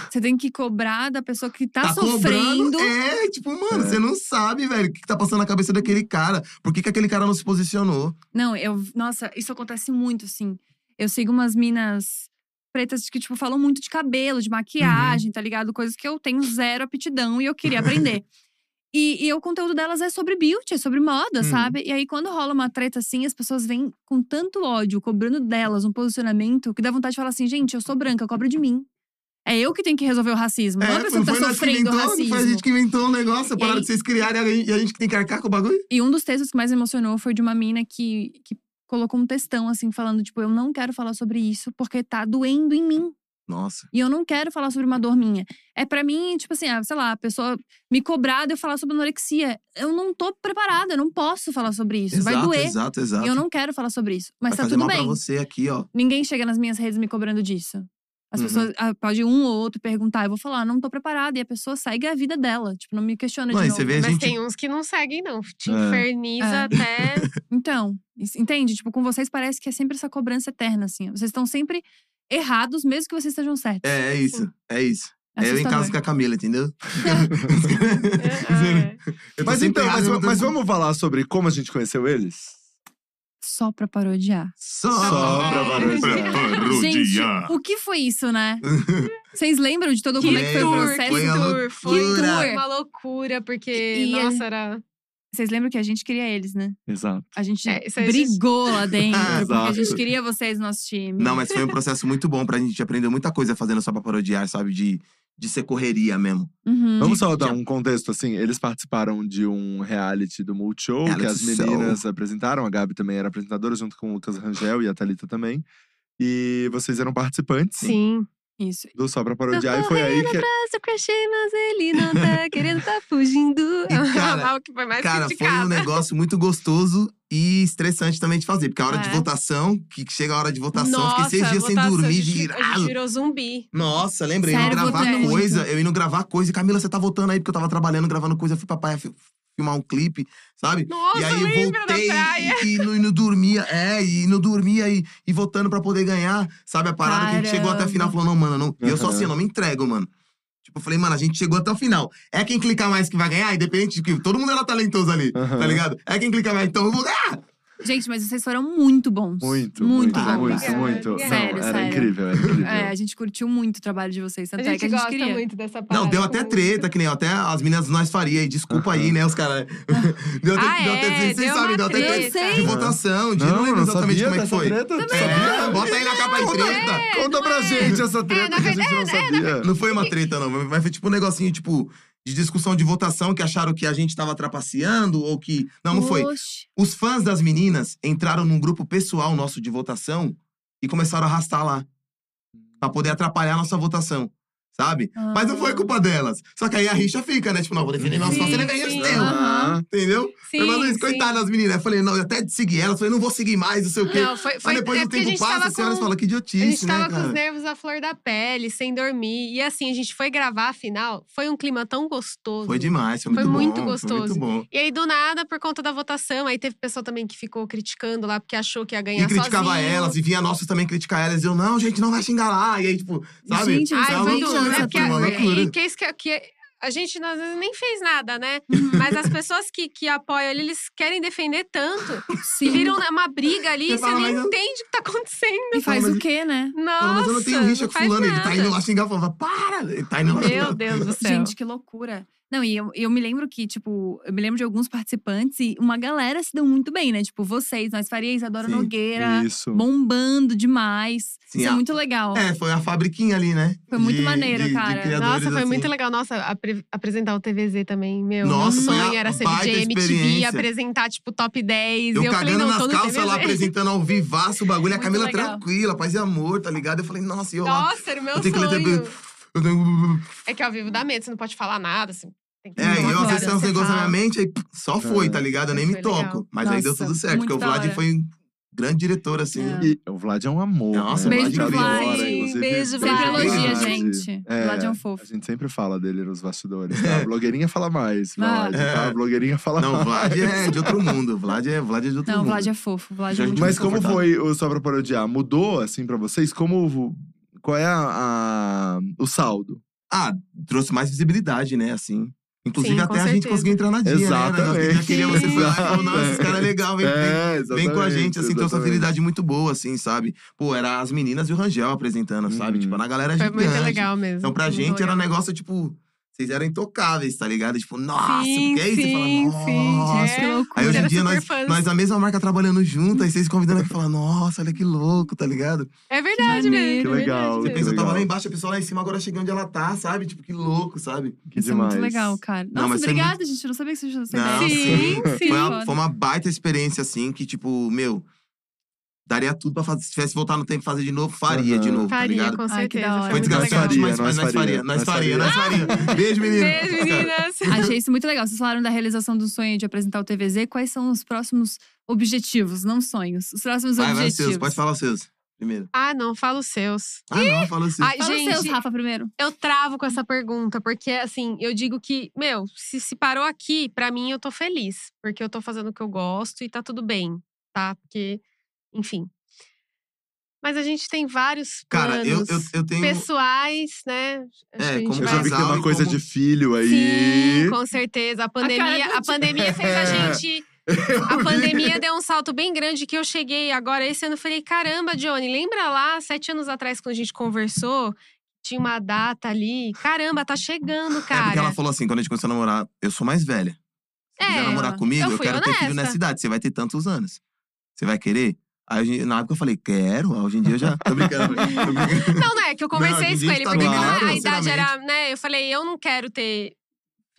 Speaker 1: Você tem que cobrar da pessoa que tá,
Speaker 2: cobrando.
Speaker 1: sofrendo.
Speaker 2: É, tipo, mano,
Speaker 3: É.
Speaker 2: você não sabe, velho, o que, que tá passando na cabeça daquele cara. Por que, que aquele cara não se posicionou?
Speaker 1: Não, eu. Nossa, isso acontece muito, assim. Eu sigo umas minas pretas que, tipo, falam muito de cabelo, de maquiagem, tá ligado? Coisas que eu tenho zero aptidão e eu queria aprender. E, e o conteúdo delas é sobre beauty, é sobre moda,
Speaker 2: Uhum.
Speaker 1: sabe? E aí, quando rola uma treta assim, as pessoas vêm com tanto ódio, cobrando delas um posicionamento, que dá vontade de falar assim: gente, eu sou branca, cobra de mim. É eu que tenho que resolver o racismo. Não é a pessoa que tá
Speaker 2: nós que
Speaker 1: sofrendo o
Speaker 2: inventou, não
Speaker 1: racismo.
Speaker 2: foi a gente que inventou um negócio, a
Speaker 1: E
Speaker 2: parada
Speaker 1: aí-
Speaker 2: que vocês criaram e a gente- e a gente que tem que arcar com o bagulho.
Speaker 1: E um dos textos que mais me emocionou foi de uma mina que, que colocou um textão, assim, falando, tipo, eu não quero falar sobre isso porque tá doendo em mim.
Speaker 2: Nossa.
Speaker 1: E eu não quero falar sobre uma dor minha. É pra mim, tipo assim, ah, sei lá, a pessoa me cobrar de eu falar sobre anorexia. Eu não tô preparada, eu não posso falar sobre isso. Vai
Speaker 2: exato,
Speaker 1: doer.
Speaker 2: exato, exato.
Speaker 1: E eu não quero falar sobre isso. Mas
Speaker 2: Vai
Speaker 1: tá
Speaker 2: fazer
Speaker 1: tudo
Speaker 2: mal
Speaker 1: bem.
Speaker 2: pra você aqui, ó.
Speaker 1: Ninguém chega nas minhas redes me cobrando disso. As
Speaker 2: Uhum.
Speaker 1: pessoas, ah, pode um ou outro perguntar, eu vou falar, não tô preparada. E a pessoa segue a vida dela. Tipo, não me questiona
Speaker 2: Não,
Speaker 1: de
Speaker 2: e
Speaker 1: novo. um
Speaker 2: você vê a
Speaker 4: Mas
Speaker 2: gente.
Speaker 4: tem uns que não seguem, não. Te
Speaker 3: É.
Speaker 4: inferniza
Speaker 1: É.
Speaker 4: até.
Speaker 1: Então, isso- entende? Tipo, com vocês parece que é sempre essa cobrança eterna, assim. Vocês estão sempre errados, mesmo que vocês estejam certos.
Speaker 2: É, é isso, é isso. É eu em
Speaker 1: Assustador.
Speaker 2: casa com a Camila, entendeu?
Speaker 4: É, é.
Speaker 2: Eu tô
Speaker 3: Mas
Speaker 2: sempre
Speaker 3: então, mas,
Speaker 2: errado, né? eu tô-
Speaker 3: mas vamos falar sobre como a gente conheceu eles?
Speaker 1: Só pra parodiar.
Speaker 2: Só,
Speaker 3: Só
Speaker 2: pra
Speaker 3: pra parodiar.
Speaker 1: Gente,
Speaker 2: parodiar.
Speaker 1: o que foi isso, né? Vocês lembram de todo
Speaker 4: Que
Speaker 1: como é que foi o
Speaker 2: Lembro,
Speaker 4: tour, que
Speaker 1: processo?
Speaker 2: foi a
Speaker 4: tour, foi
Speaker 2: loucura.
Speaker 4: Foi uma loucura, porque,
Speaker 1: E- é e a-
Speaker 4: nossa, era…
Speaker 1: Vocês lembram que a gente queria eles, né?
Speaker 3: Exato.
Speaker 1: A gente
Speaker 4: É, isso aí a gente-
Speaker 1: brigou lá dentro, porque a gente
Speaker 3: Exato.
Speaker 1: queria vocês no nosso time.
Speaker 2: Não, mas foi um processo muito bom pra gente aprender muita coisa fazendo só pra parodiar, sabe? De, de ser correria mesmo.
Speaker 1: Uhum.
Speaker 3: Vamos só dar um contexto, assim. Eles participaram de um reality do Multishow, que as
Speaker 2: Reality
Speaker 3: meninas apresentaram. A Gabi também era apresentadora, junto com o Lucas Rangel e a Thalita também. E vocês eram participantes
Speaker 4: Sim.
Speaker 1: Isso.
Speaker 3: do Só Pra Parodiar. E foi aí que…
Speaker 4: Nossa, crachei, mas ele não tá querendo, tá fugindo.
Speaker 1: Tá
Speaker 2: E, cara,
Speaker 4: Mal que foi mais
Speaker 2: Cara, foi um
Speaker 4: criticada.
Speaker 2: negócio muito gostoso e estressante também de fazer. Porque a hora de
Speaker 1: É.
Speaker 2: votação, que chega a hora de votação,
Speaker 4: Nossa,
Speaker 2: fiquei seis dias sem
Speaker 4: votação, a
Speaker 2: dormir,
Speaker 4: gente- A gente
Speaker 2: girado.
Speaker 4: virou zumbi.
Speaker 2: Nossa, lembrei, eu
Speaker 1: Sério,
Speaker 2: indo gravar
Speaker 1: votei muito.
Speaker 2: coisa, eu indo gravar coisa. E Camila, você tá votando aí, porque eu tava trabalhando, gravando coisa, eu fui pra praia fi- filmar um clipe, sabe?
Speaker 4: Nossa,
Speaker 2: e aí eu
Speaker 4: lembra da
Speaker 2: voltei
Speaker 4: praia?
Speaker 2: e, e não, e não dormia, é, e não dormia e, e votando pra poder ganhar, sabe? A parada que a gente chegou até a final falou, não, mano, não. E eu só
Speaker 3: Aham.
Speaker 2: assim, eu não me entrego, mano. Tipo, eu falei, mano, a gente chegou até o final. É quem clicar mais que vai ganhar, independente de que. Todo mundo era talentoso ali,
Speaker 3: Aham.
Speaker 2: tá ligado? É quem clicar mais, então eu vou ganhar.
Speaker 1: Gente, mas vocês foram muito bons.
Speaker 3: Muito,
Speaker 1: muito
Speaker 2: bom.
Speaker 3: muito, muito,
Speaker 4: Obrigada,
Speaker 3: muito. Não,
Speaker 4: obrigada.
Speaker 3: era
Speaker 1: Sério,
Speaker 3: incrível, era incrível.
Speaker 1: É, a gente curtiu muito o trabalho de vocês.
Speaker 4: A
Speaker 1: Tanto é
Speaker 4: gente
Speaker 1: que a gente
Speaker 4: gosta
Speaker 1: queria.
Speaker 4: muito dessa parte.
Speaker 2: Não, deu até treta, que nem até as meninas do nós faria aí. Desculpa aí, né, os caras. Deu até,
Speaker 4: Ah,
Speaker 2: deu até,
Speaker 4: é,
Speaker 2: vocês
Speaker 4: deu
Speaker 2: sabem,
Speaker 4: uma
Speaker 2: deu até
Speaker 1: treta. Eu sei.
Speaker 2: de votação, de não, lembro exatamente como é que foi. Sabia? Bota aí na capa de treta.
Speaker 4: é.
Speaker 3: Conta pra gente essa treta que a gente não sabia.
Speaker 2: Não foi uma treta, não. Mas foi tipo um negocinho, tipo, de discussão de votação que acharam que a gente tava trapaceando ou que. Não, não foi.
Speaker 1: Oxi.
Speaker 2: Os fãs das meninas entraram num grupo pessoal nosso de votação e começaram a arrastar lá. Pra poder atrapalhar a nossa votação. Sabe? Mas não
Speaker 1: Ah.
Speaker 2: foi culpa delas. Só que aí a rixa fica, né? Tipo, não, vou defender nosso
Speaker 4: Sim,
Speaker 2: fã, você não ganha
Speaker 4: sim.
Speaker 2: esse teu.
Speaker 1: Aham.
Speaker 2: Entendeu?
Speaker 4: Sim,
Speaker 2: eu falei,
Speaker 4: sim.
Speaker 2: coitada das meninas. Eu falei, não, eu até segui elas. Falei, não vou seguir mais, não sei o quê.
Speaker 4: Não, foi, foi
Speaker 2: Aí depois
Speaker 4: é
Speaker 2: o
Speaker 4: porque a
Speaker 2: tempo
Speaker 4: gente
Speaker 2: passa,
Speaker 4: tava
Speaker 2: as senhoras
Speaker 4: com-
Speaker 2: falam, que
Speaker 4: A
Speaker 2: idiotice,
Speaker 4: gente
Speaker 2: né,
Speaker 4: tava com os
Speaker 2: cara?
Speaker 4: nervos à flor da pele, sem dormir. E assim, a gente foi gravar a final. Foi um clima tão gostoso.
Speaker 2: Foi demais, foi
Speaker 4: Foi
Speaker 2: muito bom.
Speaker 4: muito
Speaker 2: Foi muito
Speaker 4: gostoso.
Speaker 2: bom.
Speaker 4: E aí, do nada, por conta da votação, aí teve pessoa também que ficou criticando lá, porque achou que ia
Speaker 2: E
Speaker 4: ganhar
Speaker 2: criticava
Speaker 4: sozinho.
Speaker 2: elas, e vinha nossos também criticar elas. E eu, não, gente, não vai xingar lá. E aí, tipo, sabe?
Speaker 1: Gente,
Speaker 2: Foi
Speaker 4: Ai,
Speaker 2: uma
Speaker 4: foi
Speaker 1: gente,
Speaker 4: duro.
Speaker 2: loucura,
Speaker 4: É
Speaker 1: essa
Speaker 4: porque
Speaker 2: foi
Speaker 1: turma,
Speaker 2: uma
Speaker 4: a-
Speaker 2: loucura.
Speaker 4: e que é isso que, que a gente às vezes, nem fez nada, né?
Speaker 1: Uhum.
Speaker 4: Mas as pessoas que, que apoiam ele, eles querem defender tanto. E
Speaker 1: Sim.
Speaker 4: viram uma briga ali,
Speaker 2: Você
Speaker 4: e você
Speaker 2: fala,
Speaker 4: nem
Speaker 2: mas eu-
Speaker 4: entende o que tá acontecendo.
Speaker 1: E faz
Speaker 2: Mas-
Speaker 1: o quê, né?
Speaker 4: Nossa,
Speaker 2: Fala, mas eu não tenho rixa
Speaker 4: não
Speaker 2: com
Speaker 4: faz
Speaker 2: fulano. Ele tá
Speaker 4: nada.
Speaker 2: indo lá xingar, falava, para! Ele tá indo lá
Speaker 4: Meu Deus do céu.
Speaker 1: Gente, que loucura. Não, e eu, eu me lembro que, tipo, eu me lembro de alguns participantes e uma galera se deu muito bem, né? Tipo, vocês, nós Faria, Isadora
Speaker 2: Sim,
Speaker 1: Nogueira,
Speaker 3: Isso.
Speaker 1: bombando demais.
Speaker 2: Sim,
Speaker 1: Isso
Speaker 2: a-
Speaker 1: é muito legal.
Speaker 2: É, foi a fabriquinha ali, né?
Speaker 1: Foi muito
Speaker 2: De-
Speaker 1: maneiro,
Speaker 2: de- de
Speaker 1: cara.
Speaker 2: criadores,
Speaker 4: Nossa, foi
Speaker 2: assim.
Speaker 4: muito legal. Nossa, apre- apresentar o TVZ também, meu.
Speaker 2: Nossa,
Speaker 4: meu
Speaker 2: foi
Speaker 4: sonho
Speaker 2: a
Speaker 4: era ser
Speaker 2: baita
Speaker 4: DJ MTV,
Speaker 2: experiência.
Speaker 4: apresentar, tipo, top 10.
Speaker 2: Eu,
Speaker 4: e eu falei,
Speaker 2: cagando
Speaker 4: não,
Speaker 2: nas
Speaker 4: tô no
Speaker 2: calças, ela
Speaker 4: TVZ.
Speaker 2: apresentando ao vivaço o bagulho. A
Speaker 1: é." Muito
Speaker 2: Camila
Speaker 1: legal.
Speaker 2: tranquila, paz e amor, tá ligado? Eu falei, nossa, e eu lá.
Speaker 4: Nossa, era
Speaker 2: Eu
Speaker 4: o meu
Speaker 2: tenho que ler
Speaker 4: sonho.
Speaker 2: TVZ. Eu tenho- um
Speaker 4: É que ao vivo dá medo, você não pode falar nada, assim. Tem que
Speaker 2: É, e eu
Speaker 1: Nossa, tá
Speaker 2: acessando os
Speaker 4: você
Speaker 2: negócios na minha
Speaker 4: fala.
Speaker 2: mente, aí pff, só foi, tá ligado? Eu nem
Speaker 4: Mas
Speaker 2: me
Speaker 4: foi legal.
Speaker 2: toco. Mas aí deu
Speaker 1: Nossa,
Speaker 2: tudo certo, porque o
Speaker 1: muito da
Speaker 2: Vlad
Speaker 1: hora.
Speaker 2: foi um grande diretor, assim.
Speaker 1: É.
Speaker 3: E o Vlad é um amor.
Speaker 2: Nossa,
Speaker 3: né?
Speaker 1: o Beijo
Speaker 3: Vlad
Speaker 1: pro
Speaker 3: adora,
Speaker 1: Vlad.
Speaker 3: inclusive,
Speaker 4: Beijo,
Speaker 3: o
Speaker 4: Vlad.
Speaker 1: Sempre elogia,
Speaker 2: Vlad.
Speaker 1: gente.
Speaker 3: É,
Speaker 1: Vlad é um
Speaker 3: A
Speaker 1: fofo.
Speaker 3: gente sempre fala dele nos bastidores. Tá? A blogueirinha fala mais, Vlad.
Speaker 2: Ah.
Speaker 3: tá? A blogueirinha fala
Speaker 2: Não, o
Speaker 3: mais.
Speaker 2: Vlad é de outro mundo. O Vlad é, Vlad é de outro
Speaker 1: Não, o
Speaker 2: mundo.
Speaker 1: Vlad é fofo. o Vlad é
Speaker 2: Gente,
Speaker 1: muito
Speaker 3: Mas
Speaker 2: muito
Speaker 3: como
Speaker 2: confortável.
Speaker 3: foi, o- só pra parodiar, mudou assim pra vocês? Como. Qual é a- a- o saldo?
Speaker 2: Ah, trouxe mais visibilidade, né, assim. Inclusive,
Speaker 4: Sim, com
Speaker 2: até a gente
Speaker 4: certeza.
Speaker 2: conseguiu entrar na dia, né? o negócio que a gente Já
Speaker 3: Exatamente.
Speaker 2: queria você foi lá e falou, nossa,
Speaker 3: Exato.
Speaker 2: esse cara é legal, vem, vem Vem com a gente, assim, trouxe uma habilidade muito boa, assim, sabe? Pô, era as meninas e o Rangel apresentando, sabe?
Speaker 3: Uhum.
Speaker 2: Tipo, na galera
Speaker 4: Foi
Speaker 2: gigante.
Speaker 4: muito legal mesmo.
Speaker 2: Então, pra
Speaker 4: Muito
Speaker 2: gente, era
Speaker 4: legal.
Speaker 2: um negócio, tipo… Vocês eram intocáveis, tá ligado? Tipo, nossa,
Speaker 4: Sim,
Speaker 2: porque aí você
Speaker 4: sim,
Speaker 2: fala,
Speaker 4: sim,
Speaker 2: nossa.
Speaker 4: gente.
Speaker 1: Que
Speaker 4: É.
Speaker 1: loucura.
Speaker 2: Aí hoje em
Speaker 4: Era
Speaker 2: dia,
Speaker 4: super
Speaker 2: nós,
Speaker 4: fãs.
Speaker 2: nós na mesma marca trabalhando junto, aí vocês convidando aqui e falando, nossa, olha que louco, tá ligado?
Speaker 4: É verdade mesmo.
Speaker 1: maneiro.
Speaker 3: Que legal.
Speaker 4: É verdade mesmo.
Speaker 2: Pensa, eu tava
Speaker 3: legal.
Speaker 2: lá embaixo, a pessoa lá em cima, agora chegando onde ela tá, sabe? Tipo, que louco, sabe?
Speaker 3: Que
Speaker 1: Isso é
Speaker 3: demais.
Speaker 1: muito legal, cara. Nossa,
Speaker 2: mas foi
Speaker 1: obrigada, gente. Eu não sabia que vocês tinham essa
Speaker 2: Não,
Speaker 1: ideia.
Speaker 4: Sim, sim.
Speaker 2: Foi
Speaker 1: Foda.
Speaker 2: uma, foi uma baita experiência, assim, que, tipo, meu, daria tudo pra fazer. Se tivesse voltar no tempo e fazer de novo, faria
Speaker 3: Aham.
Speaker 2: de novo, tá
Speaker 4: Faria,
Speaker 2: ligado?
Speaker 4: com
Speaker 1: Ai, que
Speaker 4: certeza.
Speaker 1: da hora.
Speaker 2: Foi
Speaker 4: muito legal.
Speaker 2: desgastante,
Speaker 3: legal.
Speaker 2: mas, mas nós faria, nós faria, nós faria. Beijo, menino.
Speaker 4: Beijo, meninas.
Speaker 1: Achei isso muito legal. Vocês falaram da realização do sonho de apresentar o TVZ. Quais são os próximos objetivos? Não sonhos. Os próximos
Speaker 2: Vai, vai os
Speaker 1: objetivos.
Speaker 2: seus, pode falar os seus. Primeiro.
Speaker 4: Ah, não, fala os seus.
Speaker 2: Ah, não, fala os seus.
Speaker 4: Ai,
Speaker 1: Fala os
Speaker 4: gente,
Speaker 1: seus, Rafa, primeiro.
Speaker 4: eu travo com essa pergunta, porque assim, eu digo que, meu, se, se parou aqui, pra mim eu tô feliz, porque eu tô fazendo o que eu gosto e tá tudo bem, tá? Porque, enfim. Mas a gente tem vários planos
Speaker 2: Cara, eu, eu, eu tenho.
Speaker 4: pessoais, né?
Speaker 2: É,
Speaker 4: a gente
Speaker 2: como
Speaker 3: Eu
Speaker 4: vai-
Speaker 3: já vi que tem
Speaker 2: Casal
Speaker 3: uma
Speaker 2: e
Speaker 3: coisa
Speaker 2: como-
Speaker 3: de filho aí.
Speaker 4: Sim, com certeza. A pandemia,
Speaker 1: cara do
Speaker 4: a pandemia fez a gente. A pandemia deu um salto bem grande que eu cheguei agora esse ano. eu Falei, caramba, Johnny, lembra lá, sete anos atrás, quando a gente conversou, tinha uma data ali. Caramba, tá chegando,
Speaker 2: É porque ela
Speaker 4: cara.
Speaker 2: falou assim: quando a gente começou a namorar, eu sou mais velha. Se quiser
Speaker 4: É,
Speaker 2: namorar comigo,
Speaker 4: eu
Speaker 2: eu,
Speaker 4: fui
Speaker 2: quero ter filho
Speaker 4: honesta.
Speaker 2: nessa idade. Você vai ter tantos anos. Você vai querer? Aí, a gente- na época eu falei, quero. Hoje em dia eu já. Tô brincando. tô brincando.
Speaker 4: Não, não é que eu conversei
Speaker 2: Não,
Speaker 4: isso
Speaker 2: de
Speaker 4: com ele,
Speaker 2: jeito
Speaker 4: porque
Speaker 2: claro,
Speaker 4: como a idade era,
Speaker 2: sinceramente.
Speaker 4: né? Eu falei, eu não quero ter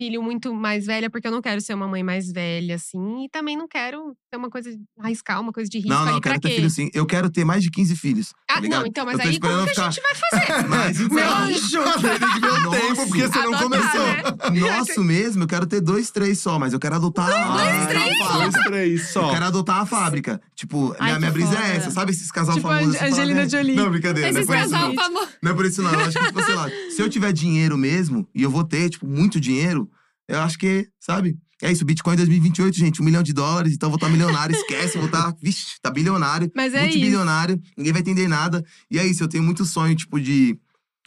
Speaker 4: filho muito mais velha, porque eu não quero ser uma mãe mais velha, assim. E também não quero ter uma coisa, arriscar uma coisa de risco
Speaker 2: Não,
Speaker 4: ali
Speaker 2: não, eu
Speaker 4: pra
Speaker 2: quero ter
Speaker 4: quê?
Speaker 2: filho sim. Eu quero ter mais de 15 filhos. tá
Speaker 4: Ah, não,
Speaker 2: ligado?
Speaker 4: então,
Speaker 2: Eu
Speaker 4: mas
Speaker 2: tô
Speaker 4: aí
Speaker 2: esperando
Speaker 4: como que a
Speaker 2: ficar-
Speaker 4: gente vai fazer?
Speaker 2: Mas então.
Speaker 4: Meu anjo!
Speaker 2: Perdi meu
Speaker 3: Tempo, porque você não
Speaker 4: Adotar,
Speaker 3: começou.
Speaker 4: né?
Speaker 2: Nosso mesmo, eu quero ter dois, três só, mas eu quero adotar. a-
Speaker 4: três
Speaker 2: a fábrica.
Speaker 4: só?
Speaker 3: Ah, Dois, três
Speaker 2: Eu
Speaker 3: só.
Speaker 2: quero adotar a fábrica. Tipo,
Speaker 1: Ai,
Speaker 2: minha,
Speaker 1: que
Speaker 2: minha brisa
Speaker 1: foda.
Speaker 2: é essa, sabe? Esses casal
Speaker 4: Tipo
Speaker 2: famoso.
Speaker 4: Ang-
Speaker 2: você fala,
Speaker 4: Angelina
Speaker 2: né?
Speaker 4: Jolie.
Speaker 2: Não, brincadeira. Não é
Speaker 1: Esses
Speaker 2: por isso,
Speaker 1: casal
Speaker 2: não.
Speaker 1: famoso.
Speaker 2: Não é por isso, não. Eu acho que, tipo, sei lá, se eu tiver dinheiro mesmo, e eu vou ter, tipo, muito dinheiro, eu acho que, sabe? É isso, Bitcoin 2028, gente, um milhão de dólares, então eu vou estar milionário, esquece, eu vou estar, vixe, tá bilionário
Speaker 4: Mas é isso.
Speaker 2: multibilionário, ninguém vai entender nada. E é isso, eu tenho muito sonho, tipo, de.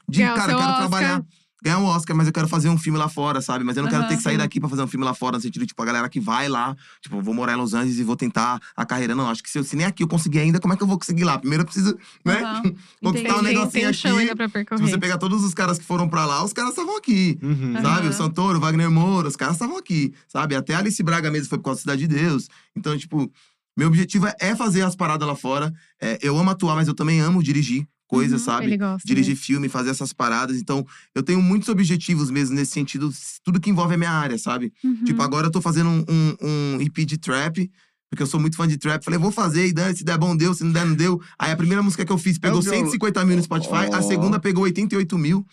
Speaker 2: de
Speaker 4: Ganhar o
Speaker 2: cara,
Speaker 4: seu
Speaker 2: eu quero
Speaker 4: Oscar.
Speaker 2: trabalhar. Ganhar um Oscar, mas eu quero fazer um filme lá fora, sabe? Mas eu não quero
Speaker 1: Aham.
Speaker 2: ter que sair daqui pra fazer um filme lá fora, no sentido, tipo, a galera que vai lá, tipo, eu vou morar em Los Angeles e vou tentar a carreira. Não, acho que se, eu, se nem aqui eu conseguir ainda, como é que eu vou conseguir lá? Primeiro eu preciso, né?
Speaker 1: Aham.
Speaker 2: Conquistar
Speaker 1: Entendi.
Speaker 2: um negocinho
Speaker 4: tem um
Speaker 2: aqui.
Speaker 4: chão ainda pra
Speaker 2: Se
Speaker 4: percorrer.
Speaker 2: você pegar todos os caras que foram pra lá, os caras estavam aqui.
Speaker 3: Uhum.
Speaker 1: Aham.
Speaker 2: Sabe? O Santoro, o Wagner Moura, os caras estavam aqui, sabe? Até a Alice Braga mesmo foi por causa da Cidade de Deus. Então, tipo, meu objetivo é- é fazer as paradas lá fora. É, eu amo atuar, mas eu também amo dirigir coisas,
Speaker 4: Uhum,
Speaker 2: sabe?
Speaker 4: Ele gosta.
Speaker 2: Dirigir filme, fazer essas paradas. Então, eu tenho muitos objetivos mesmo nesse sentido, s- tudo que envolve a minha área, sabe?
Speaker 1: Uhum.
Speaker 2: Tipo, agora eu tô fazendo um, um, um EP de trap. Porque eu sou muito fã de trap. Falei, vou fazer, e dane, se der bom, deu, se não der, não deu. Aí a primeira música que eu fiz pegou
Speaker 3: É o violão.
Speaker 2: 150 mil no Spotify, a
Speaker 3: Ó.
Speaker 2: segunda pegou 88 mil,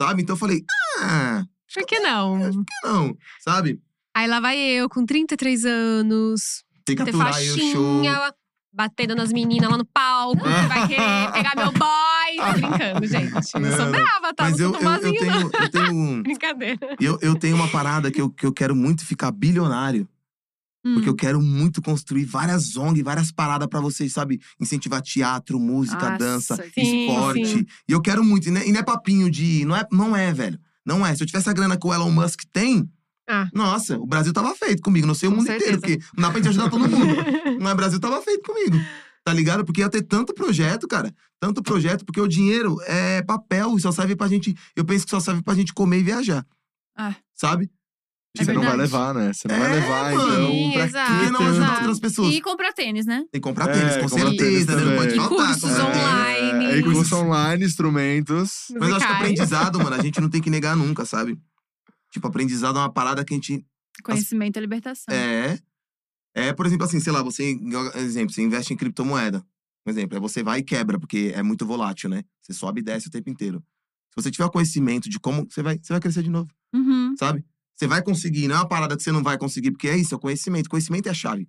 Speaker 2: sabe? Então eu falei, ah,
Speaker 4: Por que não?
Speaker 2: não, sabe?
Speaker 4: Aí lá vai eu, com 33 anos,
Speaker 2: Tem que
Speaker 4: ter
Speaker 2: aturar aí o show.
Speaker 4: faixinha, batendo nas meninas lá no palco, que vai querer pegar meu boy. Tô brincando, gente. Não, sou
Speaker 2: Não,
Speaker 4: brava, tá?
Speaker 2: Mas
Speaker 4: não
Speaker 2: eu,
Speaker 4: sou
Speaker 2: eu, eu
Speaker 4: boazinha, não.
Speaker 2: tenho, eu, tenho, um,
Speaker 4: Brincadeira.
Speaker 2: eu, eu tenho uma parada que eu, que eu quero muito ficar bilionário.
Speaker 1: Hum.
Speaker 2: Porque eu quero muito construir várias ONG, várias paradas pra vocês, sabe? Incentivar teatro, música,
Speaker 1: Nossa,
Speaker 2: dança,
Speaker 1: sim,
Speaker 2: esporte.
Speaker 4: sim.
Speaker 2: E eu quero muito. E não é, e não é papinho de. Não é, não é velho. Não é. Se eu tivesse a grana que o Elon Musk tem,
Speaker 4: Ah.
Speaker 2: nossa, o Brasil tava feito comigo. Não sei o
Speaker 4: Com
Speaker 2: mundo
Speaker 4: certeza.
Speaker 2: inteiro, porque não dá pra gente ajudar todo mundo. Mas o Brasil tava feito comigo. Tá ligado? Porque ia ter tanto projeto, cara. Tanto projeto, porque o dinheiro é papel e só serve pra gente. Eu penso que só serve pra gente comer e viajar.
Speaker 1: Ah.
Speaker 2: Sabe?
Speaker 1: É
Speaker 3: Você não vai
Speaker 1: verdade.
Speaker 3: levar, né? Você não vai
Speaker 2: É,
Speaker 3: levar,
Speaker 2: mano.
Speaker 3: então.
Speaker 4: Sim,
Speaker 3: pra
Speaker 4: exato,
Speaker 2: Por que
Speaker 3: que
Speaker 2: não
Speaker 3: tanto?
Speaker 2: ajudar
Speaker 4: exato.
Speaker 2: outras pessoas?
Speaker 1: E comprar tênis, né?
Speaker 2: Tem que comprar
Speaker 3: É,
Speaker 2: tênis, com
Speaker 3: comprar tênis
Speaker 2: certeza. né? Não pode
Speaker 3: também.
Speaker 2: faltar. com
Speaker 4: Cursos
Speaker 2: certeza.
Speaker 4: online.
Speaker 3: É, e curso online, instrumentos.
Speaker 2: Mas eu acho que
Speaker 4: musicais.
Speaker 2: aprendizado, mano, a gente não tem que negar nunca, sabe? Tipo, aprendizado é uma parada que a gente
Speaker 1: Conhecimento é libertação.
Speaker 2: É. É, por exemplo, assim, sei lá, você, exemplo, você investe em criptomoeda. Por exemplo, aí você vai e quebra, porque é muito volátil, né? Você sobe e desce o tempo inteiro. Se você tiver o conhecimento de como, você vai, você vai crescer de novo,
Speaker 1: Uhum.
Speaker 2: sabe? Você vai conseguir, não é uma parada que você não vai conseguir, porque é isso, é o conhecimento. Conhecimento é a chave.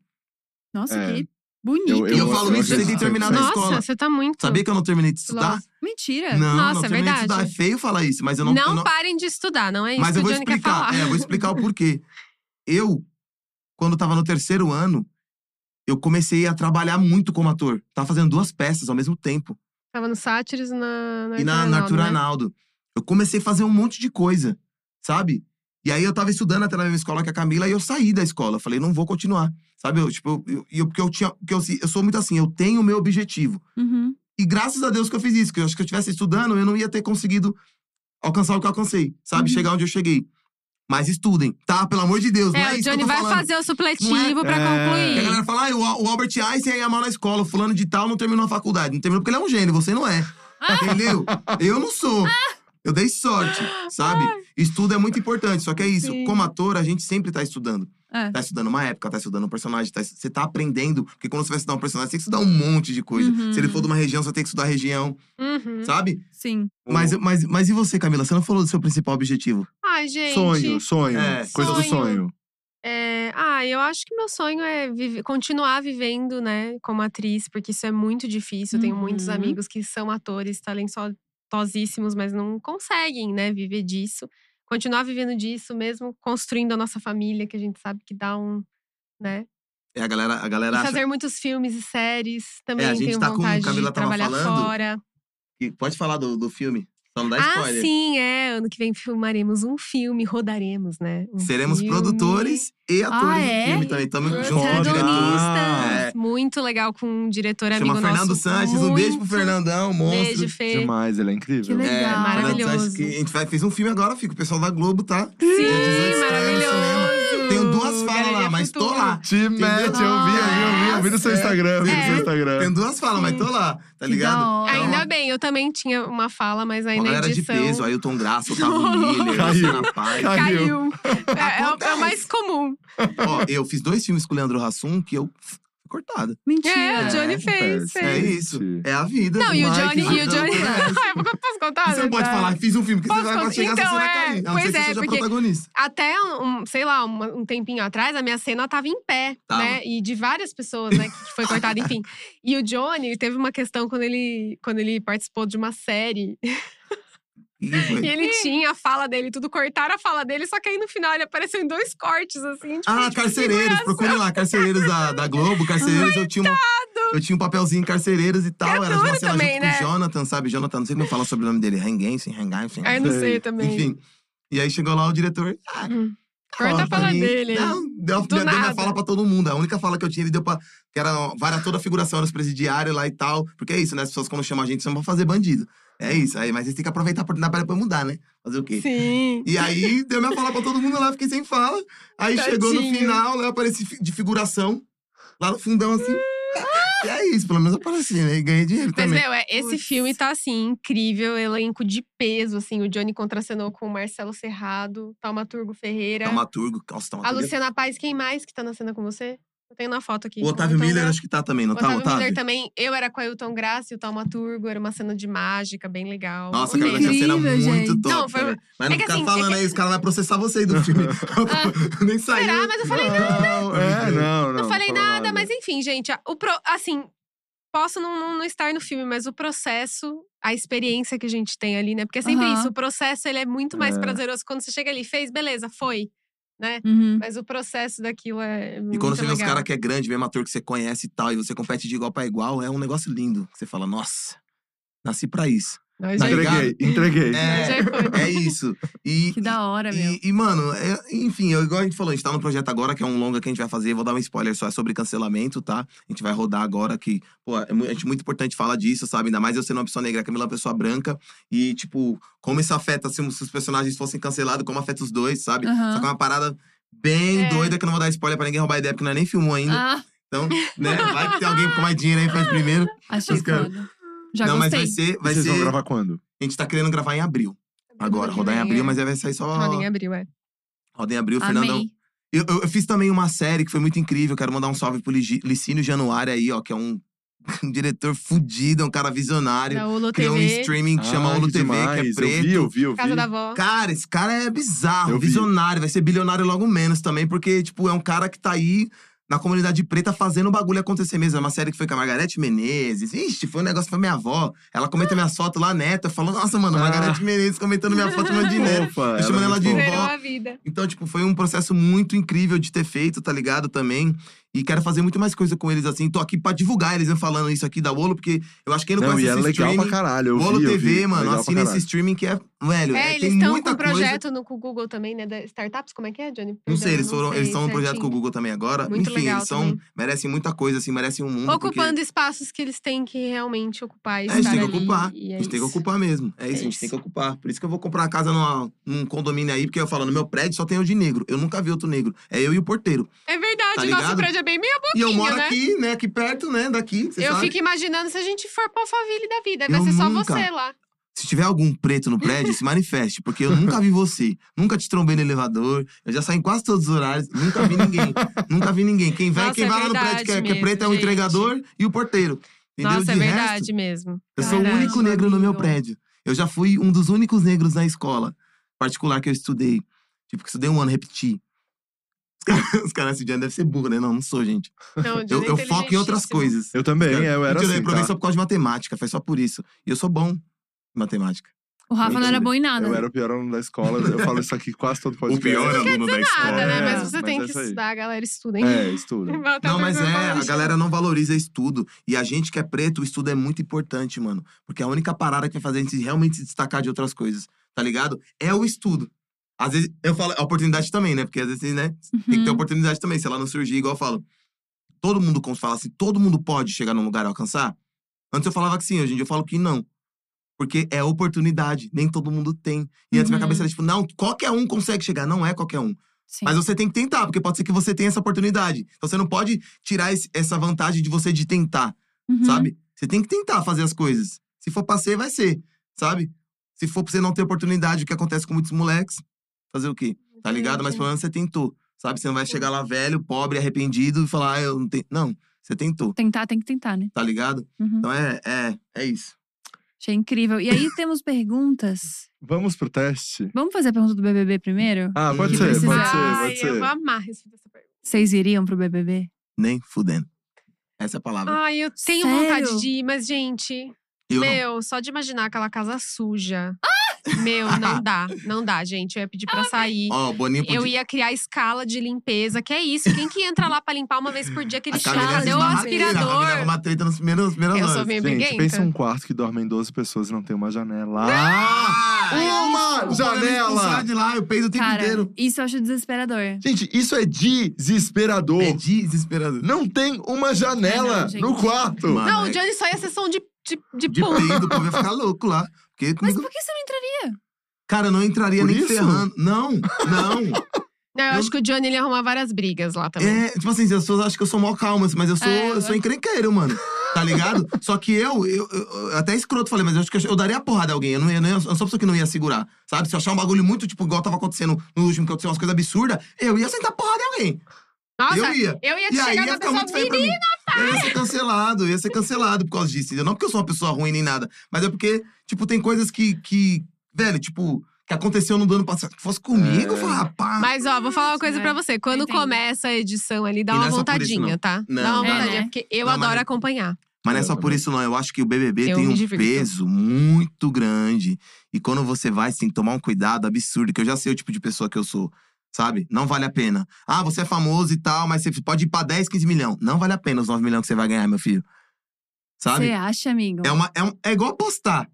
Speaker 1: Nossa,
Speaker 3: É.
Speaker 1: que bonito.
Speaker 2: eu falo isso
Speaker 3: acredito
Speaker 2: sem ter terminado a
Speaker 3: sempre.
Speaker 2: escola.
Speaker 4: Nossa, você tá muito.
Speaker 2: Sabia que eu não terminei de estudar?
Speaker 1: Mentira.
Speaker 2: Não,
Speaker 4: Nossa,
Speaker 2: não
Speaker 4: é
Speaker 2: terminei
Speaker 4: verdade.
Speaker 2: de estudar. É feio falar isso, mas eu não.
Speaker 4: não,
Speaker 2: eu não-
Speaker 4: parem de estudar, não é isso
Speaker 2: Mas
Speaker 4: que
Speaker 2: eu
Speaker 4: o
Speaker 2: vou
Speaker 4: Johnny quer
Speaker 2: explicar.
Speaker 4: falar.
Speaker 2: É, eu vou explicar o porquê. Eu, quando tava no terceiro ano, eu comecei a trabalhar muito como ator. Tava fazendo duas peças ao mesmo tempo.
Speaker 4: Tava no Sátiros na, na
Speaker 2: e na,
Speaker 4: Arthur
Speaker 2: na Arthur
Speaker 4: Arnaldo, né?
Speaker 2: Arnaldo. Eu comecei a fazer um monte de coisa, sabe? E aí eu tava estudando até na mesma escola que a Camila e eu saí da escola. Falei, não vou continuar. Sabe? Eu, tipo, eu, eu- porque eu tinha. Porque eu, se- eu sou muito assim, eu tenho o meu objetivo.
Speaker 1: Uhum.
Speaker 2: E graças a Deus que eu fiz isso, que eu acho que eu estivesse estudando, eu não ia ter conseguido alcançar o que eu alcancei, sabe?
Speaker 1: Uhum.
Speaker 2: Chegar onde eu cheguei. Mas estudem, tá? Pelo amor de Deus. não
Speaker 4: É,
Speaker 2: é
Speaker 4: o
Speaker 2: isso que eu
Speaker 4: Johnny
Speaker 2: tô
Speaker 4: vai
Speaker 2: falando.
Speaker 4: fazer o supletivo pra
Speaker 3: É.
Speaker 2: E a
Speaker 4: concluir.
Speaker 2: galera fala, ah, o o Albert Einstein ia mal na escola, o fulano de tal não terminou a faculdade. Não terminou porque ele é um gênio, você não é.
Speaker 4: Ah!
Speaker 2: Entendeu? Eu não sou. Eu dei sorte, sabe? Estudo é muito importante, só que é isso.
Speaker 4: Ah! Sim.
Speaker 2: Como ator, a gente sempre tá estudando.
Speaker 1: É.
Speaker 2: Tá estudando uma época, tá estudando um personagem, tá- você tá aprendendo. Porque quando você vai estudar um personagem, você tem que estudar um monte de coisa.
Speaker 1: Uhum.
Speaker 2: Se ele for de uma região, você tem que estudar a região,
Speaker 4: Uhum.
Speaker 2: sabe?
Speaker 1: Sim.
Speaker 2: Mas, mas, mas e você, Camila? Você não falou do seu principal objetivo.
Speaker 4: Ai, gente.
Speaker 3: Sonho, sonho.
Speaker 2: É.
Speaker 3: Coisa do
Speaker 4: Sonho.
Speaker 3: sonho.
Speaker 4: É, ah, eu acho que meu sonho é vive- continuar vivendo, né, como atriz, porque isso é muito difícil. Eu tenho muitos
Speaker 1: Uhum.
Speaker 4: amigos que são atores talentosíssimos, mas não conseguem, né, viver disso. Continuar vivendo disso, mesmo construindo a nossa família, que a gente sabe que dá um, né?
Speaker 2: É, a galera, a
Speaker 4: E
Speaker 2: galera acha
Speaker 4: fazer muitos filmes e séries também.
Speaker 2: gente
Speaker 4: tenho
Speaker 2: tá com-
Speaker 4: vontade
Speaker 2: Camila
Speaker 4: de
Speaker 2: tava
Speaker 4: trabalhar
Speaker 2: falando,
Speaker 4: fora.
Speaker 2: que- Pode falar do, do filme? Só não dá
Speaker 4: ah,
Speaker 2: spoiler.
Speaker 4: sim, é. Ano que vem filmaremos um filme, rodaremos, né? um
Speaker 2: Seremos
Speaker 4: filme.
Speaker 2: produtores
Speaker 4: Ah,
Speaker 2: e atores
Speaker 1: é?
Speaker 2: de filme também. Estamos
Speaker 3: Foda.
Speaker 2: junto com o diretor.
Speaker 4: Protagonistas.
Speaker 2: É.
Speaker 4: Muito legal com um diretor
Speaker 2: Chama
Speaker 4: amigo
Speaker 2: Fernando
Speaker 4: nosso.
Speaker 2: Sanches. Um beijo pro
Speaker 4: muito-
Speaker 2: Fernandão, monstro.
Speaker 4: Beijo, Fê.
Speaker 3: Demais, ele é
Speaker 1: Que
Speaker 3: incrível.
Speaker 1: legal.
Speaker 2: É, Fernando
Speaker 4: Maravilhoso.
Speaker 2: Sanches, que a gente vai, fez um filme agora, fica. O pessoal da Globo, tá?
Speaker 4: Sim,
Speaker 2: 18
Speaker 4: maravilhoso.
Speaker 2: Tenho duas falas
Speaker 4: Galeria
Speaker 2: lá, mas tô
Speaker 4: Futura.
Speaker 2: lá.
Speaker 3: Te mete, eu vi, eu vi, eu vi, eu vi no seu Instagram, eu vi no seu
Speaker 4: É.
Speaker 3: Instagram.
Speaker 2: Tenho duas falas, mas tô lá, tá
Speaker 1: Que
Speaker 2: ligado?
Speaker 1: da hora.
Speaker 4: Ainda bem, eu também tinha uma fala, mas aí
Speaker 2: Uma
Speaker 4: na
Speaker 2: galera de
Speaker 4: edição…
Speaker 2: peso, Ailton Graça, Otávio Miller,
Speaker 3: Caiu.
Speaker 2: Luciana Paz.
Speaker 4: Caiu. É, é o- é o
Speaker 2: Acontece.
Speaker 4: mais comum.
Speaker 2: Ó, eu fiz dois filmes com o Leandro Hassum que eu fui cortada.
Speaker 1: Mentira.
Speaker 4: É, o Johnny fez,
Speaker 3: acontece.
Speaker 2: É
Speaker 4: fez.
Speaker 3: Gente.
Speaker 2: isso. É a vida.
Speaker 4: Não, e o
Speaker 2: Mike,
Speaker 4: Johnny… E o
Speaker 2: Ailton
Speaker 4: Johnny…
Speaker 2: Graça.
Speaker 4: Ai, eu posso contar?
Speaker 2: Você não pode
Speaker 4: Tá.
Speaker 2: falar, fiz um filme, que você
Speaker 4: Posso
Speaker 2: vai
Speaker 4: contar?
Speaker 2: vai chegar
Speaker 4: Então,
Speaker 2: você vai
Speaker 4: é.
Speaker 2: cair. A não
Speaker 4: Pois
Speaker 2: ser que
Speaker 4: é,
Speaker 2: você seja
Speaker 4: porque-
Speaker 2: protagonista.
Speaker 4: Até, um, um, sei lá, uma- um tempinho atrás, a minha cena tava em pé,
Speaker 2: Tava.
Speaker 4: né? E de várias pessoas, né? Que foi cortada, enfim. E o Johnny teve uma questão quando ele, quando ele participou de uma série.
Speaker 2: Ih,
Speaker 4: E
Speaker 2: velho.
Speaker 4: ele tinha a fala dele, tudo cortaram a fala dele, só que aí no final ele apareceu em dois cortes, assim. Tipo,
Speaker 2: Ah,
Speaker 4: tipo,
Speaker 2: carcereiros, procurem lá, carcereiros da, da Globo, carcereiros, eu tinha, uma, eu tinha um papelzinho em carcereiros e tal.
Speaker 4: Que
Speaker 2: Era de uma
Speaker 4: duro
Speaker 2: cena
Speaker 4: também,
Speaker 2: junto
Speaker 4: né?
Speaker 2: com o Jonathan, sabe? Jonathan, não sei como fala sobre o nome dele, Hengensen, Hengensen.
Speaker 4: Aí Ah, não sei também.
Speaker 2: Enfim. E aí chegou lá o diretor. Ah,
Speaker 4: Hum.
Speaker 2: fala
Speaker 4: Corta a
Speaker 2: pra
Speaker 4: fala
Speaker 2: mim.
Speaker 4: dele.
Speaker 2: Não, deu, deu, deu
Speaker 4: nada.
Speaker 2: minha fala pra todo mundo. A única fala que eu tinha, ele deu pra. Que era várias toda a figuração, era os presidiários lá e tal. Porque é isso, né? As pessoas quando chamam a gente são pra fazer bandido. É isso. Aí, mas eles têm que aproveitar a oportunidade pra depois mudar, né? Fazer o quê?
Speaker 4: Sim.
Speaker 2: E aí, deu minha fala pra todo mundo lá, fiquei sem fala. Aí chegou no
Speaker 4: Tadinho.
Speaker 2: final, lá eu apareci fi- de figuração, lá no fundão, assim. E é isso, pelo menos eu apareci, né? E ganhei dinheiro
Speaker 4: Mas,
Speaker 2: também.
Speaker 4: meu, é- esse
Speaker 1: Putz.
Speaker 4: filme tá, assim, incrível. Elenco de peso, assim. O Johnny contracenou com o Marcelo Serrado, Taumaturgo Ferreira.
Speaker 2: Taumaturgo, nossa,
Speaker 4: né? A
Speaker 2: taumaturgo. é
Speaker 4: Luciana Paz, quem mais que tá na cena com você? Eu tenho na foto aqui.
Speaker 2: O Otávio
Speaker 4: Então,
Speaker 2: Miller
Speaker 4: né?
Speaker 2: acho que tá também, não tá,
Speaker 4: Otávio,
Speaker 2: Otávio?
Speaker 4: Miller também. Eu era com a Ailton Graça e o Taumaturgo. Era uma cena de mágica, bem legal.
Speaker 2: Nossa,
Speaker 4: Amei.
Speaker 2: cara, essa cena é muito
Speaker 1: Incrível, gente.
Speaker 2: top.
Speaker 4: Não, foi-
Speaker 2: velho. Mas não
Speaker 4: é que
Speaker 2: fica
Speaker 4: assim, é
Speaker 2: falando
Speaker 4: que- Ah.
Speaker 2: aí, os caras vão processar você aí do filme. Nem saiu.
Speaker 4: Será? Mas eu falei
Speaker 3: Não, é, não, não.
Speaker 4: Não falei
Speaker 3: falou
Speaker 4: nada, mas enfim, gente. a- O pro- assim, posso não, não- não estar no filme, mas o processo, a experiência que a gente tem ali, né? Porque é sempre
Speaker 1: Aham.
Speaker 4: isso. O processo, ele é muito mais
Speaker 3: É.
Speaker 4: prazeroso quando você chega ali. Fez, beleza, foi. Né?
Speaker 1: Uhum.
Speaker 4: Mas o processo daquilo é
Speaker 2: E
Speaker 4: muito
Speaker 2: quando você vê
Speaker 4: legal.
Speaker 2: uns caras que é grande, mesmo ator que você conhece e tal, e você compete de igual pra igual, é um negócio lindo. Você fala, nossa, nasci pra isso.
Speaker 4: Não,
Speaker 2: tá
Speaker 4: já-
Speaker 2: ligado?
Speaker 3: Entreguei, entreguei.
Speaker 2: É,
Speaker 4: já foi.
Speaker 2: É isso, Isso. E,
Speaker 1: Que da hora, meu.
Speaker 2: e, e, mano, é- enfim, eu- igual a gente falou, a gente tá no projeto agora, que é um longa que a gente vai fazer. Vou dar um spoiler só, é sobre cancelamento, tá? A gente vai rodar agora, que, pô, é mu- gente, muito importante falar disso, sabe? Ainda mais eu sendo uma pessoa negra, a Camila é uma pessoa branca. E, tipo, como isso afeta, se, se os personagens fossem cancelados, como afeta os dois, sabe?
Speaker 1: Aham.
Speaker 2: Só que é uma parada bem
Speaker 4: É.
Speaker 2: doida, que eu não vou dar spoiler pra ninguém roubar a ideia, porque não é nem filmou ainda.
Speaker 1: Ah,
Speaker 2: Então, né, vai que tem alguém com mais dinheiro aí, faz primeiro.
Speaker 1: achei
Speaker 2: Os caras-
Speaker 1: foda. Já
Speaker 2: não, mas assim,
Speaker 1: gostei.
Speaker 2: vai ser… Vai
Speaker 3: Mas vocês
Speaker 2: ser
Speaker 3: vão gravar quando?
Speaker 2: A gente tá querendo gravar em abril. Agora,
Speaker 4: que
Speaker 2: rodar em
Speaker 4: vem,
Speaker 2: abril,
Speaker 4: é.
Speaker 2: mas aí vai sair só…
Speaker 4: Roda em abril, é.
Speaker 2: Roda em abril, Fernandão…
Speaker 1: Amei.
Speaker 2: Eu, eu- eu fiz também uma série que foi muito incrível. Quero mandar um salve pro Ligi- Licínio Januário aí, ó, que é um, um diretor fudido, é um cara visionário.
Speaker 4: Da Olo
Speaker 2: Criou um
Speaker 4: TV,
Speaker 2: streaming que chama
Speaker 3: Ai,
Speaker 2: Olo TV,
Speaker 3: Ah, demais.
Speaker 2: que é
Speaker 3: Eu vi,
Speaker 2: preto.
Speaker 3: eu vi, eu vi.
Speaker 4: Casa da Vó.
Speaker 2: Cara, esse cara é bizarro,
Speaker 3: Eu vi.
Speaker 2: visionário, vai ser bilionário logo menos também, porque, tipo, é um cara que tá aí na comunidade preta fazendo o bagulho acontecer mesmo. É uma série que foi com a Margarete Menezes. Ixi, foi um negócio, foi minha avó. Ela comenta minhas fotos lá, neta. Eu falo, nossa, mano, a
Speaker 3: Ah.
Speaker 2: Margarete Menezes comentando minha foto, meu de neta.
Speaker 3: Opa,
Speaker 2: Eu chamo
Speaker 3: é
Speaker 2: ela
Speaker 3: muito
Speaker 2: de
Speaker 3: fofa.
Speaker 2: vó.
Speaker 4: Zerou a vida.
Speaker 2: Então, tipo, foi um processo muito incrível de ter feito, tá ligado? Também. E quero fazer muito mais coisa com eles, assim. Tô aqui pra divulgar eles né, falando isso aqui da Olo, porque eu acho que quem não,
Speaker 3: Não,
Speaker 2: conhece
Speaker 3: e é
Speaker 2: esse
Speaker 3: legal
Speaker 2: streaming.
Speaker 3: pra caralho. Eu
Speaker 2: Olo
Speaker 3: vi, eu
Speaker 2: TV,
Speaker 3: vi. é
Speaker 2: mano,
Speaker 3: Legal pra
Speaker 2: assina esse
Speaker 3: caralho.
Speaker 2: streaming que é. Velho,
Speaker 4: É,
Speaker 2: é,
Speaker 4: eles
Speaker 2: tem
Speaker 4: estão com
Speaker 2: muita
Speaker 4: um
Speaker 2: coisa.
Speaker 4: projeto no com o Google também, né? da Startups, como é que é, Johnny?
Speaker 2: Não
Speaker 4: Perdão,
Speaker 2: sei, eles foram,
Speaker 4: sei
Speaker 2: eles estão no projeto com o
Speaker 4: certinho.
Speaker 2: Google também agora.
Speaker 4: Muito
Speaker 2: Enfim,
Speaker 4: legal
Speaker 2: eles são,
Speaker 4: também.
Speaker 2: merecem muita coisa, assim, merecem um mundo. porque
Speaker 4: Ocupando espaços que eles têm que realmente ocupar. e
Speaker 2: É, a gente
Speaker 4: estar
Speaker 2: tem que
Speaker 4: ali,
Speaker 2: ocupar.
Speaker 4: e é
Speaker 2: a gente tem que
Speaker 4: isso.
Speaker 2: ocupar mesmo. É isso,
Speaker 4: É
Speaker 2: a gente
Speaker 4: isso.
Speaker 2: tem que ocupar. Por isso que eu vou comprar uma casa numa- num condomínio aí, porque eu falo, no meu prédio só tem eu de negro. Eu nunca vi outro negro. É eu e o porteiro.
Speaker 4: É verdade,
Speaker 2: Tá
Speaker 4: nosso
Speaker 2: ligado?
Speaker 4: prédio é bem meio
Speaker 2: E eu
Speaker 4: pouquinho,
Speaker 2: moro
Speaker 4: né?
Speaker 2: aqui, né? Aqui perto, né? Daqui, você
Speaker 4: Eu
Speaker 2: sabe.
Speaker 4: fico imaginando se a gente for pro Alphaville da vida. Vai
Speaker 2: Eu
Speaker 4: ser só
Speaker 2: nunca.
Speaker 4: você lá.
Speaker 2: Se tiver algum preto no prédio, se manifeste. Porque eu nunca vi você. Nunca te trombei no elevador. Eu já saí em quase todos os horários. Nunca vi ninguém. nunca vi ninguém. Quem vai,
Speaker 4: Nossa,
Speaker 2: quem
Speaker 4: é
Speaker 2: vai lá no prédio
Speaker 4: verdade
Speaker 2: que é, que é
Speaker 4: mesmo,
Speaker 2: preto é o
Speaker 4: gente.
Speaker 2: entregador e o porteiro. Entendeu?
Speaker 4: Nossa, é
Speaker 2: De
Speaker 4: verdade
Speaker 2: resto,
Speaker 4: mesmo.
Speaker 2: eu
Speaker 4: É
Speaker 2: sou o
Speaker 4: verdade.
Speaker 2: único negro no meu
Speaker 1: amigo.
Speaker 2: prédio. Eu já fui um dos únicos negros na escola particular que eu estudei. Tipo, que estudei um ano, repeti. Os caras, os caras esse dia devem ser burro, né? Não, não sou, gente.
Speaker 4: Não, o
Speaker 2: Eu,
Speaker 4: Johnny é
Speaker 2: eu foco em outras
Speaker 4: inteligentíssimo.
Speaker 2: coisas.
Speaker 3: Eu também,
Speaker 2: Cara,
Speaker 3: eu era
Speaker 2: mentira,
Speaker 3: assim,
Speaker 2: Eu reprovei
Speaker 3: tá?
Speaker 2: só por causa de matemática, foi só por isso. E eu sou bom em matemática.
Speaker 1: O Rafa não era
Speaker 2: né?
Speaker 1: bom em nada.
Speaker 3: Eu era o pior aluno da escola. Eu falo isso aqui quase todo podcast.
Speaker 2: aluno da
Speaker 4: Nada, né?
Speaker 3: É,
Speaker 4: Mas você
Speaker 3: mas
Speaker 4: tem
Speaker 3: é
Speaker 4: que
Speaker 3: isso aí.
Speaker 4: estudar, a galera estuda, hein?
Speaker 3: É, estudo.
Speaker 4: Volta
Speaker 2: Não,
Speaker 4: pra
Speaker 2: mas é,
Speaker 4: falar
Speaker 2: a
Speaker 4: disso.
Speaker 2: galera não valoriza estudo. E a gente que é preto, o estudo é muito importante, mano. Porque é a única parada que vai fazer a gente realmente se destacar de outras coisas, tá ligado? É o estudo. Às vezes, eu falo, a oportunidade também, né? Porque às vezes, né? Tem que ter
Speaker 1: Uhum.
Speaker 2: oportunidade também. Se ela não surgir, igual eu falo. Todo mundo cons- fala assim, todo mundo pode chegar num lugar e alcançar? Antes eu falava que sim, hoje em dia eu falo que não. Porque é oportunidade, nem todo mundo tem. E antes minha
Speaker 1: Uhum.
Speaker 2: cabeça era tipo, não, qualquer um consegue chegar. Não é qualquer um.
Speaker 1: Sim.
Speaker 2: Mas você tem que tentar, porque pode ser que você tenha essa oportunidade. Então você não pode tirar esse- essa vantagem de você de tentar,
Speaker 1: Uhum.
Speaker 2: sabe? Você tem que tentar fazer as coisas. Se for pra ser, vai ser, sabe? Se for pra você não ter oportunidade, o que acontece com muitos moleques, fazer o quê? Tá ligado? Mas pelo menos você tentou, sabe? Você não vai chegar lá velho, pobre, arrependido e falar, ah, eu não tenho. Não, você tentou,
Speaker 1: Tentar, tem que tentar, né?
Speaker 2: tá ligado?
Speaker 1: Uhum.
Speaker 2: Então é, é, é isso.
Speaker 1: Achei incrível. E aí temos perguntas.
Speaker 3: Vamos pro teste?
Speaker 1: Vamos fazer a pergunta do BBB primeiro?
Speaker 3: Ah, pode
Speaker 2: Que
Speaker 3: ser, pode ser,
Speaker 1: precisa-
Speaker 4: Ai,
Speaker 3: pode
Speaker 4: eu vou
Speaker 3: ser.
Speaker 4: amar responder essa pergunta.
Speaker 1: Vocês iriam pro BBB?
Speaker 2: Nem fudendo. Essa é a palavra.
Speaker 4: Ai, eu tenho
Speaker 1: Sério?
Speaker 4: vontade de ir, mas, gente,
Speaker 2: eu não.
Speaker 4: meu, só de imaginar aquela casa suja. Meu, não dá, não dá, gente. Eu ia pedir pra sair.
Speaker 2: Ó, o Boninho podia.
Speaker 4: Eu ia criar escala de limpeza, que é isso. Quem que entra lá pra limpar uma vez por dia aquele
Speaker 2: A Camila
Speaker 4: chá?
Speaker 2: se
Speaker 4: Deu um
Speaker 2: esbarra- A Camila é
Speaker 4: aspirador.
Speaker 2: arruma treta nos primeiros, nos primeiros
Speaker 4: Eu sou
Speaker 2: anos.
Speaker 4: meio
Speaker 3: Gente, pensa
Speaker 1: então?
Speaker 4: briguenta.
Speaker 3: um quarto que dormem 12 pessoas e não tem uma janela.
Speaker 2: Ah!
Speaker 3: Uma
Speaker 2: Uma janela! de lá, eu peido o tempo
Speaker 1: Cara,
Speaker 2: inteiro.
Speaker 1: isso eu acho desesperador.
Speaker 3: Gente, isso é desesperador.
Speaker 2: É desesperado.
Speaker 3: Não tem uma janela
Speaker 1: Não, gente.
Speaker 3: no quarto.
Speaker 2: Mano,
Speaker 4: Não,
Speaker 2: é-
Speaker 4: o Johnny só ia sessão de, de, de,
Speaker 2: De
Speaker 4: pum.
Speaker 2: peido, o povo ia ficar louco lá. Porque
Speaker 1: Mas
Speaker 2: comigo...
Speaker 1: por que você não entraria?
Speaker 2: Cara, eu não entraria
Speaker 3: Por
Speaker 2: nem
Speaker 3: isso?
Speaker 2: ferrando. Não, não.
Speaker 4: Não, eu
Speaker 2: Eu-
Speaker 4: acho que o Johnny ele ia arrumar várias brigas lá também.
Speaker 2: é, tipo assim, as pessoas acham que eu sou mó calma, mas eu sou,
Speaker 1: É, eu
Speaker 2: eu sou encrenqueiro, mano. Tá ligado? Só que eu, eu, eu- eu até escroto falei, mas eu acho que eu, eu daria a porrada a alguém. Eu, não ia, não ia- eu sou uma pessoa que não ia segurar. Sabe? Se eu achar um bagulho muito, tipo, igual tava acontecendo no último, que aconteceu umas coisas absurdas, eu ia sentar porrada em alguém.
Speaker 4: Nossa,
Speaker 2: eu ia.
Speaker 4: eu ia te
Speaker 2: E aí
Speaker 4: chegar
Speaker 2: ia
Speaker 4: na
Speaker 2: ficar
Speaker 4: pessoa
Speaker 2: muito feio
Speaker 4: menina.
Speaker 2: pra mim. Eu ia ser cancelado, eu ia ser cancelado por causa disso. entendeu? Não porque eu sou uma pessoa ruim nem nada, mas é porque, tipo, tem coisas que, que velho, tipo, que aconteceu no ano passado. Que fosse comigo, eu
Speaker 3: É.
Speaker 2: falava, "Ah, rapaz.
Speaker 4: Mas ó, vou falar uma coisa
Speaker 1: É,
Speaker 4: pra você. Quando
Speaker 1: entendo.
Speaker 4: começa a edição ali, dá
Speaker 2: E não
Speaker 4: uma
Speaker 2: é só por isso,
Speaker 4: vontadinha,
Speaker 2: não.
Speaker 4: tá?
Speaker 2: Não,
Speaker 4: dá uma
Speaker 1: dá,
Speaker 4: vontadinha,
Speaker 1: não.
Speaker 4: porque eu
Speaker 2: Não, mas
Speaker 4: adoro
Speaker 2: é-
Speaker 4: acompanhar.
Speaker 2: Mas não é só por isso, não. Eu acho que o BBB
Speaker 4: Eu
Speaker 2: tem
Speaker 4: me
Speaker 2: um
Speaker 4: divirto.
Speaker 2: peso muito grande. E quando você vai, você tem que tomar um cuidado absurdo, que eu já sei o tipo de pessoa que eu sou. Sabe? Não vale a pena. Ah, você é famoso e tal, mas você pode ir pra 10, 15 milhões. Não vale a pena os 9 milhões que você vai ganhar, meu filho. Sabe?
Speaker 1: Você acha, amigo?
Speaker 2: É, uma, é, um- é igual apostar.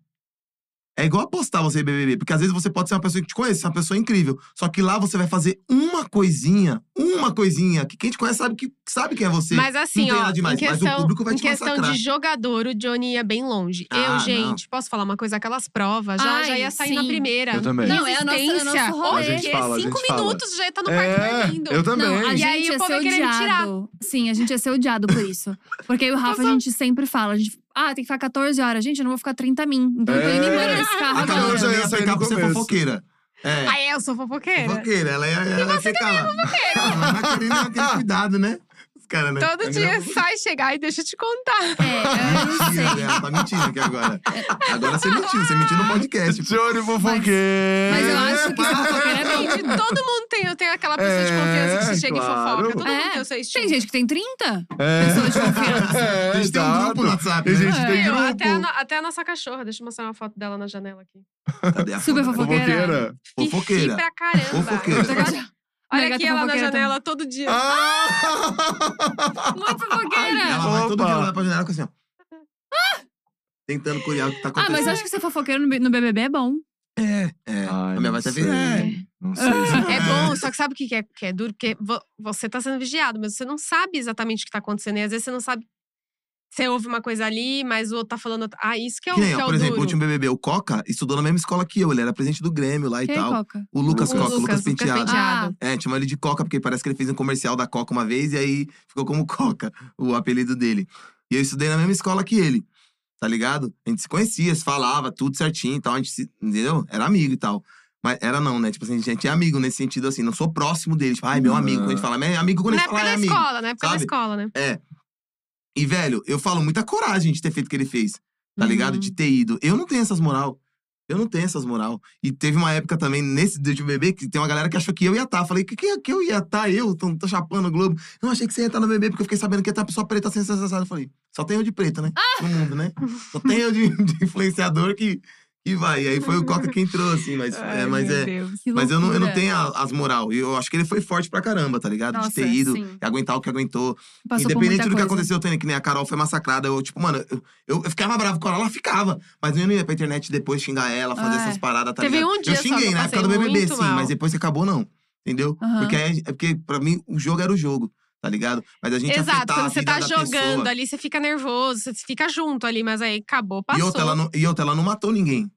Speaker 2: É igual apostar você BBB, porque às vezes você pode ser uma pessoa que te conhece, ser uma pessoa incrível. Só que lá você vai fazer uma coisinha, uma coisinha, que quem te conhece sabe, que, sabe quem é você.
Speaker 4: Mas assim,
Speaker 2: tem
Speaker 4: ó,
Speaker 2: nada demais,
Speaker 4: em
Speaker 2: mas o
Speaker 4: questão,
Speaker 2: público vai
Speaker 4: em
Speaker 2: te
Speaker 4: questão
Speaker 2: massacrar.
Speaker 4: de jogador, o Johnny ia bem longe.
Speaker 2: Ah,
Speaker 4: eu,
Speaker 2: não.
Speaker 4: gente, posso falar uma coisa? Aquelas provas, já,
Speaker 1: Ai,
Speaker 4: já ia sair na
Speaker 1: sim.
Speaker 4: primeira.
Speaker 3: Eu também.
Speaker 1: Não, é a nossa- é o nosso
Speaker 4: Resistência.
Speaker 1: rolê.
Speaker 4: Olha,
Speaker 1: A
Speaker 3: gente fala, a
Speaker 4: cinco
Speaker 3: gente fala.
Speaker 4: minutos já tá no quarto
Speaker 3: É,
Speaker 4: dormindo.
Speaker 3: eu também.
Speaker 1: Não, a
Speaker 4: E
Speaker 1: gente
Speaker 4: aí o
Speaker 1: ia
Speaker 4: povo
Speaker 1: ser
Speaker 4: ia querer me tirar. Então
Speaker 1: odiado. Sim, a gente ia ser odiado por isso. Porque aí o Rafa, a gente sempre fala. a gente, ah, tem que ficar 14 horas. Gente, eu não vou ficar 30 mim. Então eu tô indo
Speaker 3: É.
Speaker 1: embora desse carro
Speaker 2: A
Speaker 3: Acabou
Speaker 2: Camila
Speaker 1: agora.
Speaker 3: já
Speaker 2: também
Speaker 3: ia
Speaker 2: ia
Speaker 3: sair no
Speaker 2: pegar por ser
Speaker 3: começa.
Speaker 2: fofoqueira. É.
Speaker 4: Ah, eu sou fofoqueira?
Speaker 2: Fofoqueira, ela ia, ela ia ficar
Speaker 4: é
Speaker 2: lá. Ela vai querer né, aquele cuidado, né? Os caras, né?
Speaker 4: Todo
Speaker 2: Camila
Speaker 4: dia
Speaker 2: é fofoqueira.
Speaker 4: sai, chegar e deixa eu te contar.
Speaker 1: É, eu não
Speaker 2: Mentira,
Speaker 1: sei.
Speaker 2: né? Ela tá mentindo aqui agora. Agora você mentiu, você mentiu no podcast. pô.
Speaker 3: Johnny fofoqueiro.
Speaker 1: é Mas eu acho que fofoqueira é bem.
Speaker 4: Gente, todo mundo tem, eu tenho aquela pessoa de
Speaker 3: É,
Speaker 4: confiança que chega
Speaker 3: claro.
Speaker 4: e fofoca. Todo
Speaker 1: É.
Speaker 4: mundo tem o seu estilo.
Speaker 1: Tem gente que tem 30?
Speaker 3: É.
Speaker 1: Pessoas de confiança. É,
Speaker 3: É,
Speaker 2: A gente tem um grupo no
Speaker 3: exato.
Speaker 2: WhatsApp,
Speaker 3: E a
Speaker 2: né?
Speaker 3: gente tem
Speaker 4: Eu,
Speaker 3: grupo.
Speaker 4: até, a, no- até a nossa cachorra, deixa eu mostrar uma foto dela na janela aqui.
Speaker 2: Cadê a
Speaker 1: Super
Speaker 2: foto?
Speaker 1: fofoqueira.
Speaker 3: Fofoqueira.
Speaker 2: Fofoqueira.
Speaker 4: Fifi pra caramba.
Speaker 2: Fofoqueira.
Speaker 1: Tá
Speaker 4: Olha-
Speaker 1: Minha
Speaker 4: Olha
Speaker 1: gata
Speaker 4: aqui ela na
Speaker 1: tá fofoqueira
Speaker 4: janela todo dia.
Speaker 3: Ah!
Speaker 1: Muito fofoqueira.
Speaker 2: Ela vai todo
Speaker 3: Opa.
Speaker 2: dia lá pra janela com assim, ó. Tentando curiar o que
Speaker 1: Ah,
Speaker 2: tá acontecendo.
Speaker 1: mas eu acho que ser fofoqueiro no B- no BBB é bom.
Speaker 2: É,
Speaker 3: Ai,
Speaker 2: a minha
Speaker 3: não
Speaker 2: vai até
Speaker 3: sei.
Speaker 2: ver. É.
Speaker 3: Não sei. se-
Speaker 4: É bom, só que sabe o que que é, que é duro? Porque vo- você tá sendo vigiado, mas você não sabe exatamente o que tá acontecendo. E às vezes você não sabe. Você ouve uma coisa ali, mas o outro tá falando. outra- Ah, isso que é o,
Speaker 2: Que
Speaker 4: que
Speaker 2: nem,
Speaker 4: é
Speaker 2: ó,
Speaker 4: o
Speaker 2: por exemplo, o
Speaker 4: duro.
Speaker 2: último BBB, o Coca, estudou na mesma escola que eu. Ele era presidente do Grêmio lá e
Speaker 1: Quem é
Speaker 2: tal.
Speaker 1: Coca?
Speaker 2: O Lucas
Speaker 3: O
Speaker 2: Coca, o
Speaker 4: Lucas,
Speaker 2: Lucas
Speaker 4: Lucas Penteado.
Speaker 2: Penteado.
Speaker 1: Ah,
Speaker 2: É, chama ele de Coca, porque parece que ele fez um comercial da Coca uma vez e aí ficou como Coca, o apelido dele. E eu estudei na mesma escola que ele, tá ligado? A gente se conhecia, se falava, tudo certinho e tal. A gente se, entendeu? Era amigo e tal. Mas era não, né? Tipo assim, a gente é amigo nesse sentido assim, não sou próximo dele. Tipo, ai, meu amigo. Quando a gente fala, é amigo quando a
Speaker 4: Uhum. Na
Speaker 2: gente
Speaker 4: época
Speaker 2: fala, é
Speaker 4: da
Speaker 2: amigo.
Speaker 4: escola, na época da
Speaker 2: sabe?
Speaker 4: escola, né?
Speaker 2: E, velho, eu falo muita coragem de ter feito o que ele fez, tá
Speaker 1: Uhum.
Speaker 2: ligado? De ter ido. Eu não tenho essas moral. Eu não tenho essas moral. E teve uma época também, nesse dia de bebê, que tem uma galera que achou que eu ia estar. Falei, que, que, que eu ia estar? Eu? Tô, tô chapando o Globo. Não, achei que você ia estar no bebê, porque eu fiquei sabendo que ia estar uma pessoa preta sem sensação. Eu falei, só tem eu de preta, né? No mundo, né? Só tem eu de, de influenciador que, que vai. E aí foi o Coca quem entrou, assim. Mas é,
Speaker 4: Ai,
Speaker 2: mas
Speaker 4: meu
Speaker 2: é,
Speaker 4: Deus.
Speaker 1: que
Speaker 2: mas eu não, eu não
Speaker 1: loucura.
Speaker 2: tenho a- as moral. E Eu acho que ele foi forte pra caramba, tá ligado?
Speaker 1: Nossa,
Speaker 2: de ter ido,
Speaker 1: sim.
Speaker 2: aguentar o que aguentou.
Speaker 1: Passou por
Speaker 2: Independente
Speaker 1: muita
Speaker 2: do que
Speaker 1: coisa.
Speaker 2: aconteceu, Tânia, que nem a Carol foi massacrada. Eu, tipo, mano, eu, eu- eu ficava bravo com ela, ela ficava. Mas eu não ia pra internet depois xingar ela, fazer
Speaker 1: Ah, é.
Speaker 2: essas paradas, tá
Speaker 4: Teve
Speaker 2: ligado?
Speaker 4: um dia
Speaker 2: eu
Speaker 4: só que
Speaker 2: xinguei
Speaker 4: eu
Speaker 2: na época do
Speaker 4: passei
Speaker 2: BBB,
Speaker 4: muito
Speaker 2: sim,
Speaker 4: mal.
Speaker 2: mas depois que acabou, não. Entendeu?
Speaker 1: Aham.
Speaker 2: Porque, aí- é porque, pra mim, o jogo era o jogo, tá ligado? Mas a gente
Speaker 4: Exato,
Speaker 2: afetar a
Speaker 4: quando você
Speaker 2: vida
Speaker 4: tá
Speaker 2: da
Speaker 4: jogando
Speaker 2: pessoa.
Speaker 4: ali, você fica nervoso, você fica junto ali, mas aí acabou,
Speaker 2: E
Speaker 4: passou.
Speaker 2: outra, ela não, e outra, ela não matou ninguém.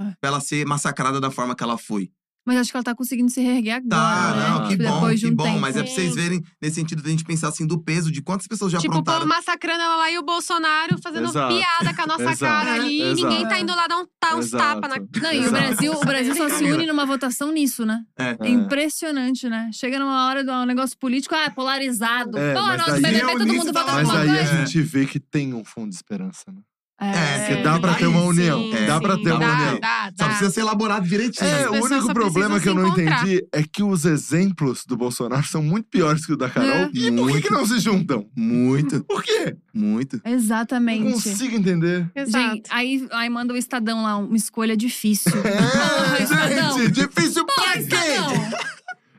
Speaker 1: É.
Speaker 2: Pra ela ser massacrada da forma que ela foi.
Speaker 1: Mas acho que ela tá conseguindo se reerguer agora.
Speaker 2: Tá,
Speaker 1: né?
Speaker 4: é.
Speaker 2: não, que
Speaker 1: Tipo,
Speaker 2: bom,
Speaker 1: depois de
Speaker 2: que
Speaker 1: um
Speaker 2: bom.
Speaker 1: tempo.
Speaker 2: Mas é pra vocês verem, nesse sentido, da gente pensar assim, do peso, de quantas pessoas já
Speaker 4: tipo, o
Speaker 2: aprontaram.
Speaker 4: povo massacrando ela lá e o Bolsonaro fazendo
Speaker 3: Exato.
Speaker 4: piada com a nossa
Speaker 3: Exato.
Speaker 4: cara ali.
Speaker 3: Exato.
Speaker 4: Ninguém tá indo lá dar um, tá, uns
Speaker 3: Exato.
Speaker 4: tapa na.
Speaker 1: Não, e o
Speaker 3: Exato.
Speaker 1: Brasil, o Brasil só se une numa votação nisso, né?
Speaker 2: É.
Speaker 1: É impressionante, né? Chega numa hora do um negócio político, ah, polarizado.
Speaker 3: É,
Speaker 1: Pô,
Speaker 3: mas
Speaker 1: nossa,
Speaker 3: daí-
Speaker 1: BBB, todo
Speaker 2: Leonista
Speaker 1: mundo vota
Speaker 2: lá.
Speaker 3: É. Mas
Speaker 1: numa
Speaker 3: aí
Speaker 1: coisa.
Speaker 3: a gente vê que tem um fundo de esperança, né?
Speaker 2: É,
Speaker 3: Porque dá pra ter uma união.
Speaker 4: Sim,
Speaker 3: dá pra
Speaker 4: sim,
Speaker 3: ter uma
Speaker 4: dá,
Speaker 3: união.
Speaker 4: Dá,
Speaker 2: um Só
Speaker 4: dá.
Speaker 2: precisa ser elaborado direitinho.
Speaker 3: É,
Speaker 4: as
Speaker 3: o
Speaker 4: pessoas
Speaker 3: único
Speaker 4: só
Speaker 3: problema
Speaker 4: precisam
Speaker 3: que eu
Speaker 4: se
Speaker 3: não
Speaker 4: encontrar.
Speaker 3: entendi é que os exemplos do Bolsonaro são muito piores que o da Carol.
Speaker 1: É.
Speaker 3: E por que, que não se juntam?
Speaker 2: Muito,
Speaker 3: Por quê?
Speaker 2: muito.
Speaker 3: Não
Speaker 1: Exatamente.
Speaker 3: consigo entender.
Speaker 4: Exato.
Speaker 1: Gente, aí, aí manda o Estadão lá, uma escolha difícil.
Speaker 3: É,
Speaker 1: Estadão.
Speaker 3: gente, difícil pra
Speaker 1: Pô, Estadão!
Speaker 3: quem?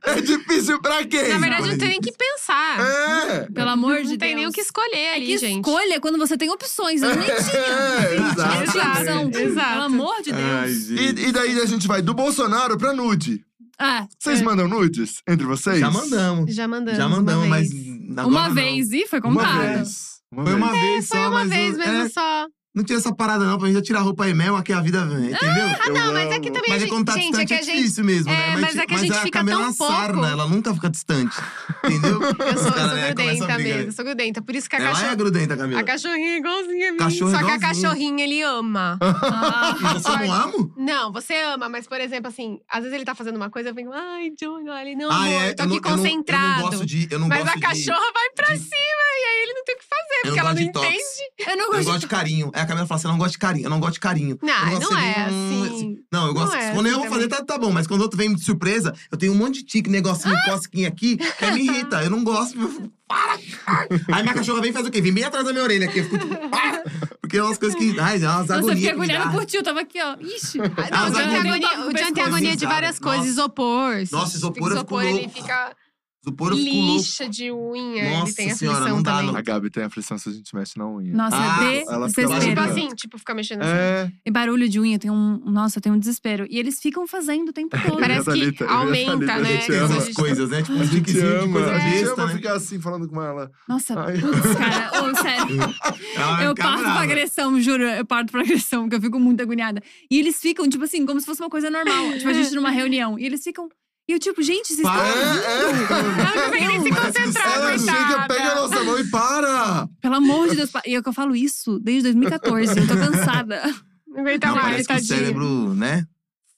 Speaker 3: É difícil pra quem?
Speaker 4: Na verdade, não
Speaker 2: Olha,
Speaker 4: tem nem o que pensar.
Speaker 3: É!
Speaker 1: Pelo amor de Deus.
Speaker 4: Não tem nem o que escolher
Speaker 1: É
Speaker 4: ali,
Speaker 1: que
Speaker 4: gente.
Speaker 1: escolha é quando você tem opções. Eu nem
Speaker 3: É,
Speaker 1: tinha. Não
Speaker 3: exato.
Speaker 1: tinha opção.
Speaker 4: Exato.
Speaker 1: Pelo amor de
Speaker 2: Ai,
Speaker 1: Deus.
Speaker 2: gente.
Speaker 3: E, e daí a gente vai do Bolsonaro pra nude.
Speaker 1: Ah,
Speaker 4: É.
Speaker 3: Vocês mandam nudes entre vocês?
Speaker 2: Já mandamos.
Speaker 4: Já mandamos.
Speaker 2: Já mandamos,
Speaker 4: uma
Speaker 2: mas.
Speaker 4: vez. É,
Speaker 2: agora
Speaker 1: uma
Speaker 2: não.
Speaker 1: vez. Ih, foi
Speaker 3: Uma
Speaker 1: contado.
Speaker 3: vez. Uma
Speaker 2: Foi uma
Speaker 3: vez.
Speaker 2: vez só,
Speaker 4: Foi uma
Speaker 2: mas.
Speaker 4: vez
Speaker 2: o-
Speaker 4: mesmo
Speaker 2: é,
Speaker 4: só.
Speaker 2: não tinha essa parada, não. Pra gente já tirar a roupa aí mesmo, aqui a vida, entendeu?
Speaker 3: Eu
Speaker 4: Ah, Não, mas é que
Speaker 3: amo.
Speaker 4: também
Speaker 2: mas
Speaker 4: a
Speaker 2: é
Speaker 4: gente.
Speaker 2: quando tá
Speaker 4: gente,
Speaker 2: distante
Speaker 4: é
Speaker 2: é,
Speaker 4: que a gente.
Speaker 2: difícil mesmo,
Speaker 4: É,
Speaker 2: né?
Speaker 4: mas é que a
Speaker 2: mas
Speaker 4: gente fica
Speaker 2: Camila
Speaker 4: tão
Speaker 2: Sarna,
Speaker 4: pouco.
Speaker 2: ela nunca fica distante. Entendeu?
Speaker 4: Eu sou, eu
Speaker 2: Cara, né,
Speaker 4: sou
Speaker 2: começa a
Speaker 4: grudenta
Speaker 2: briga,
Speaker 4: mesmo,
Speaker 2: né?
Speaker 4: eu sou grudenta. Por isso que a
Speaker 2: Ela é
Speaker 4: cachorra.
Speaker 2: grudenta, Camila.
Speaker 4: A cachorrinha é igualzinha a mim.
Speaker 2: Cachorro é
Speaker 4: Só que a
Speaker 2: igualzinho.
Speaker 4: cachorrinha, ele ama.
Speaker 1: Ah,
Speaker 2: E você não amo?
Speaker 4: Não, você ama, mas, por exemplo, assim, às vezes ele tá fazendo uma coisa, eu fico, ai, Johnny, olha, não,
Speaker 2: Ah,
Speaker 4: amor,
Speaker 2: é.
Speaker 4: tô
Speaker 2: eu não-
Speaker 4: aqui
Speaker 2: eu não- Eu não
Speaker 4: concentrado.
Speaker 2: gosto de. Eu não
Speaker 4: mas
Speaker 2: gosto
Speaker 4: a cachorra vai pra
Speaker 2: de-
Speaker 4: cima, e aí ele não tem o que fazer,
Speaker 2: de, eu
Speaker 4: porque ela
Speaker 2: gosto
Speaker 4: não
Speaker 2: de toques.
Speaker 4: entende.
Speaker 1: eu não
Speaker 2: Eu
Speaker 1: gosto
Speaker 2: gosto de carinho. É, a Camila fala assim: eu não gosto de carinho. Eu não gosto de carinho.
Speaker 4: Não,
Speaker 2: eu gosto
Speaker 4: não
Speaker 2: de
Speaker 4: é
Speaker 2: ser bem, hum,
Speaker 4: assim.
Speaker 2: Não, eu
Speaker 4: Não
Speaker 2: gosto.
Speaker 4: é
Speaker 2: quando eu
Speaker 4: assim
Speaker 2: vou fazer, tá, tá bom. Mas quando outro vem de surpresa, eu tenho um monte de tique, negocinho, cosquinha aqui, que aí me irrita. Eu não gosto. eu fico, Para! para. Aí minha cachorra vem e faz o quê? Vem bem atrás da minha orelha aqui. Eu fico tipo, para! Porque é umas coisas que. Ai, dá umas
Speaker 1: Nossa, eu fiquei
Speaker 2: agonias. que me
Speaker 1: agoniada,
Speaker 2: dá.
Speaker 1: não curtiu, tava aqui, ó. Ixi.
Speaker 4: Não,
Speaker 2: Ah,
Speaker 4: o
Speaker 2: mas
Speaker 4: Johnny
Speaker 2: agora
Speaker 4: tem agonia-
Speaker 1: eu
Speaker 4: o Johnny tem
Speaker 1: pescoço.
Speaker 4: agonia de várias
Speaker 2: Nossa.
Speaker 4: coisas, isopor.
Speaker 2: Nossa, isopor, eu fico
Speaker 4: Isopor, ele
Speaker 2: louco.
Speaker 4: fica…
Speaker 2: Supor, eu fico louco.
Speaker 4: Lixa de unha,
Speaker 2: Nossa
Speaker 4: ele tem aflição
Speaker 2: senhora, não dá,
Speaker 4: também.
Speaker 2: não.
Speaker 3: A Gabi tem aflição se a gente mexe na unha.
Speaker 1: Nossa,
Speaker 2: Ah,
Speaker 1: é
Speaker 3: ela fica
Speaker 1: desespero.
Speaker 2: lá
Speaker 4: Tipo
Speaker 2: Não.
Speaker 4: assim, tipo, ficar mexendo assim.
Speaker 3: É,
Speaker 1: E barulho de unha, tem um. Nossa, tem um desespero. E eles ficam fazendo o tempo todo.
Speaker 3: Parece-
Speaker 4: Parece que
Speaker 3: Thalita, eu ia
Speaker 4: aumenta,
Speaker 3: Thalita,
Speaker 4: né?
Speaker 3: eu te
Speaker 2: Tem
Speaker 3: amo.
Speaker 4: Quando a
Speaker 2: essas
Speaker 4: gente-
Speaker 2: coisas, né? Tipo,
Speaker 3: a
Speaker 2: uns
Speaker 3: gente
Speaker 2: piquezinhos de
Speaker 3: ama.
Speaker 2: coisa
Speaker 3: a gente
Speaker 2: besta,
Speaker 3: ama
Speaker 2: né?
Speaker 3: ficar assim, falando com ela.
Speaker 1: Nossa,
Speaker 3: Ai.
Speaker 1: putz, cara. Ô, sério.
Speaker 2: Ela
Speaker 1: Eu
Speaker 2: fica
Speaker 1: parto pra
Speaker 2: brava.
Speaker 1: agressão, juro. Eu parto pra agressão, porque eu fico muito agoniada. E eles ficam, tipo assim, como se fosse uma coisa normal. tipo, a gente numa reunião. E eles ficam. E eu, tipo, gente,
Speaker 3: É,
Speaker 1: vocês estão.
Speaker 2: Para,
Speaker 4: Ela não consegue nem se
Speaker 2: Parece que
Speaker 4: concentrar,
Speaker 2: ela
Speaker 4: coitada.
Speaker 3: nossa mão e para!
Speaker 1: assim, Pelo amor de Deus. pa- E é que eu falo isso desde 2014. Eu tô cansada.
Speaker 4: Não aguenta
Speaker 2: Não,
Speaker 4: mais,
Speaker 2: parece que o
Speaker 4: tadinha.
Speaker 2: cérebro, né?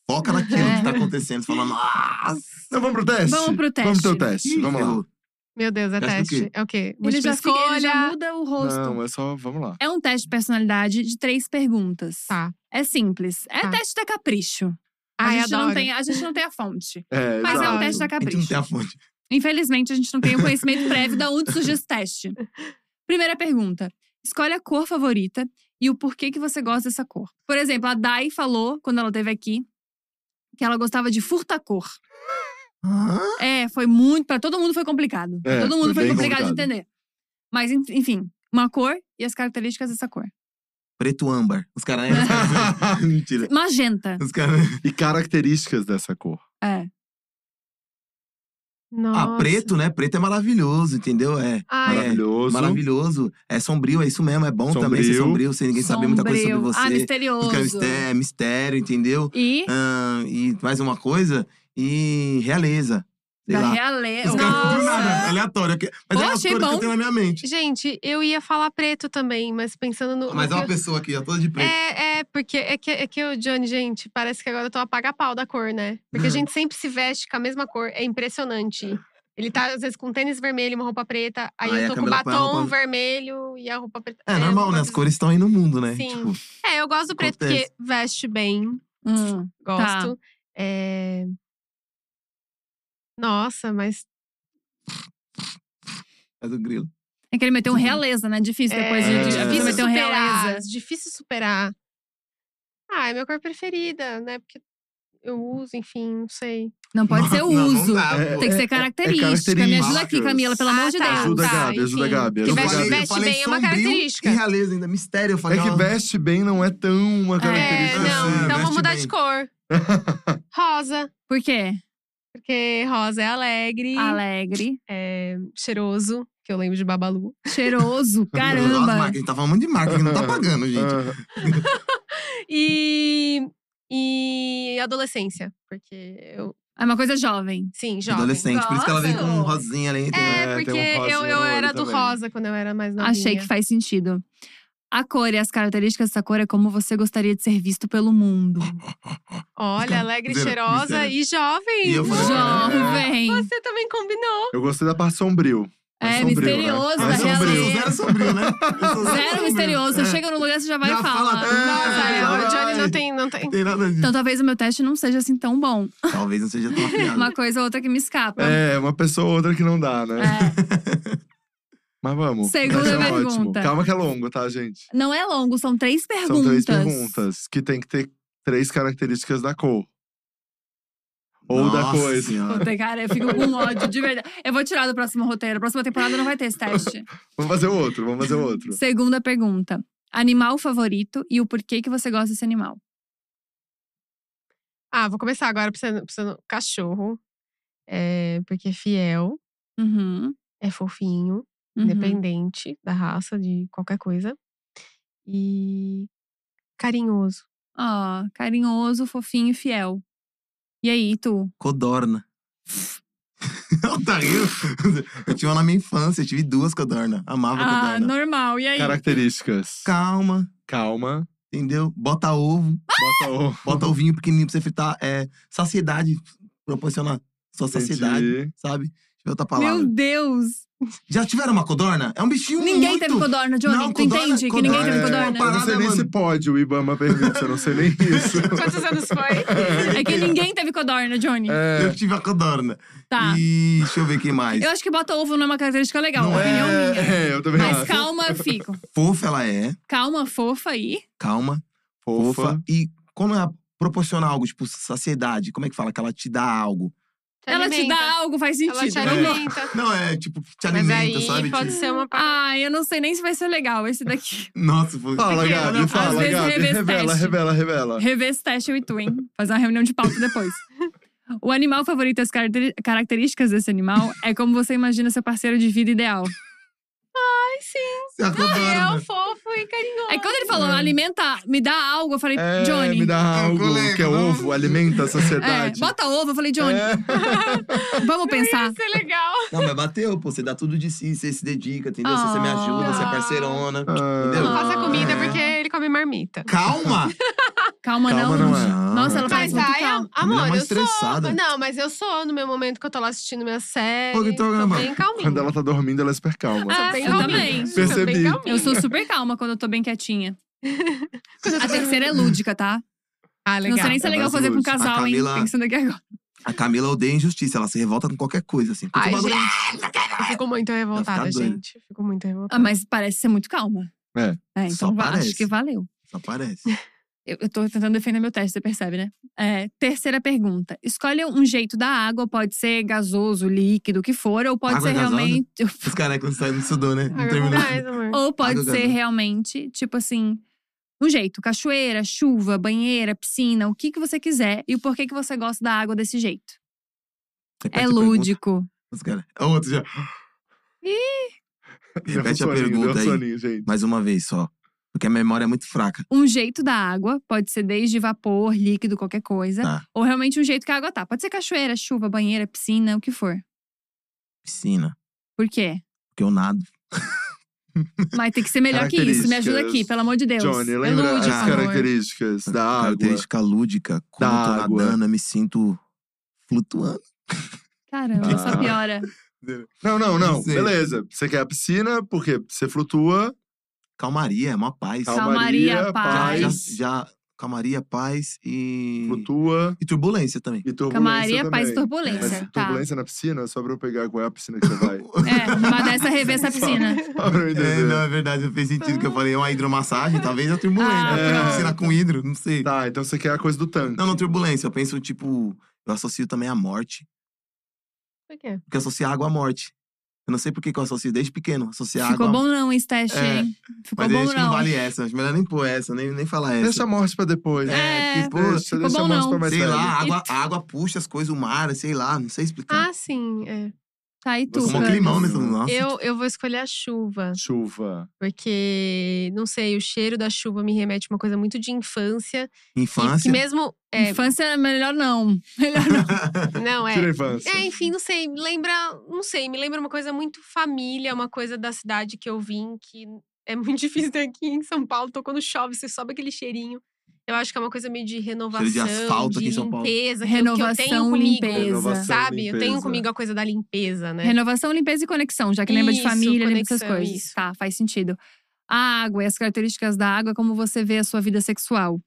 Speaker 2: Foca naquilo
Speaker 1: É.
Speaker 2: que tá acontecendo. Fala, nossa.
Speaker 3: Então vamos pro teste?
Speaker 1: Vamos pro teste.
Speaker 3: Vamos pro teste,
Speaker 2: ih,
Speaker 3: vamos lá.
Speaker 2: ferrou.
Speaker 4: Meu Deus, é
Speaker 2: Teste do
Speaker 4: teste.
Speaker 2: quê?
Speaker 4: É o quê?
Speaker 1: Ele
Speaker 4: Múltipla
Speaker 1: já, fica, ele já
Speaker 4: escolha.
Speaker 1: muda o rosto.
Speaker 3: Não, é só… Vamos lá.
Speaker 1: É um teste de personalidade de três perguntas.
Speaker 4: Tá.
Speaker 1: É simples. É
Speaker 4: Tá.
Speaker 1: teste da capricho. a,
Speaker 4: Ai,
Speaker 1: gente
Speaker 4: adoro.
Speaker 1: não tem, a gente não tem a fonte.
Speaker 3: É,
Speaker 1: Mas é
Speaker 3: exato.
Speaker 1: um teste da
Speaker 2: A gente não
Speaker 1: capricho.
Speaker 2: tem a fonte.
Speaker 1: Infelizmente, a gente não tem o conhecimento prévio de onde surgiu esse teste. Primeira pergunta. Escolhe a cor favorita e o porquê que você gosta dessa cor. Por exemplo, a Dai falou, quando ela esteve aqui, que ela gostava de furta-cor.
Speaker 2: Ah,
Speaker 1: É, foi muito. Pra todo mundo foi complicado. Pra
Speaker 3: É,
Speaker 1: todo mundo
Speaker 3: foi
Speaker 1: foi
Speaker 3: bem
Speaker 1: complicado, de
Speaker 3: complicado.
Speaker 1: entender. Mas, en- enfim, uma cor e as características dessa cor.
Speaker 2: preto âmbar. Os caras, né? Os caras- Mentira.
Speaker 1: Magenta.
Speaker 2: Os caras.
Speaker 3: E características dessa cor.
Speaker 1: É.
Speaker 4: Nossa.
Speaker 2: Ah, preto, né? Preto é maravilhoso, entendeu? É.
Speaker 4: Ai,
Speaker 2: Maravilha.
Speaker 3: Maravilhoso.
Speaker 2: Maravilhoso. É sombrio, é isso mesmo. É bom também ser
Speaker 3: Sombrio.
Speaker 2: sombrio, sem ninguém saber muita coisa sobre
Speaker 1: Sombrio.
Speaker 2: você.
Speaker 1: Ah,
Speaker 2: é Os caras,
Speaker 1: misterioso.
Speaker 2: mistério, é mistério, entendeu?
Speaker 1: E
Speaker 2: Ahn, e mais uma coisa, e realeza. Sei
Speaker 1: da
Speaker 2: lá.
Speaker 1: realeza.
Speaker 2: Os caras do nada,
Speaker 1: Nossa.
Speaker 2: aleatório. que- Mas
Speaker 1: Pô,
Speaker 2: é uma
Speaker 1: achei
Speaker 2: cor que
Speaker 1: bom.
Speaker 2: eu tenho na minha mente.
Speaker 4: Gente, eu ia falar preto também, mas pensando no.
Speaker 2: Mas é
Speaker 4: no
Speaker 2: uma
Speaker 4: que eu-
Speaker 2: pessoa aqui, ó, toda de preto.
Speaker 4: é, é, porque é que, é que o Johnny, gente, parece que agora eu tô apaga-pau da cor, né? Porque a
Speaker 2: Uhum.
Speaker 4: gente sempre se veste com a mesma cor, é impressionante. Ele tá, às vezes, com tênis vermelho, uma roupa preta, aí
Speaker 2: Aí
Speaker 4: eu
Speaker 2: a
Speaker 4: tô com um
Speaker 2: Camila põe a
Speaker 4: batom
Speaker 2: roupa-
Speaker 4: vermelho e a roupa preta.
Speaker 2: É, normal,
Speaker 4: uma
Speaker 2: né? As
Speaker 4: coisa-
Speaker 2: cores estão aí no mundo, né?
Speaker 4: Sim.
Speaker 2: Tipo,
Speaker 4: É, eu gosto do preto porque
Speaker 2: Acontece.
Speaker 4: veste bem,
Speaker 1: Hum.
Speaker 4: gosto. É... Nossa, mas.
Speaker 2: faz o grilo.
Speaker 1: É que ele meteu um realeza, né? Difícil depois de,
Speaker 3: É,
Speaker 1: de a pessoa
Speaker 4: difícil
Speaker 1: meter um
Speaker 4: superar,
Speaker 1: realeza.
Speaker 4: Difícil superar. Ah, é minha cor preferida, né? Porque eu uso, enfim, não sei.
Speaker 1: Não pode ser o
Speaker 2: Não, não
Speaker 1: uso.
Speaker 2: dá, pô.
Speaker 1: Tem que ser característica. Me ajuda aqui,
Speaker 3: características.
Speaker 1: Camila, pelo amor de
Speaker 4: É, Ah,
Speaker 1: Deus.
Speaker 4: tá.
Speaker 3: Ajuda, Gabi,
Speaker 4: enfim.
Speaker 3: ajuda, Gabi.
Speaker 4: Que
Speaker 3: Ajuda,
Speaker 2: Eu
Speaker 4: veste-
Speaker 2: falei- eu
Speaker 3: Gabi.
Speaker 4: veste
Speaker 2: falei
Speaker 4: bem é uma
Speaker 2: sombrio
Speaker 4: característica.
Speaker 2: E realeza ainda, mistério. Eu falei,
Speaker 3: É que
Speaker 2: ó,
Speaker 3: veste bem não é tão uma
Speaker 4: É,
Speaker 3: característica. né?
Speaker 4: não,
Speaker 2: assim,
Speaker 4: então
Speaker 2: veste
Speaker 4: vamos mudar de
Speaker 2: bem.
Speaker 4: cor. Rosa,
Speaker 1: Por quê?
Speaker 4: porque rosa é alegre,
Speaker 1: Alegre,
Speaker 4: é cheiroso, que eu lembro de Babalu.
Speaker 1: cheiroso,
Speaker 2: Nossa,
Speaker 1: caramba.
Speaker 2: marca, a gente tá falando muito de marca, que não tá pagando, gente.
Speaker 3: Ah,
Speaker 4: E. E adolescência, porque eu.
Speaker 1: É uma coisa jovem.
Speaker 4: Sim, jovem.
Speaker 2: Adolescente, por isso que ela veio com um
Speaker 1: Gosto.
Speaker 2: rosinha né? ali. entendeu?
Speaker 3: É,
Speaker 4: É,
Speaker 3: tem um
Speaker 4: porque
Speaker 3: rosinha
Speaker 4: eu,
Speaker 3: no
Speaker 4: eu
Speaker 3: olho
Speaker 4: era do
Speaker 3: também.
Speaker 4: rosa quando eu era mais novinha.
Speaker 1: Achei que faz sentido. A cor e as características dessa cor é como você gostaria de ser visto pelo mundo.
Speaker 4: Olha,
Speaker 2: Cara,
Speaker 4: alegre,
Speaker 2: zero,
Speaker 4: cheirosa
Speaker 2: zero.
Speaker 4: e jovem.
Speaker 2: E eu falei,
Speaker 1: Jovem.
Speaker 4: Você também combinou.
Speaker 3: Eu gostei da parte sombrio.
Speaker 1: É,
Speaker 3: sombrio,
Speaker 1: misterioso,
Speaker 3: né?
Speaker 1: da
Speaker 2: Mas
Speaker 3: É
Speaker 2: sombrio,
Speaker 1: realeza.
Speaker 2: zero sombrio, né? Eu sou
Speaker 1: Zero
Speaker 2: sombrio.
Speaker 1: misterioso. Você
Speaker 2: É.
Speaker 1: chega no lugar, você já vai
Speaker 2: Já
Speaker 1: falar.
Speaker 2: fala tudo.
Speaker 1: Ah,
Speaker 4: Nossa,
Speaker 2: Ai,
Speaker 4: é, o
Speaker 2: ai.
Speaker 4: Johnny não tem. Não tem.
Speaker 2: Não tem nada disso.
Speaker 1: Então talvez o meu teste não seja assim tão bom.
Speaker 2: Talvez não seja tão afiado.
Speaker 1: Uma coisa ou outra que me escapa.
Speaker 3: É, uma pessoa ou outra que não dá, né?
Speaker 1: É.
Speaker 3: Mas vamos.
Speaker 1: Segunda
Speaker 3: Mas é ótimo.
Speaker 1: pergunta.
Speaker 3: Calma que é longo, tá, gente?
Speaker 1: Não é longo, são três perguntas.
Speaker 3: São três perguntas que tem que ter três características da cor. Ou da
Speaker 2: Nossa
Speaker 3: coisa.
Speaker 2: Senhora.
Speaker 1: Puta, cara, eu fico com ódio, de verdade. Eu vou tirar do próximo roteiro. Próxima temporada não vai ter esse teste.
Speaker 3: Vamos fazer outro, vamos fazer outro.
Speaker 1: Segunda pergunta. Animal favorito e o porquê que você gosta desse animal?
Speaker 4: Ah, vou começar agora pra você, pra você- Cachorro. É, porque é fiel,
Speaker 1: Uhum.
Speaker 4: é fofinho,
Speaker 1: uhum.
Speaker 4: independente da raça, de qualquer coisa. E carinhoso.
Speaker 1: Ó, carinhoso, fofinho e fiel. E aí, tu?
Speaker 2: Codorna. Ela tá rindo. Eu tive uma na minha infância, eu tive duas codorna. Amava
Speaker 1: Ah,
Speaker 2: codorna.
Speaker 1: normal. E aí?
Speaker 3: Características.
Speaker 2: Calma,
Speaker 3: Calma.
Speaker 2: entendeu? Bota ovo,
Speaker 3: Bota o.
Speaker 2: bota ovinho pequenininho pra você fritar. É, saciedade, proporciona sua saciedade,
Speaker 3: Entendi.
Speaker 2: sabe? Deixa eu ver outra palavra.
Speaker 1: Meu Deus!
Speaker 2: Já tiveram uma codorna? É um bichinho
Speaker 1: Ninguém
Speaker 2: muito…
Speaker 1: teve codorna, Johnny.
Speaker 2: Não,
Speaker 1: tu
Speaker 2: codorna-
Speaker 1: entende que ninguém
Speaker 2: codorna
Speaker 1: teve
Speaker 2: é uma
Speaker 1: codorna?
Speaker 3: Eu não sei
Speaker 2: Parada,
Speaker 3: nem se
Speaker 2: mano.
Speaker 3: pode, o Ibama permite, eu não sei nem isso.
Speaker 4: Quantos anos foi?
Speaker 1: É que ninguém teve codorna, Johnny.
Speaker 3: É,
Speaker 2: Eu tive a codorna.
Speaker 1: Tá.
Speaker 2: E deixa eu ver quem mais.
Speaker 1: Eu acho que bota ovo não é uma característica legal,
Speaker 2: Não
Speaker 1: opinião minha.
Speaker 3: é, é, eu também
Speaker 1: Mas
Speaker 3: acho.
Speaker 1: calma, eu fico.
Speaker 2: Fofa ela é,
Speaker 1: Calma, fofa aí.
Speaker 2: calma.
Speaker 3: Fofa.
Speaker 2: fofa. E como ela proporciona algo, tipo, saciedade, como é que fala? Que ela te dá algo.
Speaker 1: Ela te
Speaker 4: alimenta.
Speaker 1: dá algo, faz
Speaker 4: Ela
Speaker 1: sentido. né?"
Speaker 4: te
Speaker 1: Eu não-
Speaker 4: alimenta.
Speaker 2: Não, é tipo, que te
Speaker 4: Mas
Speaker 2: alimenta,
Speaker 4: aí
Speaker 2: sabe?
Speaker 4: pode
Speaker 2: Tipo,
Speaker 4: ser uma parada.
Speaker 1: Ah, eu não sei nem se vai ser legal esse daqui.
Speaker 2: Nossa, foi.
Speaker 3: Fala,
Speaker 4: Porque
Speaker 3: Gabi,
Speaker 2: às
Speaker 3: fala,
Speaker 1: vezes
Speaker 3: Gabi.
Speaker 1: reveste.
Speaker 3: Revela, revela, revela.
Speaker 1: Rever esse teste eu e tu, hein? Fazer uma reunião de pauta depois. O animal favorito e as caracteri- características desse animal é como você imagina seu parceiro de vida ideal.
Speaker 2: Você
Speaker 4: Fiel,
Speaker 2: acordaram, né?
Speaker 4: fofo e carinhoso.
Speaker 1: É quando ele falou, alimenta, me dá algo, eu falei,
Speaker 3: É,
Speaker 1: Tipo, Johnny.
Speaker 3: me dá
Speaker 2: É,
Speaker 3: algo
Speaker 2: colega,
Speaker 3: que é
Speaker 2: não-
Speaker 3: ovo, alimenta a
Speaker 1: é,
Speaker 3: sociedade. É.
Speaker 1: bota ovo, eu falei, Johnny, vamos pensar.
Speaker 4: Isso é legal.
Speaker 2: Não, mas bateu, pô. Você dá tudo de si, você se dedica, entendeu? Você, você me ajuda, você é
Speaker 4: Ah.
Speaker 2: parceirona.
Speaker 3: Ah,
Speaker 2: Entendeu?
Speaker 4: Não faça comida
Speaker 2: É.
Speaker 4: porque ele come marmita.
Speaker 2: Calma!
Speaker 1: Calma,
Speaker 3: Calma,
Speaker 1: não.
Speaker 3: não é.
Speaker 1: Nossa, ela faz
Speaker 4: Mas
Speaker 1: muito
Speaker 4: ai,
Speaker 1: calma.
Speaker 2: A mulher é
Speaker 4: amor,
Speaker 2: uma
Speaker 4: eu sou.
Speaker 2: estressada.
Speaker 4: Não, mas eu sou no meu momento que eu tô lá assistindo minha série.
Speaker 2: Pô, que
Speaker 4: tô
Speaker 2: programa.
Speaker 4: bem calminha.
Speaker 3: Quando ela tá dormindo, ela é super calma.
Speaker 1: Ah,
Speaker 4: Sou bem
Speaker 1: eu
Speaker 4: calminha.
Speaker 1: também.
Speaker 4: Sou bem
Speaker 3: Percebi.
Speaker 4: calminha.
Speaker 1: Eu sou super calma quando eu tô bem quietinha.
Speaker 4: Quando eu tô
Speaker 1: A terceira é lúdica, tá?
Speaker 4: Ah,
Speaker 1: Não sei nem se é
Speaker 2: É
Speaker 1: legal fazer com um
Speaker 3: maravilhoso.
Speaker 1: casal,
Speaker 2: A Camila-
Speaker 1: hein? Pensando aqui agora.
Speaker 2: A Camila odeia injustiça, ela se revolta com qualquer coisa, assim. Qualquer
Speaker 4: Ai,
Speaker 2: bagulho-
Speaker 4: Eu fico muito revoltada,
Speaker 2: doida.
Speaker 4: gente. Fico muito revoltada.
Speaker 1: Ah, mas parece ser muito calma.
Speaker 3: É.
Speaker 2: Só
Speaker 1: então va- acho
Speaker 2: parece.
Speaker 1: que valeu.
Speaker 2: Só parece.
Speaker 1: Eu, eu tô tentando defender meu teste, você percebe, né? É, terceira pergunta. Escolha um jeito da água, pode ser gasoso, líquido, o que for, ou pode
Speaker 2: Água
Speaker 1: ser
Speaker 2: gasosa?
Speaker 1: realmente.
Speaker 2: Os caras que não saíram não estudou, né? Não
Speaker 4: Agora
Speaker 2: terminou.
Speaker 4: mais, amor.
Speaker 1: Ou pode
Speaker 2: Água
Speaker 1: ser
Speaker 2: gasosa.
Speaker 1: realmente, tipo assim, um jeito: cachoeira, chuva, banheira, piscina, o que, que você quiser e o porquê que você gosta da água desse jeito.
Speaker 2: Repete
Speaker 1: É
Speaker 2: a pergunta,
Speaker 1: lúdico.
Speaker 2: Os caras. Ó, O outro já.
Speaker 3: Deu um
Speaker 2: Repete a
Speaker 3: soninho,
Speaker 2: pergunta
Speaker 3: deu um
Speaker 2: aí.
Speaker 3: soninho, gente.
Speaker 2: Mais uma vez só. Porque a memória é muito fraca.
Speaker 1: Um jeito da água, pode ser desde vapor, líquido, qualquer coisa.
Speaker 2: Tá.
Speaker 1: Ou realmente um jeito que a água tá. Pode ser cachoeira, chuva, banheira, piscina, o que for.
Speaker 2: Piscina.
Speaker 1: Por quê?
Speaker 2: Porque eu nado.
Speaker 1: Mas tem que ser melhor que isso. Me ajuda aqui,
Speaker 3: Características.
Speaker 1: pelo amor de Deus.
Speaker 3: Johnny,
Speaker 1: é
Speaker 3: lembra
Speaker 1: lúdico,
Speaker 3: as
Speaker 1: amor.
Speaker 3: características da água?
Speaker 2: Característica lúdica. Quando
Speaker 3: Da
Speaker 2: eu tô
Speaker 3: água.
Speaker 2: nadando, eu me sinto flutuando.
Speaker 1: Caramba,
Speaker 3: Ah.
Speaker 1: só piora.
Speaker 3: Não, não, não.
Speaker 2: Não sei.
Speaker 3: Beleza. Você quer a piscina, porque você flutua.
Speaker 2: Calmaria, é uma paz.
Speaker 1: Calma.
Speaker 3: Calmaria,
Speaker 1: Calmaria,
Speaker 2: Já,
Speaker 3: paz.
Speaker 1: paz.
Speaker 2: já, calmaria, paz e.
Speaker 3: Flutua
Speaker 2: E turbulência também.
Speaker 3: e turbulência
Speaker 1: Camaria,
Speaker 3: também.
Speaker 1: paz e
Speaker 3: Mas
Speaker 1: turbulência. Tá.
Speaker 3: turbulência na piscina, só pra eu pegar qual é a piscina que você vai.
Speaker 1: É, uma dessa rever essa piscina.
Speaker 3: Só pra eu
Speaker 2: É, não,
Speaker 3: entender.
Speaker 2: é verdade, não fez sentido que eu falei. É uma hidromassagem, talvez é turbulência.
Speaker 1: Ah,
Speaker 2: né?
Speaker 3: pronto.
Speaker 2: Piscina com hidro, não sei.
Speaker 3: Tá, então você quer a coisa do tanque.
Speaker 2: Não, não, turbulência. Eu penso, tipo, eu associo também à morte.
Speaker 4: Por quê?
Speaker 2: Porque eu associo a água à morte. Eu não sei por que que eu associo desde pequeno. Associo a água.
Speaker 1: Ficou
Speaker 2: à-
Speaker 1: bom não esse teste,
Speaker 2: É,
Speaker 1: hein? Ficou
Speaker 2: Mas eu
Speaker 1: bom
Speaker 2: acho que não
Speaker 1: não.
Speaker 2: vale essa. Acho melhor nem pôr essa, nem, nem falar essa.
Speaker 3: Deixa a morte pra depois.
Speaker 1: É,
Speaker 2: pô,
Speaker 3: deixa,
Speaker 1: ficou
Speaker 3: deixa a
Speaker 1: bom
Speaker 3: morte
Speaker 1: não.
Speaker 3: pra mais
Speaker 2: sei
Speaker 3: tarde.
Speaker 2: lá, a água, a água puxa as coisas, o mar, sei lá, não sei explicar.
Speaker 4: Ah, sim. é.
Speaker 1: Tá, e tu?
Speaker 3: Você
Speaker 2: Como um
Speaker 3: Tuca.
Speaker 2: climão, né?
Speaker 3: Isso.
Speaker 2: Nossa,
Speaker 4: Eu, eu vou escolher a chuva.
Speaker 3: Chuva.
Speaker 4: Porque, não sei, o cheiro da chuva me remete a uma coisa muito de infância. que- Que,
Speaker 2: infância.
Speaker 4: mesmo. É,
Speaker 1: Infância, melhor não. Melhor não.
Speaker 4: não, é.
Speaker 3: Tira a infância.
Speaker 4: É, enfim, não sei, me lembra, não sei, me lembra uma coisa muito família, uma coisa da cidade que eu vim, que é muito difícil daqui em São Paulo. Então, quando chove, você sobe aquele cheirinho. Eu acho que é uma coisa meio de renovação,
Speaker 2: asfalto aqui em São Paulo.
Speaker 4: limpeza, que eu- que eu tenho
Speaker 1: Renovação,
Speaker 4: comigo.
Speaker 1: limpeza.
Speaker 3: Renovação.
Speaker 4: Sabe? Eu tenho
Speaker 3: limpeza.
Speaker 4: comigo a coisa da limpeza, né?
Speaker 1: Renovação, limpeza e conexão, já que lembra de
Speaker 4: Isso,
Speaker 1: família, lembra dessas
Speaker 4: conexão,
Speaker 1: coisas.
Speaker 4: isso.
Speaker 1: Tá, faz sentido. A água e as características da água, como você vê a sua vida sexual.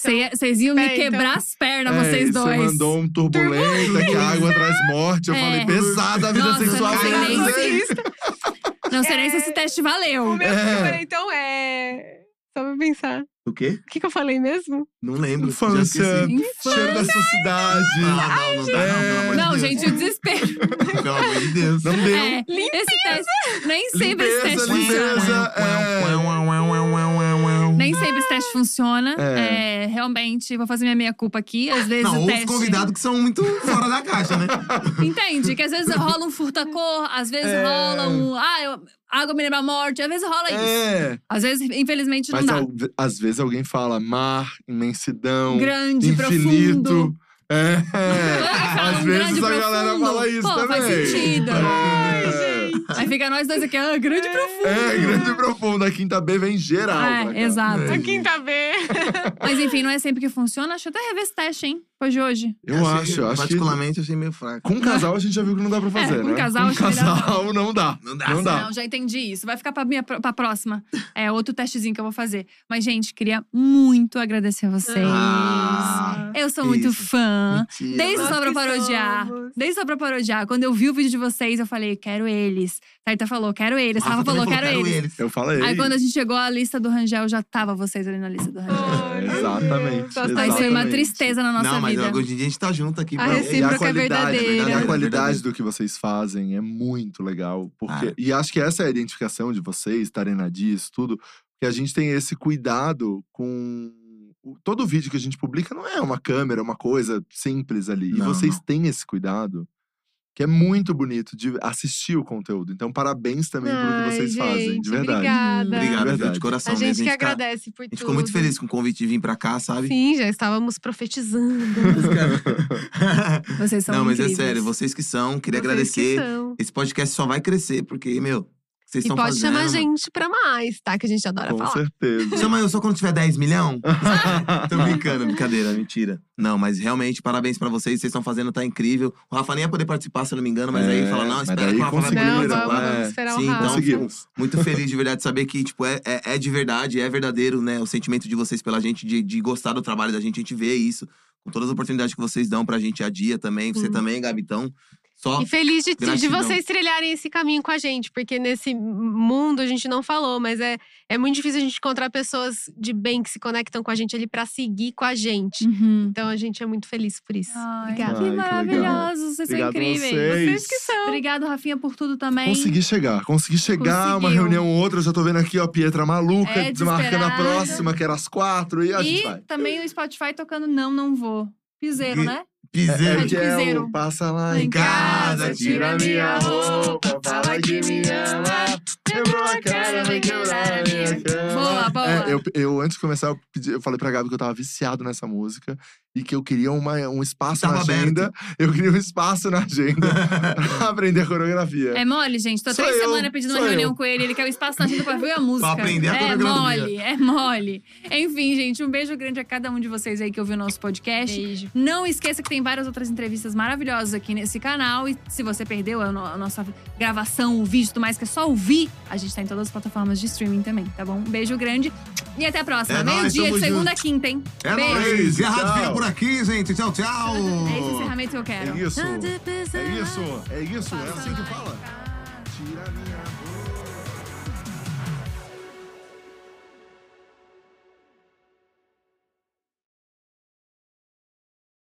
Speaker 1: Cê ia- Vocês iam me
Speaker 4: peraí, então-
Speaker 1: quebrar as pernas,
Speaker 3: É,
Speaker 1: vocês
Speaker 3: você
Speaker 1: dois.
Speaker 3: mandou um turbulenta, que a água traz morte. Eu
Speaker 1: É.
Speaker 3: falei, pesada a vida
Speaker 1: Nossa,
Speaker 3: sexual.
Speaker 1: não sei
Speaker 3: dela,
Speaker 1: nem
Speaker 3: né?
Speaker 1: se-
Speaker 3: um
Speaker 1: Não sei nem se
Speaker 4: É.
Speaker 1: esse teste valeu.
Speaker 4: O meu
Speaker 3: É.
Speaker 4: eu falei, então é. Só pra pensar.
Speaker 2: O quê?
Speaker 4: O que, que eu falei mesmo?
Speaker 2: Não lembro. já
Speaker 3: Infância.
Speaker 2: esqueci.
Speaker 3: Cheiro da sua cidade.
Speaker 2: Ah, não, não dá, não, pelo amor de
Speaker 1: Não,
Speaker 2: Deus.
Speaker 1: gente, o desespero.
Speaker 2: Pelo amor de Deus.
Speaker 3: Não deu.
Speaker 1: É, esse teste. Nem sempre esse
Speaker 3: Limpeza,
Speaker 1: teste
Speaker 3: limpeza. é.
Speaker 1: funciona.
Speaker 2: é.
Speaker 1: Nem sempre esse teste funciona.
Speaker 3: É.
Speaker 1: É, realmente, vou fazer minha meia-culpa aqui. Às vezes
Speaker 2: Não,
Speaker 1: o
Speaker 2: ou
Speaker 1: teste.
Speaker 2: os convidados que são muito fora da caixa, né?
Speaker 1: Entende? Que às vezes rola um furta-cor, às vezes
Speaker 3: É.
Speaker 1: rola um. Ah, eu- água me lembra a morte. Às vezes rola isso.
Speaker 3: É.
Speaker 1: Às vezes, infelizmente, não
Speaker 3: Mas
Speaker 1: dá.
Speaker 3: al- às vezes alguém fala mar, imensidão,
Speaker 1: Grande,
Speaker 3: é um infinito.
Speaker 1: profundo.
Speaker 3: É.
Speaker 1: Alguém fala
Speaker 3: Às
Speaker 1: um
Speaker 3: vezes
Speaker 1: grande,
Speaker 3: a galera
Speaker 1: profundo.
Speaker 3: fala isso
Speaker 1: Pô,
Speaker 3: também.
Speaker 1: faz sentido. Ai,
Speaker 3: É.
Speaker 1: Aí fica nós dois aqui, ah, grande e profundo.
Speaker 3: É, grande e profundo. A quinta B vem geral. né, pra cá.
Speaker 1: É, exato.
Speaker 2: É.
Speaker 4: A quinta vez.
Speaker 1: Mas enfim, não é sempre que funciona. Acho até rever esse teste, hein? Depois de hoje.
Speaker 3: Eu
Speaker 2: Achei-
Speaker 3: acho, acho que
Speaker 2: Particularmente, achei meio fraco.
Speaker 3: Com um casal a gente já viu que não dá pra fazer,
Speaker 1: É, com
Speaker 3: né?
Speaker 1: casal
Speaker 3: com
Speaker 1: acho melhor não.
Speaker 3: casal não dá.
Speaker 2: Não dá.
Speaker 3: Não dá.
Speaker 1: Não, já entendi isso. Vai ficar pra, minha, pra próxima. É outro testezinho que eu vou fazer. Mas, gente, queria muito agradecer a vocês.
Speaker 2: Ah,
Speaker 1: eu sou muito
Speaker 2: isso.
Speaker 1: fã.
Speaker 2: Mentira.
Speaker 1: Desde
Speaker 4: Nós
Speaker 1: só pra
Speaker 4: que
Speaker 1: parodiar.
Speaker 4: somos.
Speaker 1: Desde só pra parodiar. Quando eu vi o vídeo de vocês, eu falei, quero eles. Tarta falou, quero eles.
Speaker 2: Rafa
Speaker 1: Rafa
Speaker 2: também
Speaker 1: falou, quero eles.
Speaker 3: Eu falei.
Speaker 1: Aí quando a gente chegou à lista do Rangel, já tava vocês ali na lista do Rangel.
Speaker 3: Exatamente,
Speaker 1: Mas foi
Speaker 4: Olha,
Speaker 1: uma
Speaker 3: exatamente.
Speaker 1: tristeza na nossa
Speaker 2: não, mas
Speaker 1: vida.
Speaker 2: hoje em dia a gente tá junto aqui.
Speaker 4: A
Speaker 2: pra-
Speaker 3: e a
Speaker 4: recíproca é
Speaker 3: qualidade, né,
Speaker 4: verdadeira.
Speaker 3: E
Speaker 2: Verdade,
Speaker 3: a qualidade
Speaker 2: verdade.
Speaker 3: do que vocês fazem é muito legal. Porque,
Speaker 2: Ah.
Speaker 3: E acho que essa é a identificação de vocês, estarem na Diz, tudo. Que a gente tem esse cuidado com. o- Todo vídeo que a gente publica não é uma câmera, uma coisa simples ali. e
Speaker 2: Não,
Speaker 3: vocês
Speaker 2: não.
Speaker 3: têm esse cuidado, que é muito bonito de assistir o conteúdo. Então, parabéns também pelo que
Speaker 4: Ai,
Speaker 3: vocês fazem, de
Speaker 4: gente,
Speaker 3: verdade.
Speaker 4: Obrigada.
Speaker 2: Obrigado, viu,
Speaker 3: Verdade.
Speaker 2: de coração
Speaker 4: A gente
Speaker 2: mesmo.
Speaker 4: que
Speaker 2: fica-
Speaker 4: agradece por
Speaker 2: A gente
Speaker 4: tudo.
Speaker 2: ficou muito feliz com o convite de vir pra cá, sabe?
Speaker 4: Sim, já estávamos profetizando.
Speaker 1: Vocês são
Speaker 2: Não, mas é
Speaker 1: incríveis.
Speaker 2: sério, vocês que são, queria
Speaker 4: Vocês que
Speaker 2: agradecer.
Speaker 4: são.
Speaker 2: Esse podcast só vai crescer, porque, meu, o que vocês
Speaker 4: E
Speaker 2: estão
Speaker 4: pode
Speaker 2: fazendo.
Speaker 4: chamar a gente pra mais, tá? Que a gente adora
Speaker 3: Com
Speaker 4: falar.
Speaker 3: certeza.
Speaker 2: Chama eu só quando tiver 10 milhão? Tô brincando, brincadeira, mentira. Não, mas realmente, parabéns pra vocês, vocês estão fazendo, tá incrível. O Rafa nem ia poder participar, se eu não me engano, mas
Speaker 3: É,
Speaker 2: aí fala, não,
Speaker 3: mas
Speaker 2: espera
Speaker 3: daí
Speaker 2: que o Rafa vai
Speaker 3: conseguiram,
Speaker 4: Não,
Speaker 2: poder
Speaker 3: Primeiro,
Speaker 4: vamos,
Speaker 2: participar.
Speaker 3: é.
Speaker 4: vamos esperar
Speaker 2: Sim,
Speaker 4: o
Speaker 2: então-
Speaker 4: Rafa.
Speaker 3: Conseguimos.
Speaker 2: Muito feliz de verdade saber que, tipo, é, é, é de verdade, é verdadeiro, né? O sentimento de vocês pela gente, de, de gostar do trabalho da gente, a gente vê isso. Com todas as oportunidades que vocês dão pra gente a dia também. Você
Speaker 4: Sim.
Speaker 2: também, Gabi, então. Só.
Speaker 4: E
Speaker 3: É,
Speaker 4: feliz de, de
Speaker 2: Gratidão.
Speaker 4: vocês trilharem esse caminho com a gente, porque nesse mundo a gente não falou, mas é, é muito difícil a gente encontrar pessoas de bem que se conectam com a gente ali pra seguir com a gente.
Speaker 1: Uhum.
Speaker 4: Então a gente é muito feliz por isso.
Speaker 1: Ai,
Speaker 4: Obrigada.
Speaker 3: Ai,
Speaker 1: que
Speaker 3: que
Speaker 1: maravilhosos, vocês
Speaker 3: Obrigado
Speaker 1: são incríveis.
Speaker 3: vocês.
Speaker 4: Vocês que são.
Speaker 1: Obrigado, Rafinha, por tudo também.
Speaker 3: Consegui chegar, consegui chegar, uma
Speaker 1: Conseguiu.
Speaker 3: reunião ou outra, eu já tô vendo aqui, ó, Pietra maluca,
Speaker 1: É,
Speaker 3: desmarcando a
Speaker 1: desesperada.
Speaker 3: próxima, que era às quatro, e a gente vai.
Speaker 1: E também o Spotify tocando Não, Não Vou. Piseiro,
Speaker 2: Gui-
Speaker 1: né?
Speaker 2: Piseiro.
Speaker 1: de
Speaker 3: Gel,
Speaker 1: piseiro.
Speaker 3: passa lá
Speaker 1: Em
Speaker 3: em
Speaker 2: casa,
Speaker 3: casa,
Speaker 2: tira
Speaker 3: tira minha roupa, fala que me ama. Quebrou a cara, vem quebrar a minha cama.
Speaker 1: Boa, boa.
Speaker 3: É, eu, eu, antes de começar, eu, pedi- eu falei pra Gabi que eu tava viciado nessa música e que eu queria uma, um espaço
Speaker 2: Tava
Speaker 3: na agenda. Eu queria um espaço na agenda pra aprender coreografia.
Speaker 1: É mole, gente. Tô
Speaker 3: Sou
Speaker 1: três
Speaker 3: eu,
Speaker 1: semanas pedindo uma
Speaker 3: sou
Speaker 1: reunião
Speaker 3: eu.
Speaker 1: com ele. Ele quer o espaço na agenda pra ver a música.
Speaker 2: aprender a
Speaker 1: É
Speaker 2: coreografia.
Speaker 1: mole, é mole. Enfim, gente, um beijo grande a cada um de vocês aí que ouviu o nosso podcast.
Speaker 4: Beijo.
Speaker 1: Não esqueça que tem várias outras entrevistas maravilhosas aqui nesse canal. E se você perdeu a, no- a nossa gravação, o vídeo e tudo mais, que é só ouvir, a gente tá em todas as plataformas de streaming também, tá bom? Um beijo grande e até a próxima.
Speaker 2: É nóis,
Speaker 1: Meio-dia,
Speaker 2: tamo
Speaker 1: de segunda a
Speaker 2: junto.
Speaker 1: quinta, hein?
Speaker 2: É
Speaker 1: Beijo.
Speaker 2: nóis. E a rádio
Speaker 3: Tchau.
Speaker 2: fica por aqui, gente. Tchau, tchau.
Speaker 1: É esse encerramento que eu quero.
Speaker 3: É isso. É isso, é isso, é assim que fala. Tira minha roupa.